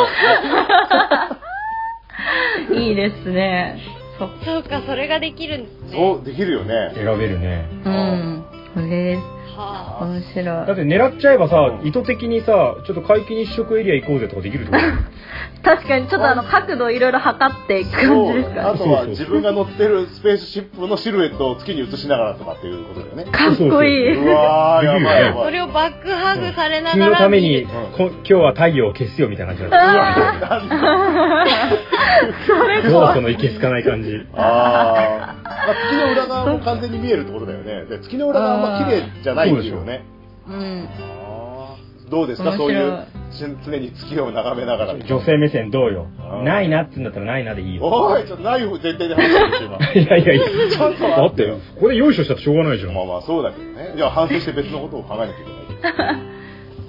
[SPEAKER 2] あいいですねそっ
[SPEAKER 3] そうかそれができるんですね
[SPEAKER 1] そうできるよね。
[SPEAKER 4] 選べるね。
[SPEAKER 2] うんへえ
[SPEAKER 3] は
[SPEAKER 2] 面白
[SPEAKER 4] だっ
[SPEAKER 2] い
[SPEAKER 4] て狙っちゃえばさ、意図的にさ、ちょっと皆既日食エリア行こうぜとかできるってこと思
[SPEAKER 2] 確かにちょっとあの角度いろいろ測っていく感
[SPEAKER 1] そ
[SPEAKER 2] じ
[SPEAKER 1] う
[SPEAKER 2] ですか
[SPEAKER 1] あ
[SPEAKER 2] ね
[SPEAKER 1] とは自分が乗ってるスペースシップのシルエットを月に映しながらとかっていうことだよね。
[SPEAKER 2] かっこいいう
[SPEAKER 1] わー、やばいや
[SPEAKER 3] あそ
[SPEAKER 1] ばい。
[SPEAKER 3] れをバックハグされな
[SPEAKER 4] 君
[SPEAKER 3] が
[SPEAKER 4] の
[SPEAKER 3] ら
[SPEAKER 4] ため
[SPEAKER 3] 見
[SPEAKER 4] に、
[SPEAKER 1] ん
[SPEAKER 4] こ今日は太陽を消すよみたいな感じだっ
[SPEAKER 2] あ
[SPEAKER 1] なんだ
[SPEAKER 4] た。もうそのいけすかない感じ。
[SPEAKER 1] あー、まあ、月の裏側も完全に見えるってことだよね。で月の裏側はまあ綺麗じゃないっていうよね。
[SPEAKER 2] ーうん
[SPEAKER 1] あーどうですか
[SPEAKER 2] 面
[SPEAKER 1] そうい
[SPEAKER 2] 白いう
[SPEAKER 1] し常に月を眺めながら。
[SPEAKER 4] 女性目線どうよ
[SPEAKER 1] あー。
[SPEAKER 4] ないなって言うんだったらないなでいいよ。
[SPEAKER 1] おい、ちょっとナイフ全体で話してる今。
[SPEAKER 4] いやいやいや、
[SPEAKER 1] ちょっと
[SPEAKER 4] だ
[SPEAKER 1] 待
[SPEAKER 4] っ
[SPEAKER 1] って
[SPEAKER 4] て
[SPEAKER 1] よ、
[SPEAKER 4] ここでよいしょしたらしょうがないじゃん。
[SPEAKER 1] まあまあそうだけどね。じゃあ反省して別のことを考えなきゃいけない。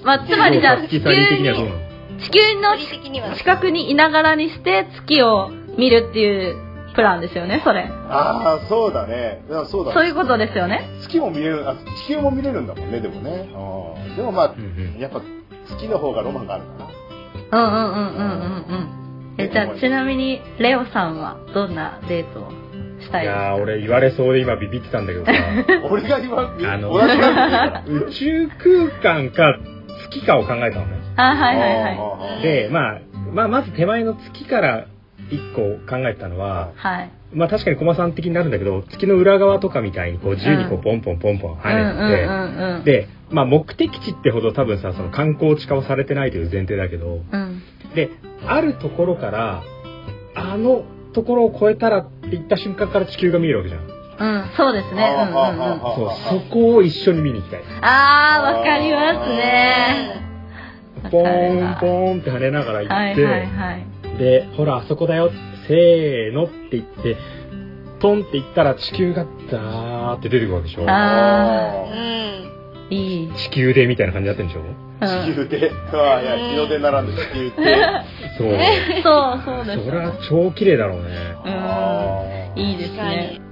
[SPEAKER 2] まあつまりじゃあ地球
[SPEAKER 4] 地球的にはどうな
[SPEAKER 2] に
[SPEAKER 4] の
[SPEAKER 2] 地球
[SPEAKER 3] 距
[SPEAKER 2] の
[SPEAKER 3] 離的には
[SPEAKER 2] 近くにいながらにして月を見るっていうプランですよねそれ
[SPEAKER 1] ああ、そうだね。いやそうだ
[SPEAKER 2] そう
[SPEAKER 1] ね。
[SPEAKER 2] いうことですよね
[SPEAKER 1] 月も見れる、あ、地球も見れるんだもんね、でもね。あーでもまあ、
[SPEAKER 4] うんうん
[SPEAKER 1] やっぱ月の方がロマンがあるか な。
[SPEAKER 2] うんうんうんうんうんうんえじゃあちなみにレオさんはどんなデートをした
[SPEAKER 4] い
[SPEAKER 2] いです
[SPEAKER 4] や
[SPEAKER 2] か
[SPEAKER 4] ー、俺言われそうで今ビビってたんだけどさ、
[SPEAKER 1] 俺が今、み
[SPEAKER 4] あの
[SPEAKER 1] 同じこと言うから。
[SPEAKER 4] 宇宙空間か月かを考えたのね。
[SPEAKER 2] あ はいはいはい
[SPEAKER 1] い
[SPEAKER 4] で、まあ、まあ、まず手前の月から1個考えてたのは、
[SPEAKER 2] はい
[SPEAKER 4] まあ確かに駒さん的になるんだけど、月の裏側とかみたいにこう自由にこ
[SPEAKER 2] う
[SPEAKER 4] うポンポンポンポン
[SPEAKER 2] うん
[SPEAKER 4] 跳ね
[SPEAKER 2] うんうんうん
[SPEAKER 4] てて、で、まあ目的地ってほど多分さ、その観光地化をされてないという前提だけど、
[SPEAKER 2] うん
[SPEAKER 4] で、あるところから、あのところを越えたらって言った瞬間から地球が見えるわけじゃん。
[SPEAKER 2] うんそうですねうんうんうん
[SPEAKER 1] あ
[SPEAKER 4] そう
[SPEAKER 1] ああ、
[SPEAKER 4] そこを一緒に見に行きたい。
[SPEAKER 2] あー、わかりますね。
[SPEAKER 4] ポ
[SPEAKER 2] わ
[SPEAKER 4] ーン
[SPEAKER 2] か
[SPEAKER 4] ポ
[SPEAKER 2] るわ
[SPEAKER 4] ーンって跳ねながら行
[SPEAKER 2] は
[SPEAKER 4] っ
[SPEAKER 2] い
[SPEAKER 4] て、
[SPEAKER 2] はいはい。
[SPEAKER 4] で、ほら、あそこだよ、せーのって言って、トンって言ったら地球がダーって出てくるわけでしょ。
[SPEAKER 2] あ
[SPEAKER 3] う
[SPEAKER 1] ー
[SPEAKER 3] ん
[SPEAKER 2] いい。
[SPEAKER 4] 地球でみたいな感じだったんでしょ
[SPEAKER 2] う
[SPEAKER 1] 地
[SPEAKER 2] ん、
[SPEAKER 1] 球で、あいや日の出ならぬ地球って
[SPEAKER 4] そう。
[SPEAKER 2] そう、そうで
[SPEAKER 4] そ
[SPEAKER 2] す
[SPEAKER 4] れ。は超綺麗だろうね。
[SPEAKER 2] うん。いいです
[SPEAKER 3] 確か
[SPEAKER 2] ね
[SPEAKER 3] に。。
[SPEAKER 4] うん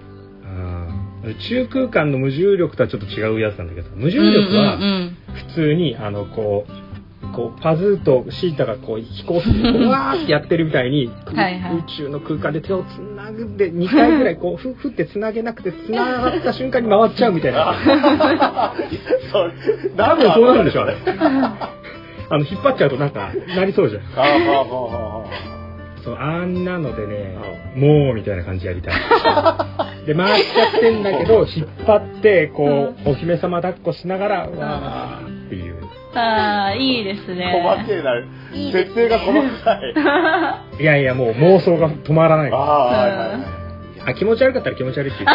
[SPEAKER 4] 宇宙空間の無重力とはちょっと違うやつなんだけどさ無重力
[SPEAKER 2] う
[SPEAKER 4] は
[SPEAKER 2] ん
[SPEAKER 4] 普通にあのこうこうパズーとシータがこう飛行するこうわーってやってるみたいに
[SPEAKER 2] はいはい
[SPEAKER 4] 宇宙の空間で手をつなぐで2回ぐらい こうふふってつなげなくてつながった瞬間に回っちゃうみたいな
[SPEAKER 1] そう
[SPEAKER 4] 多
[SPEAKER 1] なん
[SPEAKER 4] 分
[SPEAKER 1] だ
[SPEAKER 4] そうなるんでしょ
[SPEAKER 1] ょ
[SPEAKER 4] あれ あの引っ張っちゃうとなんかなりそうじゃん
[SPEAKER 1] あああああ
[SPEAKER 4] そうあんなのでね、もうみたいな感じやりたいで回っちゃってんだけど引っ張ってこう、お姫様抱っこしながらわーっていう
[SPEAKER 2] ああ、いいです
[SPEAKER 1] あ細
[SPEAKER 2] ね。
[SPEAKER 1] けえない
[SPEAKER 3] いで
[SPEAKER 1] 設
[SPEAKER 3] すね
[SPEAKER 1] 定が細かい
[SPEAKER 4] いやいやもう妄想が止まらない
[SPEAKER 1] あ
[SPEAKER 4] あ
[SPEAKER 1] あはいはいはい
[SPEAKER 4] 気持ち悪かったら気持ち悪いって 言っ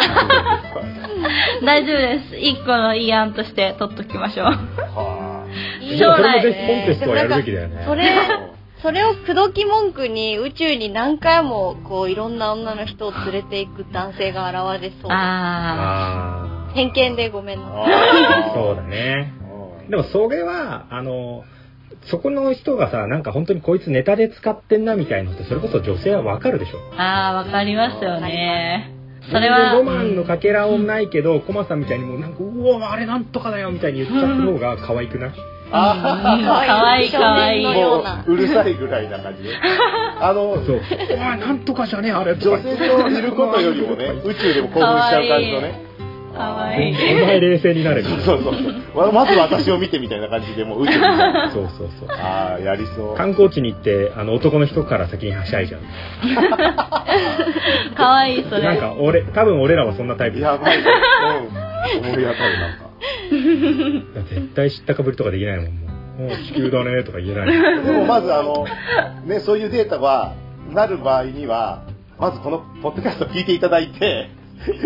[SPEAKER 4] て
[SPEAKER 2] 大丈夫です。一個のいい案として取っときましょう。
[SPEAKER 1] はあ
[SPEAKER 4] い
[SPEAKER 3] い
[SPEAKER 4] い
[SPEAKER 3] い
[SPEAKER 4] や
[SPEAKER 2] 将
[SPEAKER 4] それも
[SPEAKER 2] 来
[SPEAKER 4] ぜひコンテストはやるべきだよね
[SPEAKER 3] それ、それを口説き文句に宇宙に何回もこういろんな女の人を連れていく男性が現れそう。
[SPEAKER 2] あ
[SPEAKER 4] あ
[SPEAKER 3] 偏見でごめんなさい。
[SPEAKER 4] あ
[SPEAKER 1] あ
[SPEAKER 4] そうだね
[SPEAKER 1] うん
[SPEAKER 4] でもそれはあのそこの人がさなんか本当にこいつネタで使ってんなみたいのってそれこそ女性はわかるでしょ
[SPEAKER 2] あ、ああ、わかりますよね。それ
[SPEAKER 4] 全然
[SPEAKER 2] は。
[SPEAKER 4] ロマンのかけらもないけど、コマさんみたいにもうなんか、うわ、あれなんとかだよみたいに言っちゃった方が可愛くない、
[SPEAKER 1] あ
[SPEAKER 2] かわいい、かわいい
[SPEAKER 3] の。ような
[SPEAKER 1] もううるさいぐらいな感 じねあの
[SPEAKER 4] そう。うわ、なんとかじゃねえ、あれとか
[SPEAKER 1] 女性といることよりもね宇宙でも興奮しちゃう感じのね
[SPEAKER 2] かわいい。
[SPEAKER 4] お前冷静になれみたいな。
[SPEAKER 1] そうそうそうわまず私を見てみたいな感じでもう宇 宙に
[SPEAKER 4] そうそうそう。
[SPEAKER 1] ああやりそう
[SPEAKER 4] 観光地に行って、あの、男の人から先にはしゃいじゃう。
[SPEAKER 2] かわいい、そ
[SPEAKER 4] なん
[SPEAKER 2] れ。
[SPEAKER 4] か、俺、多分俺らはそんなタイプ
[SPEAKER 1] やばいねうん思い当たるなんか
[SPEAKER 4] 絶対知ったかぶりとかできないもん、もう。もう地球だねとか言えない。
[SPEAKER 1] でもまずあの、ね、そういうデータはなる場合にはまずこのポッドキャストを聞いていただいて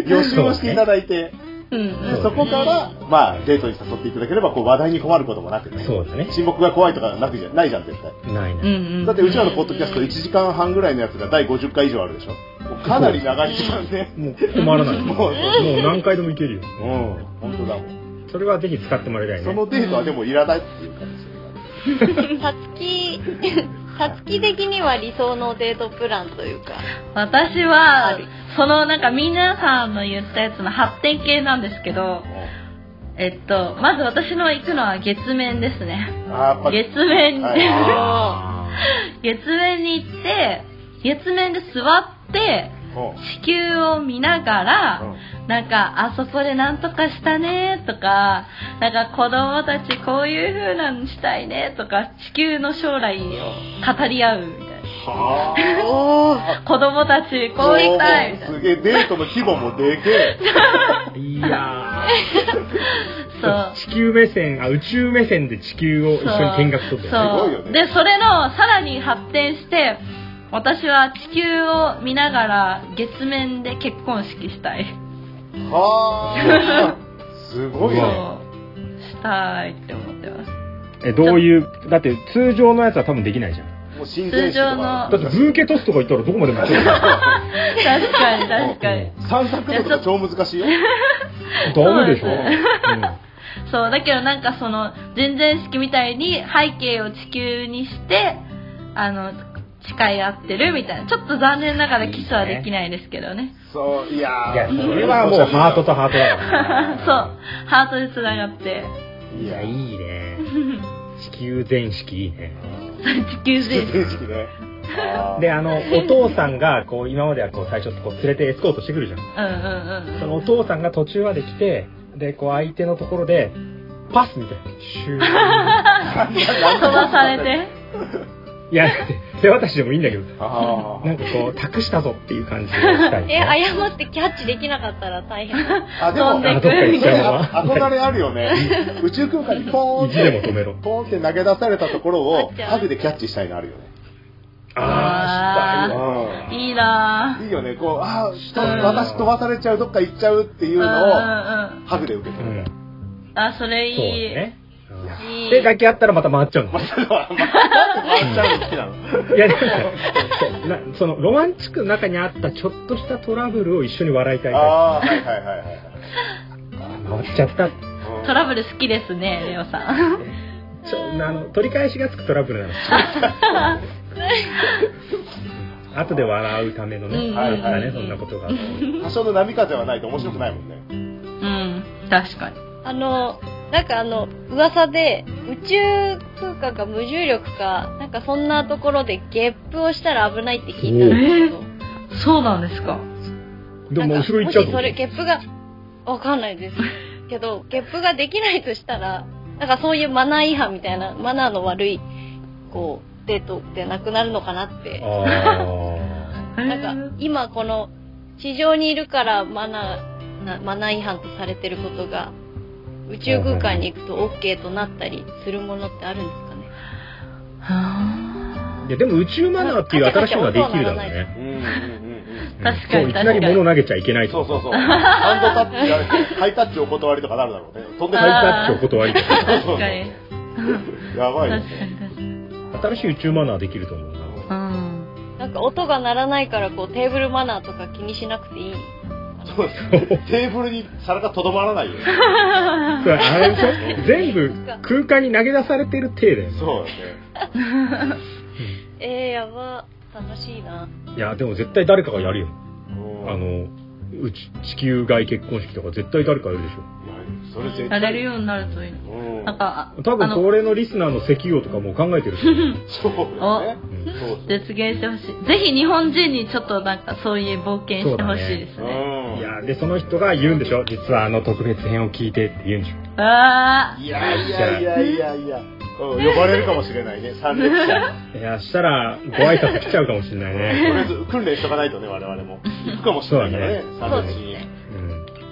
[SPEAKER 1] 予習をしていただいて
[SPEAKER 2] う
[SPEAKER 1] そ,、
[SPEAKER 2] ん。
[SPEAKER 4] ね
[SPEAKER 1] こから、まあ、デートに誘っていただければこう話題に困ることもなくね
[SPEAKER 4] そうだね。
[SPEAKER 1] 沈黙が怖いとかなくじゃないじゃん絶対
[SPEAKER 4] ないな
[SPEAKER 2] うん。うん。
[SPEAKER 1] だってうちらのポッドキャスト1時間半ぐらいのやつが第50回以上あるでしょもうかなり長い時間ね
[SPEAKER 4] もう困らない。
[SPEAKER 1] もう
[SPEAKER 4] もう何回でもいけるよ。
[SPEAKER 1] うん本当だもん
[SPEAKER 4] それはぜひ使ってもらいたいね。
[SPEAKER 1] そ のデートはでもいらないっていう感じそれがね
[SPEAKER 3] さつ き、さつき的には理想のデートプランというか。
[SPEAKER 2] 私
[SPEAKER 3] あ
[SPEAKER 2] は
[SPEAKER 3] る、
[SPEAKER 2] そのなんか皆さんの言ったやつの発展系なんですけど、えっと、まず私の行くのは月面ですね。
[SPEAKER 1] うんあーやっぱり
[SPEAKER 2] 月面
[SPEAKER 1] はい
[SPEAKER 2] で、
[SPEAKER 4] あ
[SPEAKER 2] 月面に行って、月面で座って、地球を見ながら、
[SPEAKER 1] うんうん
[SPEAKER 2] なんか、あそこでなんとかしたねとか、なんか子供たちこういう風なのしたいねとか、地球の将来を語り合うみたい
[SPEAKER 1] はあ
[SPEAKER 3] おお。
[SPEAKER 2] な。子供たちこういたいみたい
[SPEAKER 1] す
[SPEAKER 2] な。
[SPEAKER 1] げえデートの規模もでけえ
[SPEAKER 4] ーいやー。
[SPEAKER 2] そう。
[SPEAKER 4] 地球目線あ宇宙目線で地球を一緒に見学とって
[SPEAKER 2] そ
[SPEAKER 1] すご
[SPEAKER 2] う
[SPEAKER 1] いよね
[SPEAKER 2] でそれのさらに発展して私は地球を見ながら月面で結婚式したい
[SPEAKER 1] はあすごいな
[SPEAKER 2] そうしたいって思ってます
[SPEAKER 4] えどういうだって通常のやつは多分できないじゃん
[SPEAKER 1] もう新鮮
[SPEAKER 4] だっ てブーケトスとか行ったらどこまでも行ける
[SPEAKER 2] 確かに確かに
[SPEAKER 1] 散策とか超難しいよ
[SPEAKER 4] ダメでし
[SPEAKER 2] そ
[SPEAKER 4] ょ、
[SPEAKER 2] ううで
[SPEAKER 4] ん
[SPEAKER 2] そうだけどなんかその全然式みたいに背景を地球にしてあの誓い合ってるみたいなちょっと残念ながらキスはできないですけどね
[SPEAKER 1] そういやー
[SPEAKER 4] いやそれはもうハートとハートだか
[SPEAKER 2] そう
[SPEAKER 4] ら
[SPEAKER 2] ハートでつなが って
[SPEAKER 1] い
[SPEAKER 4] いや
[SPEAKER 1] や
[SPEAKER 4] い
[SPEAKER 1] いい
[SPEAKER 4] いね地球全式いいね
[SPEAKER 2] 地球人
[SPEAKER 1] 正式ねあー
[SPEAKER 4] であのお父さんがこう今まではこう最初こう連れてエスコートしてくるじゃん
[SPEAKER 2] うんうんうん
[SPEAKER 4] そのお父さんが途中まで来てでこう相手のところでパスみたいなシュー
[SPEAKER 2] 飛ばされて
[SPEAKER 4] いや だって手渡しでもいいんだけど
[SPEAKER 1] あ
[SPEAKER 4] なんかこう託したぞっていう感じでしたい、
[SPEAKER 3] え、
[SPEAKER 4] ね、
[SPEAKER 3] 謝ってキャッチできなかったら大変。
[SPEAKER 1] ーあでも
[SPEAKER 2] 飛んで
[SPEAKER 4] あどっか行っちゃうのは
[SPEAKER 1] 憧れあるよ ね宇宙空間にポーンっ
[SPEAKER 4] 意地でも
[SPEAKER 1] て
[SPEAKER 4] 止めろ
[SPEAKER 1] ポーンって投げ出されたところを
[SPEAKER 3] あじゃあ
[SPEAKER 1] ハグでキャッチしたいのあるよね
[SPEAKER 2] あ
[SPEAKER 1] う
[SPEAKER 2] いいなぁ
[SPEAKER 1] んいいよねこうあー人
[SPEAKER 2] うん
[SPEAKER 1] 私飛ばされちゃうどっか行っちゃうっていう
[SPEAKER 2] うんう
[SPEAKER 1] のを
[SPEAKER 2] ん
[SPEAKER 1] ハグで受けて
[SPEAKER 4] う
[SPEAKER 1] る
[SPEAKER 4] ん
[SPEAKER 2] あそれ
[SPEAKER 4] そうだ
[SPEAKER 2] いい、
[SPEAKER 4] ね。
[SPEAKER 2] いい
[SPEAKER 4] で、抱き合ったらまた回っちゃうの。
[SPEAKER 1] まあそれはまあ回っちゃうの好きなの
[SPEAKER 4] いや、でもそうなそのロマンチックの中にあったちょっとしたトラブルを一緒に笑いたいか
[SPEAKER 1] ああはいはいはいはい
[SPEAKER 4] ら。回っちゃった。
[SPEAKER 1] うん
[SPEAKER 2] トラブル好きですね、レオさん。
[SPEAKER 4] ちょあの取り返しがつくトラブルなの。後で笑うためのね、
[SPEAKER 2] うん
[SPEAKER 4] だから
[SPEAKER 1] う
[SPEAKER 4] ね
[SPEAKER 1] ん
[SPEAKER 4] そんなことが。う
[SPEAKER 1] 多少の波風はないと面白くないもんね。
[SPEAKER 2] うん、確かに。
[SPEAKER 3] あの、なんかあの、噂で、宇宙空間か無重力か、なんかそんなところでゲップをしたら危ないって聞いたんですけど。
[SPEAKER 2] そうなんですか。
[SPEAKER 4] でも
[SPEAKER 3] なん
[SPEAKER 4] 後
[SPEAKER 3] か
[SPEAKER 4] ろ行っちゃう
[SPEAKER 3] もし
[SPEAKER 4] と
[SPEAKER 3] それ、ゲップが、わかんない です。けど、ゲップができないとしたら、なんかそういうマナー違反みたいな、マナーの悪い、こう、デートってなくなるのかなって。
[SPEAKER 4] あ
[SPEAKER 3] なんか、今この、地上にいるからマナーな、マナー違反とされてることが、宇宙空間に行くと OK となったりするものってあるんですかね
[SPEAKER 4] あ。いやでも宇宙マナーっていう新しいのができるだろう
[SPEAKER 1] う
[SPEAKER 4] ね。
[SPEAKER 1] んうんうん
[SPEAKER 2] ん確かに
[SPEAKER 4] そういきなり物投げちゃいけな
[SPEAKER 1] う
[SPEAKER 4] い
[SPEAKER 1] ん。そ
[SPEAKER 4] と
[SPEAKER 1] う
[SPEAKER 4] か。
[SPEAKER 1] そうそう。ハンドタッチやられて、ハイタッチお断りとかなるだろうね。飛んで
[SPEAKER 4] ハイ
[SPEAKER 1] ない。
[SPEAKER 4] タッチお断りと か。
[SPEAKER 2] 確かに。
[SPEAKER 1] やばいで
[SPEAKER 2] 確
[SPEAKER 1] す
[SPEAKER 2] か
[SPEAKER 1] ね。
[SPEAKER 2] に確かに。
[SPEAKER 4] 新しい宇宙マナーできると思うな。
[SPEAKER 2] うん。
[SPEAKER 3] なんか音が鳴らないからこうテーブルマナーとか気にしなくていい。
[SPEAKER 1] そう です。テーブルに皿がとどまらないよ。
[SPEAKER 4] そうあれでし ょ全部空間に投げ出されてる体だよね。
[SPEAKER 1] そうですね。
[SPEAKER 3] えー、やば。楽しいな。
[SPEAKER 4] いやでも絶対誰かがやるよ。
[SPEAKER 1] うん
[SPEAKER 4] あのうち地球外結婚式とか絶対誰かやるでしょ。
[SPEAKER 1] いやそれ絶
[SPEAKER 2] や
[SPEAKER 1] 対。
[SPEAKER 2] れるようになるといい。
[SPEAKER 1] うん。
[SPEAKER 2] なんか、あ
[SPEAKER 4] 多分
[SPEAKER 2] あの
[SPEAKER 4] これのリスナーの石油王とかもう考えてるし。
[SPEAKER 1] そうですね。
[SPEAKER 4] うん
[SPEAKER 1] そうですね。
[SPEAKER 2] 実現してほしい。ぜひ日本人にちょっとなんかそういう冒険してほしいです
[SPEAKER 1] うん。
[SPEAKER 2] ね。
[SPEAKER 4] いやでその人が言うんでしょ実はあの特別編を聞いてって言うんでしょ
[SPEAKER 2] あ
[SPEAKER 1] いやいやいやいやいや、うん、呼ばれるかもしれないね、参列者。
[SPEAKER 4] いやしたらご挨拶来ちゃうかもしれない
[SPEAKER 1] とりあえ
[SPEAKER 4] ね、
[SPEAKER 1] ず訓練しとかないとね、我々も。行くかもしれないからね、参列に。
[SPEAKER 4] うん、
[SPEAKER 2] ー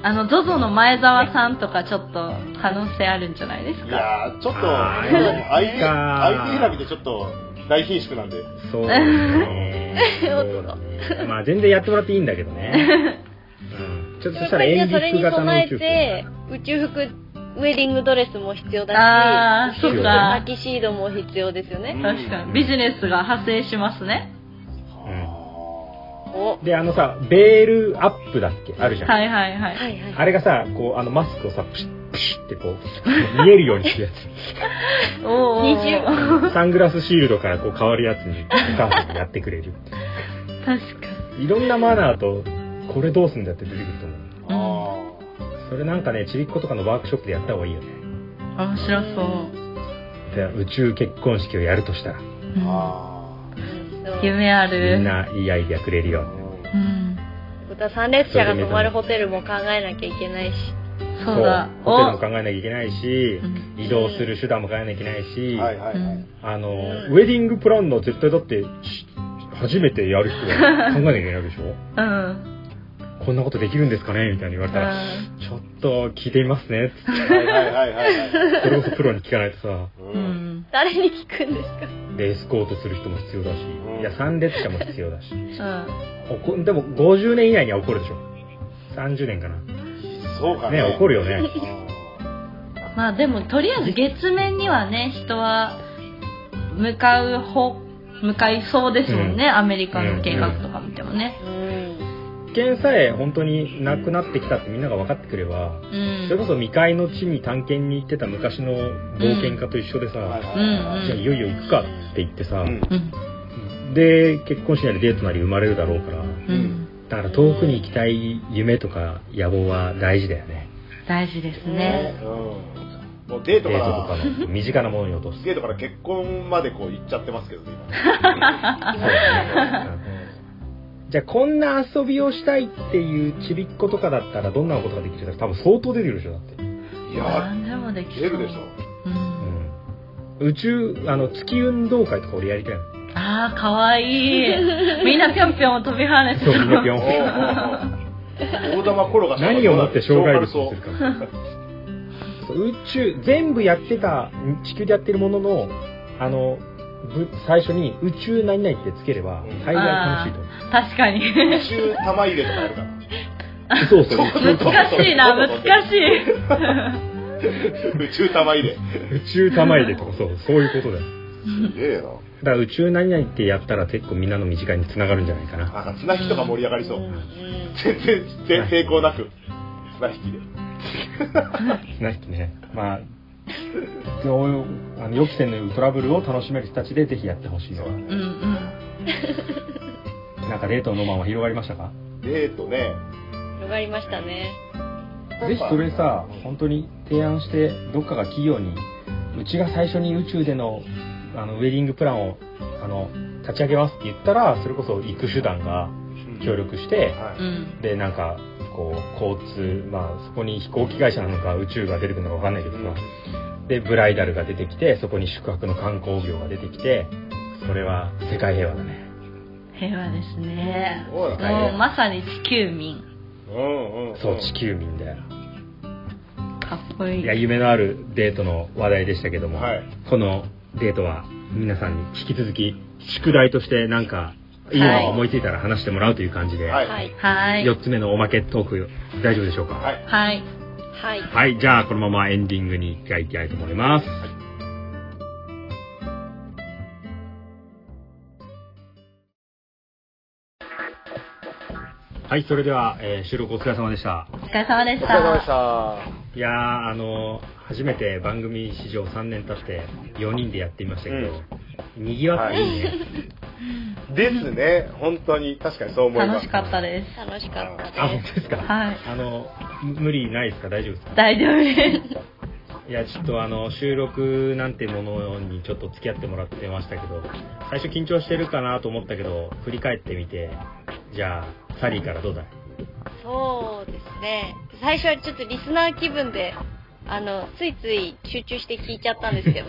[SPEAKER 2] あの、ZOZO の前澤さんとかちょっと可能性あるんじゃないです
[SPEAKER 1] い
[SPEAKER 2] か。
[SPEAKER 1] やー、ちょっと、
[SPEAKER 4] あー
[SPEAKER 1] 相
[SPEAKER 4] いい
[SPEAKER 1] 手、
[SPEAKER 4] か
[SPEAKER 1] 相手選びでちょっと、大貧縮なんで。
[SPEAKER 4] そうだねそうだねまあ全然やってもらっていいんだけどね、うん、ちょっとそしたら演
[SPEAKER 3] それ
[SPEAKER 4] 劇
[SPEAKER 3] に
[SPEAKER 4] 型の
[SPEAKER 3] 備
[SPEAKER 4] 宇
[SPEAKER 3] え
[SPEAKER 4] 宙
[SPEAKER 3] て、宇宙服、ウェディングドレスも必要
[SPEAKER 2] あ
[SPEAKER 3] だ
[SPEAKER 2] ー
[SPEAKER 3] し、
[SPEAKER 2] そ
[SPEAKER 4] っ
[SPEAKER 2] か
[SPEAKER 3] タキシードも必要ですよね。
[SPEAKER 2] 確かに。ビジネスが派生しますね。
[SPEAKER 3] お。
[SPEAKER 4] であのさベールアップだっけあるじゃん、
[SPEAKER 2] はいはいは。
[SPEAKER 3] はいいはい。
[SPEAKER 4] あれがさこうあのマスクをさプシップシッってこう見えるようにするや
[SPEAKER 2] おー
[SPEAKER 3] 20
[SPEAKER 4] つサングラスシールドからこう変わるやつにお母さんがやってくれる
[SPEAKER 2] 確かに。
[SPEAKER 4] いろんなマナーとこれどうすんだって出てくると思う
[SPEAKER 1] あー
[SPEAKER 4] それなんかねちびっことかのワークショップでやった方がいいよね
[SPEAKER 2] 面白そう。
[SPEAKER 4] で宇宙結婚式をやるとしたら
[SPEAKER 2] うん
[SPEAKER 1] あ
[SPEAKER 3] うん
[SPEAKER 2] 夢あ
[SPEAKER 4] み
[SPEAKER 2] る。
[SPEAKER 4] んないいアイデアくれるよ
[SPEAKER 1] ー
[SPEAKER 2] うん。
[SPEAKER 3] また参列者が泊まるホテルも考えなきゃいけないし。
[SPEAKER 2] そうだ。
[SPEAKER 4] ホテルも
[SPEAKER 2] お
[SPEAKER 4] 考えなきゃいけないし
[SPEAKER 2] うん
[SPEAKER 4] 移動する手段も考えなきゃいけないし、
[SPEAKER 1] はいはいはい。
[SPEAKER 4] あの
[SPEAKER 3] うん
[SPEAKER 4] ウェディングプランナー絶対だってし初めてやる人が考えなきゃいけないわけで しょ
[SPEAKER 2] うん。
[SPEAKER 4] こんなことできるんですかねみたいに言われたら、ちょっと聞いてみますねつっ
[SPEAKER 1] はいはいはいはいはい。
[SPEAKER 4] てそれこそプロに聞かないとさ
[SPEAKER 1] う。
[SPEAKER 2] うんん。
[SPEAKER 3] 誰に聞くんですか
[SPEAKER 4] でエスコートする人も必要だし
[SPEAKER 1] うん
[SPEAKER 4] いや参列者も必要だし
[SPEAKER 2] うん。
[SPEAKER 4] おこでも50年以内には起こるでしょ30年かな
[SPEAKER 1] そうかね。
[SPEAKER 4] ね怒るよね
[SPEAKER 2] まあでもとりあえず月面にはね人は向かう方向かいそうですもんね、アメリカの計画とか見てもね
[SPEAKER 3] うん。
[SPEAKER 4] 危険さえ本当になくなってきたってみんなが分かってくれば
[SPEAKER 2] うん、
[SPEAKER 4] それこそ未開の地に探検に行ってた昔の冒険家と一緒でさ、
[SPEAKER 1] はいはい
[SPEAKER 2] うんうん
[SPEAKER 4] じゃあいよいよ行くかって言ってさ、
[SPEAKER 1] うん
[SPEAKER 2] うん
[SPEAKER 4] で結婚式なりデートなり生まれるだろうから
[SPEAKER 2] うん
[SPEAKER 4] だから遠くに行きたい夢とか野望は大事だよね
[SPEAKER 2] 大事ですね
[SPEAKER 3] ね
[SPEAKER 1] うん。もうデート
[SPEAKER 4] デー
[SPEAKER 1] か、
[SPEAKER 4] トとからの身近なものに落 とす
[SPEAKER 1] デートから結婚までこう行っちゃってますけどね、
[SPEAKER 4] そうだねじゃあこんな遊びをしたいっていうちびっ子とかだったらどんなことができるか多分相当出てくるでしょだって、
[SPEAKER 1] 今。いや
[SPEAKER 2] 何でもで
[SPEAKER 1] ー、
[SPEAKER 2] きそ
[SPEAKER 1] 出
[SPEAKER 2] う
[SPEAKER 1] るでしょ。
[SPEAKER 2] うん、
[SPEAKER 4] うん、宇宙あの月運動会とか俺やりたいの
[SPEAKER 2] ああかわいいみんなぴょんぴょん飛び跳ねて
[SPEAKER 4] そうみんなピョ
[SPEAKER 1] おーお
[SPEAKER 4] ン
[SPEAKER 1] ーおー大玉転がし
[SPEAKER 4] 何をもって障害物にする
[SPEAKER 1] か。
[SPEAKER 4] かそう宇宙全部やってた地球でやってるもののあのぶ最初に宇宙何々ってつければ大概楽しいと思
[SPEAKER 2] 確かに
[SPEAKER 1] 宇宙玉入れとかあるから。
[SPEAKER 4] う、そうそう
[SPEAKER 1] そう
[SPEAKER 2] 難しいな難しい
[SPEAKER 1] 宇宙玉入 れ。
[SPEAKER 4] 宇宙玉入れとかそうそういうことだよ
[SPEAKER 1] すげえな。
[SPEAKER 4] だから宇宙何々ってやったら結構みんなの身近につながるんじゃないかな
[SPEAKER 1] なんか綱引きとか盛り上がりそう。
[SPEAKER 3] ん
[SPEAKER 1] 全然、全成功なく。綱引きで。
[SPEAKER 4] ぜひね、まあ、どうあの予期せぬトラブルを楽しめる人たちでぜひやってほしいのは。
[SPEAKER 2] うんうん。
[SPEAKER 4] なんか冷凍のマンは広がりましたか
[SPEAKER 1] デートね。
[SPEAKER 3] 広がりましたね。
[SPEAKER 4] ぜひそれさ、本当に提案して、どっかが企業に、うちが最初に宇宙でのあのウェディングプランをあの立ち上げますって言ったら、それこそ行く手段が協力して、
[SPEAKER 1] は
[SPEAKER 2] う
[SPEAKER 1] い。
[SPEAKER 2] ん。
[SPEAKER 4] で、なんか、こう、交通、まあ、そこに飛行機会社なのか、宇宙が出てくるのか分かんないけどさ、で、ブライダルが出てきて、そこに宿泊の観光業が出てきて、それは世界平和だね。
[SPEAKER 2] 平和ですね。
[SPEAKER 1] そうだ
[SPEAKER 4] ね
[SPEAKER 2] もうまさに地球民。
[SPEAKER 1] うんうん。
[SPEAKER 4] そう、地球民だよ。
[SPEAKER 2] かっこいい。
[SPEAKER 4] いや、夢のあるデートの話題でしたけども、
[SPEAKER 1] はい
[SPEAKER 4] このデートは皆さんに引き続き、宿題としてなんか、いいのが思いついたら話してもらうという感じで、
[SPEAKER 1] はい
[SPEAKER 3] はい。
[SPEAKER 2] はい。
[SPEAKER 4] 4つ目のおまけトーク、大丈夫でしょうか
[SPEAKER 1] はい。
[SPEAKER 2] はい。
[SPEAKER 3] はい。
[SPEAKER 4] はい、じゃあこのままエンディングに行きたいと思います。はい、それでは、えー収録お疲れ様でした。
[SPEAKER 2] お疲れ様で
[SPEAKER 1] お
[SPEAKER 2] し。
[SPEAKER 1] 疲れ様でしたた。
[SPEAKER 4] いやー、あのー初めて番組史上3年経って4人でやってみましたけど、賑わっていいね。
[SPEAKER 1] ですね。本当に、確かにそう思いま
[SPEAKER 2] 楽
[SPEAKER 1] す。
[SPEAKER 2] しかったです。
[SPEAKER 3] 楽しかった
[SPEAKER 4] あ、本
[SPEAKER 3] です。
[SPEAKER 4] 当ですか
[SPEAKER 2] はい
[SPEAKER 4] あの、む無理ないですか大丈夫ですか
[SPEAKER 2] 大丈夫です。
[SPEAKER 4] いや、ちょっとあの、収録なんてものにちょっと付き合ってもらってましたけど、最初緊張してるかなと思ったけど、振り返ってみて、じゃあ、サリーからどうだい
[SPEAKER 3] そうですね。最初はちょっとリスナー気分で、あの、ついつい集中して聞いちゃったんですけど、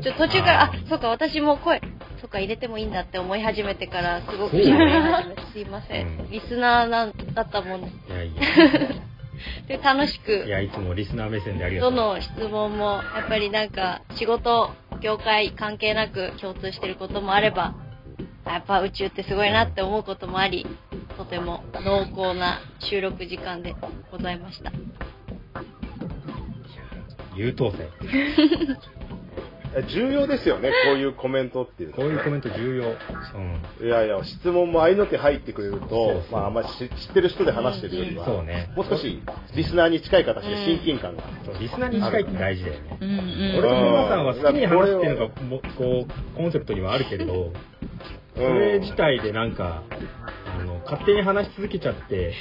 [SPEAKER 3] ちょ途中から、
[SPEAKER 4] あ
[SPEAKER 3] あ
[SPEAKER 4] ー、
[SPEAKER 3] そうか、私も声、そうか、入れてもいいんだって思い始めてから、すごく
[SPEAKER 4] そう
[SPEAKER 3] 気分が始めてすいませ
[SPEAKER 4] うん
[SPEAKER 3] ん。リスナーなんだったもん
[SPEAKER 4] いや、い
[SPEAKER 3] で、楽し
[SPEAKER 4] や、い
[SPEAKER 3] く、
[SPEAKER 4] や、いつもリスナー目線でありがと
[SPEAKER 3] ど
[SPEAKER 4] う。
[SPEAKER 3] の質問も、やっぱりなんか、仕事、業界関係なく共通してることもあれば、あやっぱ宇宙ってすごいなって思うこともあり、とても濃厚な収録時間でございました。
[SPEAKER 4] 優等生。
[SPEAKER 1] 重要ですよね、こういうコメントっていうの
[SPEAKER 4] こう
[SPEAKER 1] はね、
[SPEAKER 4] いうコメント重要。うん。
[SPEAKER 1] いやいや、質問も合いの手入ってくれる
[SPEAKER 4] そう
[SPEAKER 1] と
[SPEAKER 4] そ、う
[SPEAKER 1] まあ、あんまり知知ってる人で話してるよりは、
[SPEAKER 4] そうね。
[SPEAKER 1] もう少しリスナーに近い形で親近感が。
[SPEAKER 4] そうリスナーに近いって大事だよね。
[SPEAKER 2] うん
[SPEAKER 4] 俺
[SPEAKER 2] う
[SPEAKER 4] と皆さんは好きに話すっていうのがもこうコンセプトにはあるけれど、それ自体でなんかあの勝手に話し続けちゃって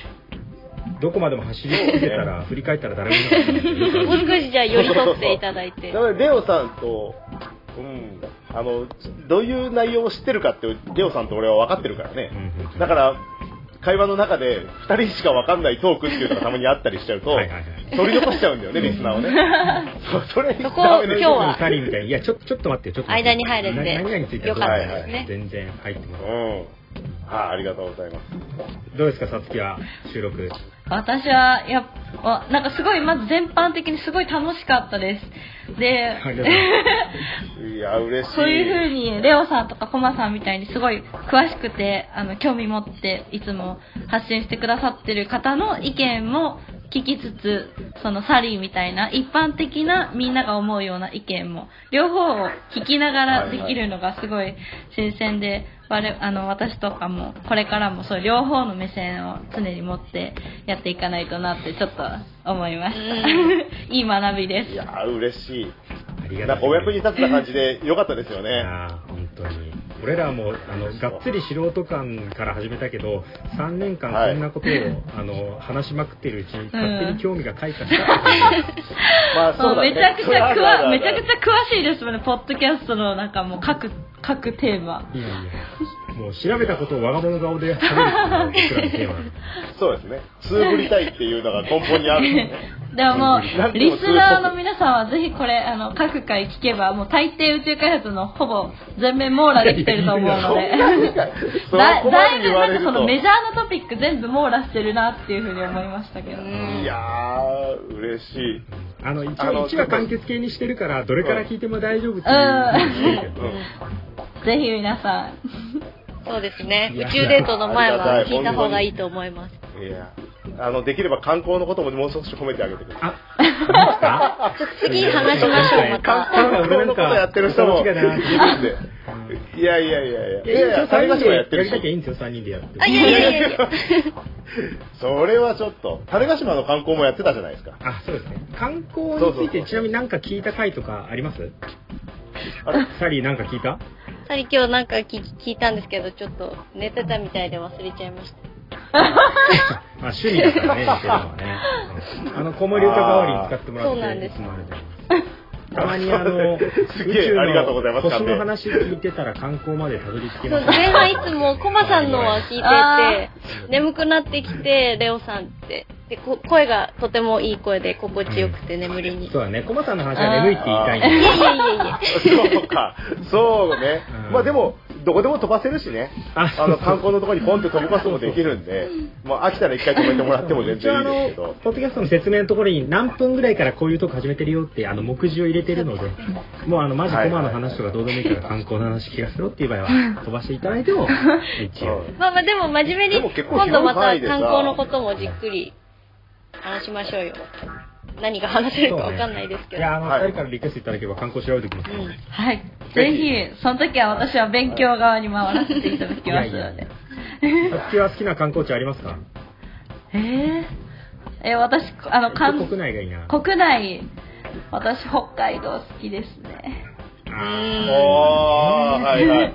[SPEAKER 4] どこまでも走り続けたら振り返ったら誰もいなかったんですよ
[SPEAKER 3] もう 少しじゃあ寄り添っていただい て
[SPEAKER 1] だ。からレオさんと、うん、あの、どういう内容を知ってるかって、レオさんと俺は分かってるからね。
[SPEAKER 4] うんうん
[SPEAKER 1] だから、会話の中で2人しか分かんないトークっていうのがたまにあったりしちゃうと、
[SPEAKER 4] はいはいはい
[SPEAKER 1] 取り残しちゃうんだよ ね、リスナーをね。そうそれ
[SPEAKER 3] そこを
[SPEAKER 1] ダメ
[SPEAKER 3] 今
[SPEAKER 1] です
[SPEAKER 3] 日は
[SPEAKER 4] サリーみたいにいやちょちょっと待ってよちょっと待って
[SPEAKER 3] 間に入れて
[SPEAKER 4] な何々について
[SPEAKER 3] よ
[SPEAKER 4] は
[SPEAKER 3] か
[SPEAKER 1] ったです
[SPEAKER 3] ね
[SPEAKER 4] 全然入ってま
[SPEAKER 1] うん。あありがとうございます。
[SPEAKER 4] すどうですかさつきは収録
[SPEAKER 2] 私は、やっぱ、なんかすごい、まず全般的にすごい楽しかったです。で、
[SPEAKER 4] ありがとうござい
[SPEAKER 1] いや、嬉しい。
[SPEAKER 2] そういう風に、レオさんとかコマさんみたいにすごい詳しくて、あの、興味持って、いつも発信してくださってる方の意見も聞きつつ、そのサリーみたいな一般的なみんなが思うような意見も、両方を聞きながらできるのがすごい新鮮で、我あの私とかもこれからもそう両方の目線を常に持ってやっていかないとなってちょっと思いました いい学びです
[SPEAKER 1] いや、嬉しい。
[SPEAKER 4] ますあり
[SPEAKER 1] な
[SPEAKER 4] がと
[SPEAKER 1] ん
[SPEAKER 4] う
[SPEAKER 1] かお役に
[SPEAKER 4] い
[SPEAKER 1] 立った感じで良かったですよね。
[SPEAKER 4] やー本当に俺らもあのがっつり素人感から始めたけど3年間
[SPEAKER 1] はい
[SPEAKER 4] こんなことを、あの話しまくってるうちに勝手に興味が開花した、
[SPEAKER 1] まあ、そ
[SPEAKER 2] も
[SPEAKER 1] う
[SPEAKER 2] う
[SPEAKER 1] だね。
[SPEAKER 2] めちゃくちゃ
[SPEAKER 1] そうだ
[SPEAKER 2] 詳
[SPEAKER 1] ね
[SPEAKER 2] めちゃくちゃ詳しいですもんね、ポッドキャストのなんかもう各、各テーマ。
[SPEAKER 4] いやいや、もう調べたことを我が物顔で喋るっていうのが僕らのテーマなんで。
[SPEAKER 1] そうですね。つぶりたいっていうのが根本にあるの ね。
[SPEAKER 2] でもも
[SPEAKER 1] なん
[SPEAKER 2] う、
[SPEAKER 1] でも
[SPEAKER 2] リスナーの皆さんはぜひこれ、あの、各回聞けば、もう大抵宇宙開発のほぼ全面網羅できてると思うので。
[SPEAKER 1] そこ
[SPEAKER 2] だ
[SPEAKER 1] ま
[SPEAKER 2] だい
[SPEAKER 1] で言
[SPEAKER 2] ぶ
[SPEAKER 1] わ
[SPEAKER 2] な
[SPEAKER 1] れ
[SPEAKER 2] ん
[SPEAKER 1] る
[SPEAKER 2] かその
[SPEAKER 1] と。
[SPEAKER 2] メジャーのトピック全部網羅してるなっていうふうに思いましたけど。
[SPEAKER 3] うん
[SPEAKER 1] いやー、嬉しい。
[SPEAKER 4] あの、一
[SPEAKER 1] あの
[SPEAKER 4] 応1話完結形にしてるから、どれから聞いても大丈夫ってい
[SPEAKER 2] う
[SPEAKER 4] う。
[SPEAKER 1] うんん
[SPEAKER 2] ぜひ皆さん、
[SPEAKER 3] そうですね。
[SPEAKER 4] いや
[SPEAKER 3] 宇宙デートの前
[SPEAKER 1] ありが
[SPEAKER 3] は
[SPEAKER 1] たい
[SPEAKER 3] 聞いた方がいいと思います。
[SPEAKER 1] いや、あの、できれば観光のことももう少し褒めてあげてください。
[SPEAKER 4] あ、見ますか
[SPEAKER 3] 次話しましょう、ま
[SPEAKER 4] あ
[SPEAKER 3] た。
[SPEAKER 1] 観光のことやってる人もいるんで。いやいやいやいや。い
[SPEAKER 4] いや
[SPEAKER 1] やいや、種子島やってる
[SPEAKER 4] りたきゃい
[SPEAKER 1] し。
[SPEAKER 4] いんですよ、3人でやってる
[SPEAKER 3] あ、いやいやいやいや。
[SPEAKER 1] それはちょっと、種子島の観光もやってたじゃないですか。
[SPEAKER 4] あ、そうですね。観光
[SPEAKER 1] そう
[SPEAKER 4] に
[SPEAKER 1] そう
[SPEAKER 4] つい
[SPEAKER 1] そう
[SPEAKER 4] て、ちなみに何か聞いた回とかあります
[SPEAKER 1] あ れ
[SPEAKER 4] サリーなんか聞いた
[SPEAKER 3] さり今日なんか聞聞いたんですけど、ちょっと寝てたみたいで忘れちゃいました。
[SPEAKER 4] まあ、趣味だからね、言ってるのは ね。うんあの、子守歌代わりに使ってもらって
[SPEAKER 3] そうなんです
[SPEAKER 4] いつもあれでたまにあの、宇
[SPEAKER 1] すげえありがとうございます
[SPEAKER 4] 宙の星の話聞いてたら観光までたどり着
[SPEAKER 3] そ
[SPEAKER 4] け
[SPEAKER 3] う
[SPEAKER 4] ません。
[SPEAKER 3] 前半いつもコマさんの は聞い
[SPEAKER 2] あ
[SPEAKER 3] てて、眠くなってきて、レオさんって。で、こ声がとてもいい声で心地よくて眠りに。い
[SPEAKER 4] そうだね、コマさんの話は眠いって言いたいんだ
[SPEAKER 3] え
[SPEAKER 4] け
[SPEAKER 3] い
[SPEAKER 4] ど
[SPEAKER 3] えいえいえ。
[SPEAKER 1] そうか。そうね
[SPEAKER 4] う。ん
[SPEAKER 1] まあでも、どこでも飛ばせるしね。
[SPEAKER 4] あ
[SPEAKER 1] あ の、観光のところにポンって飛び込すこともできるんで、まあ飽きたら一回止めてもらっても全
[SPEAKER 4] 一応
[SPEAKER 1] 然いい
[SPEAKER 4] あ
[SPEAKER 1] ですけ
[SPEAKER 4] の
[SPEAKER 1] ど、。
[SPEAKER 4] ポッドキャストの説明のところに何分ぐらいからこういうとこ始めてるよって、あの、目次を入れてるので、もうあの、マジコマの話とかどうでもいいから観光の話聞かせろっていう場合は、飛ばしていただいても、一応。
[SPEAKER 3] まあまあでも真面目
[SPEAKER 1] で
[SPEAKER 3] に
[SPEAKER 1] も結構
[SPEAKER 3] 今度また
[SPEAKER 1] 広い範囲でさ
[SPEAKER 3] 観光のこともじっくり話しましょうよ。何が話せるかわかんないですけ
[SPEAKER 4] い
[SPEAKER 3] ど。
[SPEAKER 4] や、あの、
[SPEAKER 1] はい
[SPEAKER 4] 二人からリクエストいただければ観光調べておきます。
[SPEAKER 3] うん
[SPEAKER 2] はい。
[SPEAKER 1] ぜ
[SPEAKER 2] ぜ
[SPEAKER 1] ひ
[SPEAKER 2] ひ、その時は私は勉強側に回らせていただきますの
[SPEAKER 4] いやいや
[SPEAKER 2] で。
[SPEAKER 4] さっきは好きな観光地ありますか
[SPEAKER 2] えー、え、私、あの、韓
[SPEAKER 4] 国内がいいな。
[SPEAKER 2] 国内、私、北海道好きですね。
[SPEAKER 4] あ
[SPEAKER 1] おー、はいはい。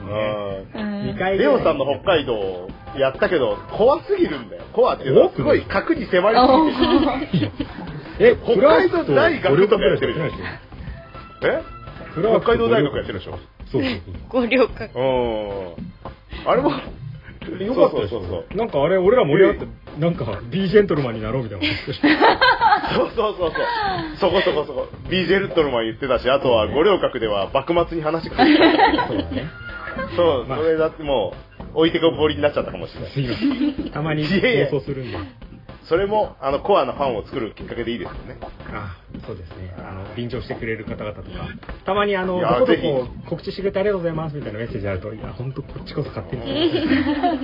[SPEAKER 2] う
[SPEAKER 4] ー二
[SPEAKER 2] ん。
[SPEAKER 1] う
[SPEAKER 4] 回
[SPEAKER 1] ん。
[SPEAKER 4] ぐ
[SPEAKER 1] レ
[SPEAKER 4] らい
[SPEAKER 1] オさんの北海道やったけど、怖すぎるんだよ。怖っていうのは、すごい核に迫り
[SPEAKER 2] お
[SPEAKER 1] すぎてる。
[SPEAKER 4] え、
[SPEAKER 1] 北海道大学とかやってる
[SPEAKER 4] フランスと
[SPEAKER 1] え
[SPEAKER 4] フランスと
[SPEAKER 1] 北海道大学やってるでしょ
[SPEAKER 4] そうそうそう。
[SPEAKER 3] ご了解。
[SPEAKER 1] うん。あれも、
[SPEAKER 4] よかったです
[SPEAKER 1] そうそうそう。
[SPEAKER 4] なんかあれ、俺ら盛り上がって、なんか、ビージェントルマンになろうみ たいな話でし
[SPEAKER 1] そうそうそうそう。そこそこそこ。ビージェルトルマン言ってたし、あとは五稜郭では幕末に話が来
[SPEAKER 4] た。そうだね。
[SPEAKER 1] そう、
[SPEAKER 4] まあ
[SPEAKER 1] それだってもう、置いてこぼりになっちゃったかもしれない。
[SPEAKER 4] すいません。たまに
[SPEAKER 1] いやいや
[SPEAKER 4] 放送するんで。
[SPEAKER 1] それも、あの、コアなファンを作るきっかけでいいですよね。
[SPEAKER 4] あ、そうですね。あの、便乗してくれる方々とか、たまにあの、
[SPEAKER 1] いや
[SPEAKER 4] どこど
[SPEAKER 1] ぜ
[SPEAKER 4] こ告知してくれてありがとうございますみたいなメッセージあると、いや、ほんとこっちこそ勝手に。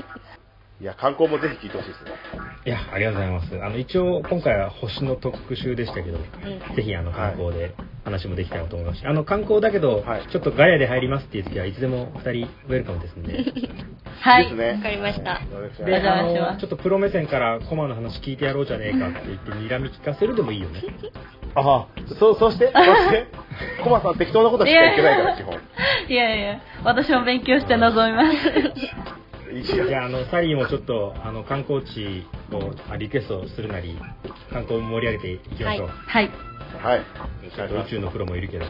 [SPEAKER 1] いや、観光もぜひ聞いてほしいですね。
[SPEAKER 4] いや、ありがとうございます。あの、一応、今回は星の特集でしたけど、
[SPEAKER 3] ん
[SPEAKER 4] ぜひ、あの、観光で話もできたらと思いますし、あの、観光だけど、
[SPEAKER 1] はい
[SPEAKER 4] ちょっとガヤで入りますっていう時はいつでも二人ウェルカムですんで。
[SPEAKER 2] は
[SPEAKER 1] です
[SPEAKER 2] い。
[SPEAKER 3] わか
[SPEAKER 1] ね。
[SPEAKER 3] りました。
[SPEAKER 4] で、
[SPEAKER 2] お
[SPEAKER 4] あ
[SPEAKER 2] 邪魔します
[SPEAKER 4] の、ちょっとプロ目線からコマの話聞いてやろうじゃねえかって言って、睨み聞かせるでもいいよね。
[SPEAKER 1] ああ、そ、そして、そして、コマさん適当なことしか言ってないから、基本。
[SPEAKER 2] いやいや、私も勉強して臨 みます。
[SPEAKER 1] い
[SPEAKER 4] じ
[SPEAKER 1] や、
[SPEAKER 4] ゃあ、あの、サリーもちょっと、あの、観光地をあリクエストするなり、観光を盛り上げていきましょう。
[SPEAKER 3] は
[SPEAKER 2] はい。
[SPEAKER 1] はい。
[SPEAKER 4] ちょっと宇宙のプロもいるけど。
[SPEAKER 1] い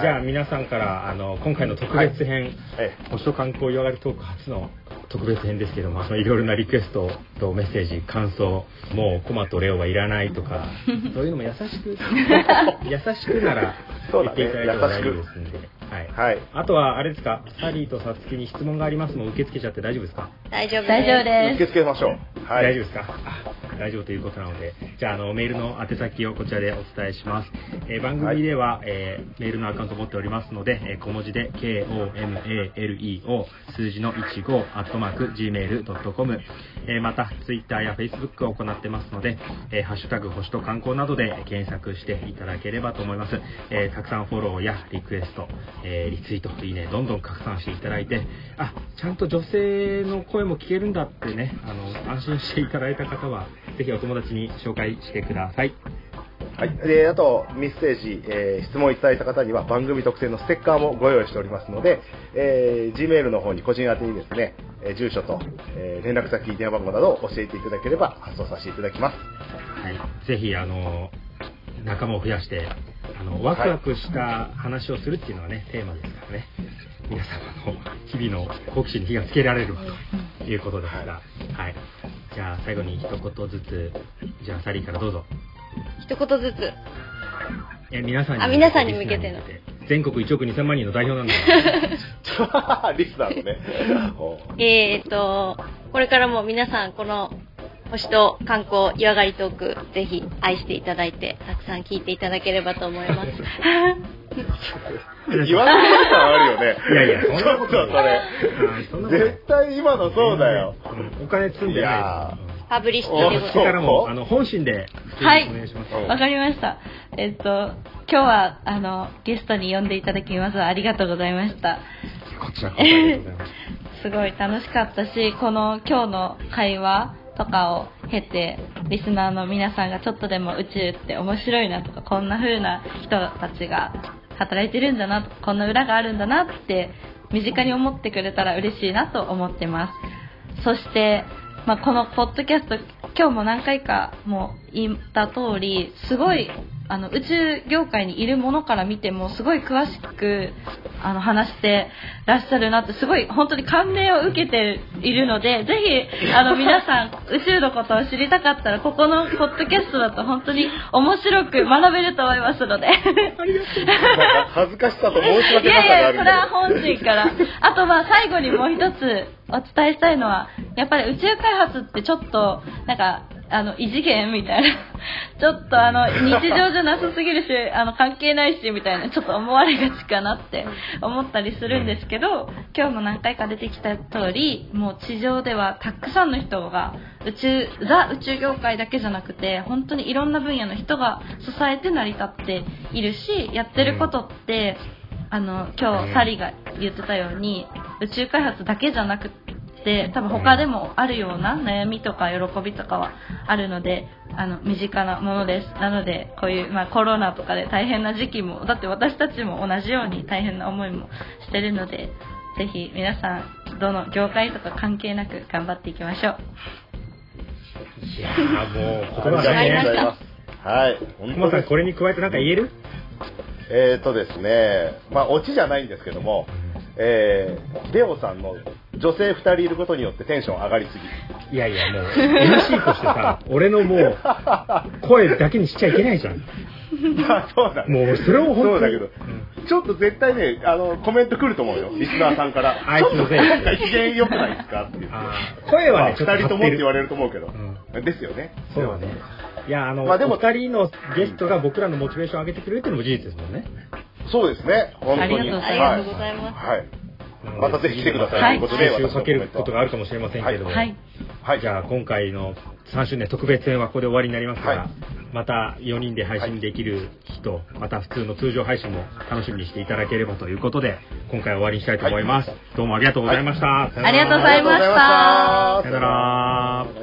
[SPEAKER 4] じゃあ、皆さんから、あの、今回の特別編、
[SPEAKER 1] え
[SPEAKER 4] 星と観光夜上がりトーク初の特別編ですけども、そのいろいろなリクエストとメッセージ、感想、もうコマとレオはいらないとか、そういうのも優しく、優しくなら
[SPEAKER 1] そう
[SPEAKER 4] 言
[SPEAKER 1] だね
[SPEAKER 4] っていただいても大丈夫ですんで。はい。
[SPEAKER 1] えはい。
[SPEAKER 4] あとは、あれですか、サリーとサツキに質問がありますのを受け付けちゃって大丈夫ですか
[SPEAKER 3] 大丈夫です。
[SPEAKER 2] 大丈夫
[SPEAKER 1] 受け
[SPEAKER 2] です。
[SPEAKER 1] 付けましょう。はい。
[SPEAKER 4] 大丈夫ですかあ大丈夫ということなので、じゃあ、あの、メールの宛先をこちらでお伝えします。えー番組では、えーメールのアカウントを持っておりますので、えー小文字で、k-o-m-a-l-e-o、数字の15、アットマーク、gmail.com、えーまた、ツイッターやフェイスブックを行ってますので、えーハッシュタグ、星と観光などで検索していただければと思います。えーたくさんフォローやリクエスト、えーリツイート、いいね、どんどん拡散していただいて、あ、ちゃんと女性の声も聞けるんだってね、あの、安心していただいた方は、ぜひお友達に紹介してください。
[SPEAKER 1] はい、であとメッセージ、えー質問いただいた方には番組特製のステッカーもご用意しておりますので、えー Gmail の方に個人宛てにですね、えー住所と、えー連絡先、電話番号などを教えていただければ発送させていただきます。
[SPEAKER 4] はい。ぜひ、あの、仲間を増やして、あの、ワクワクした話をするっていうのがね、テーマですからね。皆様の日々の好奇心に火がつけられればということですが、はい。じゃあ、最後に一言ずつ、じゃあ、サリーからどうぞ。
[SPEAKER 3] 一言ずつ。
[SPEAKER 4] いや皆さんに
[SPEAKER 3] あ皆さんに向けての
[SPEAKER 4] 全国1億2000万人の代表なん だ
[SPEAKER 1] リスナーの ね。お
[SPEAKER 3] えーと、これからも皆さん、この星と観光、湯上がりトーク、ぜひ愛していただいて、たくさん聞いていただければと思います。
[SPEAKER 1] 言わないことはあるよね。
[SPEAKER 4] いやいやそんなこと
[SPEAKER 1] ちょっとそれ
[SPEAKER 4] うんそんなことない
[SPEAKER 1] 絶対今のそうだよ。
[SPEAKER 4] うんお金積んで
[SPEAKER 1] い
[SPEAKER 4] な
[SPEAKER 1] や
[SPEAKER 4] いうん
[SPEAKER 3] パブリッシュ
[SPEAKER 1] ー
[SPEAKER 3] でござ
[SPEAKER 4] こっ
[SPEAKER 3] い
[SPEAKER 4] ち
[SPEAKER 3] ます。
[SPEAKER 4] からもあの本心で
[SPEAKER 2] はい
[SPEAKER 4] お願いします、
[SPEAKER 1] うん
[SPEAKER 2] わかりました。えっと、今日は、あの、ゲストに呼んでいただきます。ありがとうございました。
[SPEAKER 4] こちらこそありがとうございます。
[SPEAKER 2] すごい楽しかったしこの今日の会話とかを経てリスナーの皆さんがちょっとでも宇宙って面白いなとかこんな風な人たちが働いてるんだなとかこんな裏があるんだなって身近に思ってくれたら嬉しいなと思ってますそして、まあ、このポッドキャスト今日も何回かも言った通りすごいあの宇宙業界にいるものから見てもすごい詳しくあの話してらっしゃるなってすごい本当に感銘を受けているのでぜひあの皆さん宇宙のことを知りたかったらここのポッドキャストだと本当に面白く学べると思いますので。
[SPEAKER 1] なんか恥ずかしさと申し
[SPEAKER 2] い
[SPEAKER 1] 訳な
[SPEAKER 2] や
[SPEAKER 1] さが
[SPEAKER 2] い
[SPEAKER 1] あ
[SPEAKER 2] や、
[SPEAKER 1] る
[SPEAKER 2] これは本心から。あとまあ最後にもう一つお伝えしたいのは、やっぱり宇宙開発ってちょっと、なんか、あの、異次元みたいな。 ちょっとあの、日常じゃなさすぎるし、あの、関係ないし、みたいな、ちょっと思われがちかなって思ったりするんですけど、今日も何回か出てきた通り、もう地上ではたくさんの人が、宇宙、ザ宇宙業界だけじゃなくて、本当にいろんな分野の人が支えて成り立っているし、やってることって、あの今日サリが言ってたように宇宙開発だけじゃなくて多分他でもあるような悩みとか喜びとかはあるのであの身近なものですなのでこういう、まあ、コロナとかで大変な時期もだって私たちも同じように大変な思いもしてるのでぜひ皆さんどの業界とか関係なく頑張っていきましょう
[SPEAKER 4] いやーもう、言葉
[SPEAKER 1] あ
[SPEAKER 4] が
[SPEAKER 1] りが
[SPEAKER 4] ない
[SPEAKER 1] とうござい
[SPEAKER 4] ね。
[SPEAKER 1] ます。はい。本
[SPEAKER 4] 熊さん、これに加えてなんか言える
[SPEAKER 1] えーとですね、まあ、オチじゃないんですけども、えーレオさんの女性2人いることによってテンション上がりすぎ。
[SPEAKER 4] いやいや、もう、MC としてさ、俺のもう、声だけにしちゃいけないじゃん。
[SPEAKER 1] まあ、そうだね。
[SPEAKER 4] もう、それを本当に。
[SPEAKER 1] そうだけど
[SPEAKER 4] ん、
[SPEAKER 1] ちょっと絶対ね、あの、コメント来ると思うよ。リスナーさんから。
[SPEAKER 4] あいつのせ
[SPEAKER 1] ちょっ
[SPEAKER 4] い
[SPEAKER 1] となんか機嫌良くないですかっていう。
[SPEAKER 4] あー声はね、ちょっと
[SPEAKER 1] まあ二人ともって言わ
[SPEAKER 4] れ
[SPEAKER 1] れると思うけど。ですよね。
[SPEAKER 4] そうだね。いや、あの、
[SPEAKER 1] まあでも
[SPEAKER 4] お二人のゲストが僕らのモチベーションを上げてくれるっていうのも事実ですもんね。
[SPEAKER 1] そうですね。本当に。
[SPEAKER 2] ありがとうござい
[SPEAKER 3] あ
[SPEAKER 2] ま
[SPEAKER 3] りがとうございます。
[SPEAKER 1] はい。はいまたぜひ来てください
[SPEAKER 2] とい
[SPEAKER 1] こ
[SPEAKER 2] う
[SPEAKER 1] とで
[SPEAKER 4] はい、
[SPEAKER 1] 私のコメント
[SPEAKER 4] かけることがあるかもしれませんけれども。
[SPEAKER 2] はい
[SPEAKER 1] はい。
[SPEAKER 4] じゃあ今回の3周年特別編はここで終わりになりますが、
[SPEAKER 1] はい
[SPEAKER 4] また4人で配信できる日と、また普通の通常配信も楽しみにしていただければということで今回は終わりにしたいと思います、どうもありがとうございました、さよ
[SPEAKER 2] ありがとうご
[SPEAKER 4] なら
[SPEAKER 2] ざいました
[SPEAKER 1] ありがとうございました
[SPEAKER 4] さよなら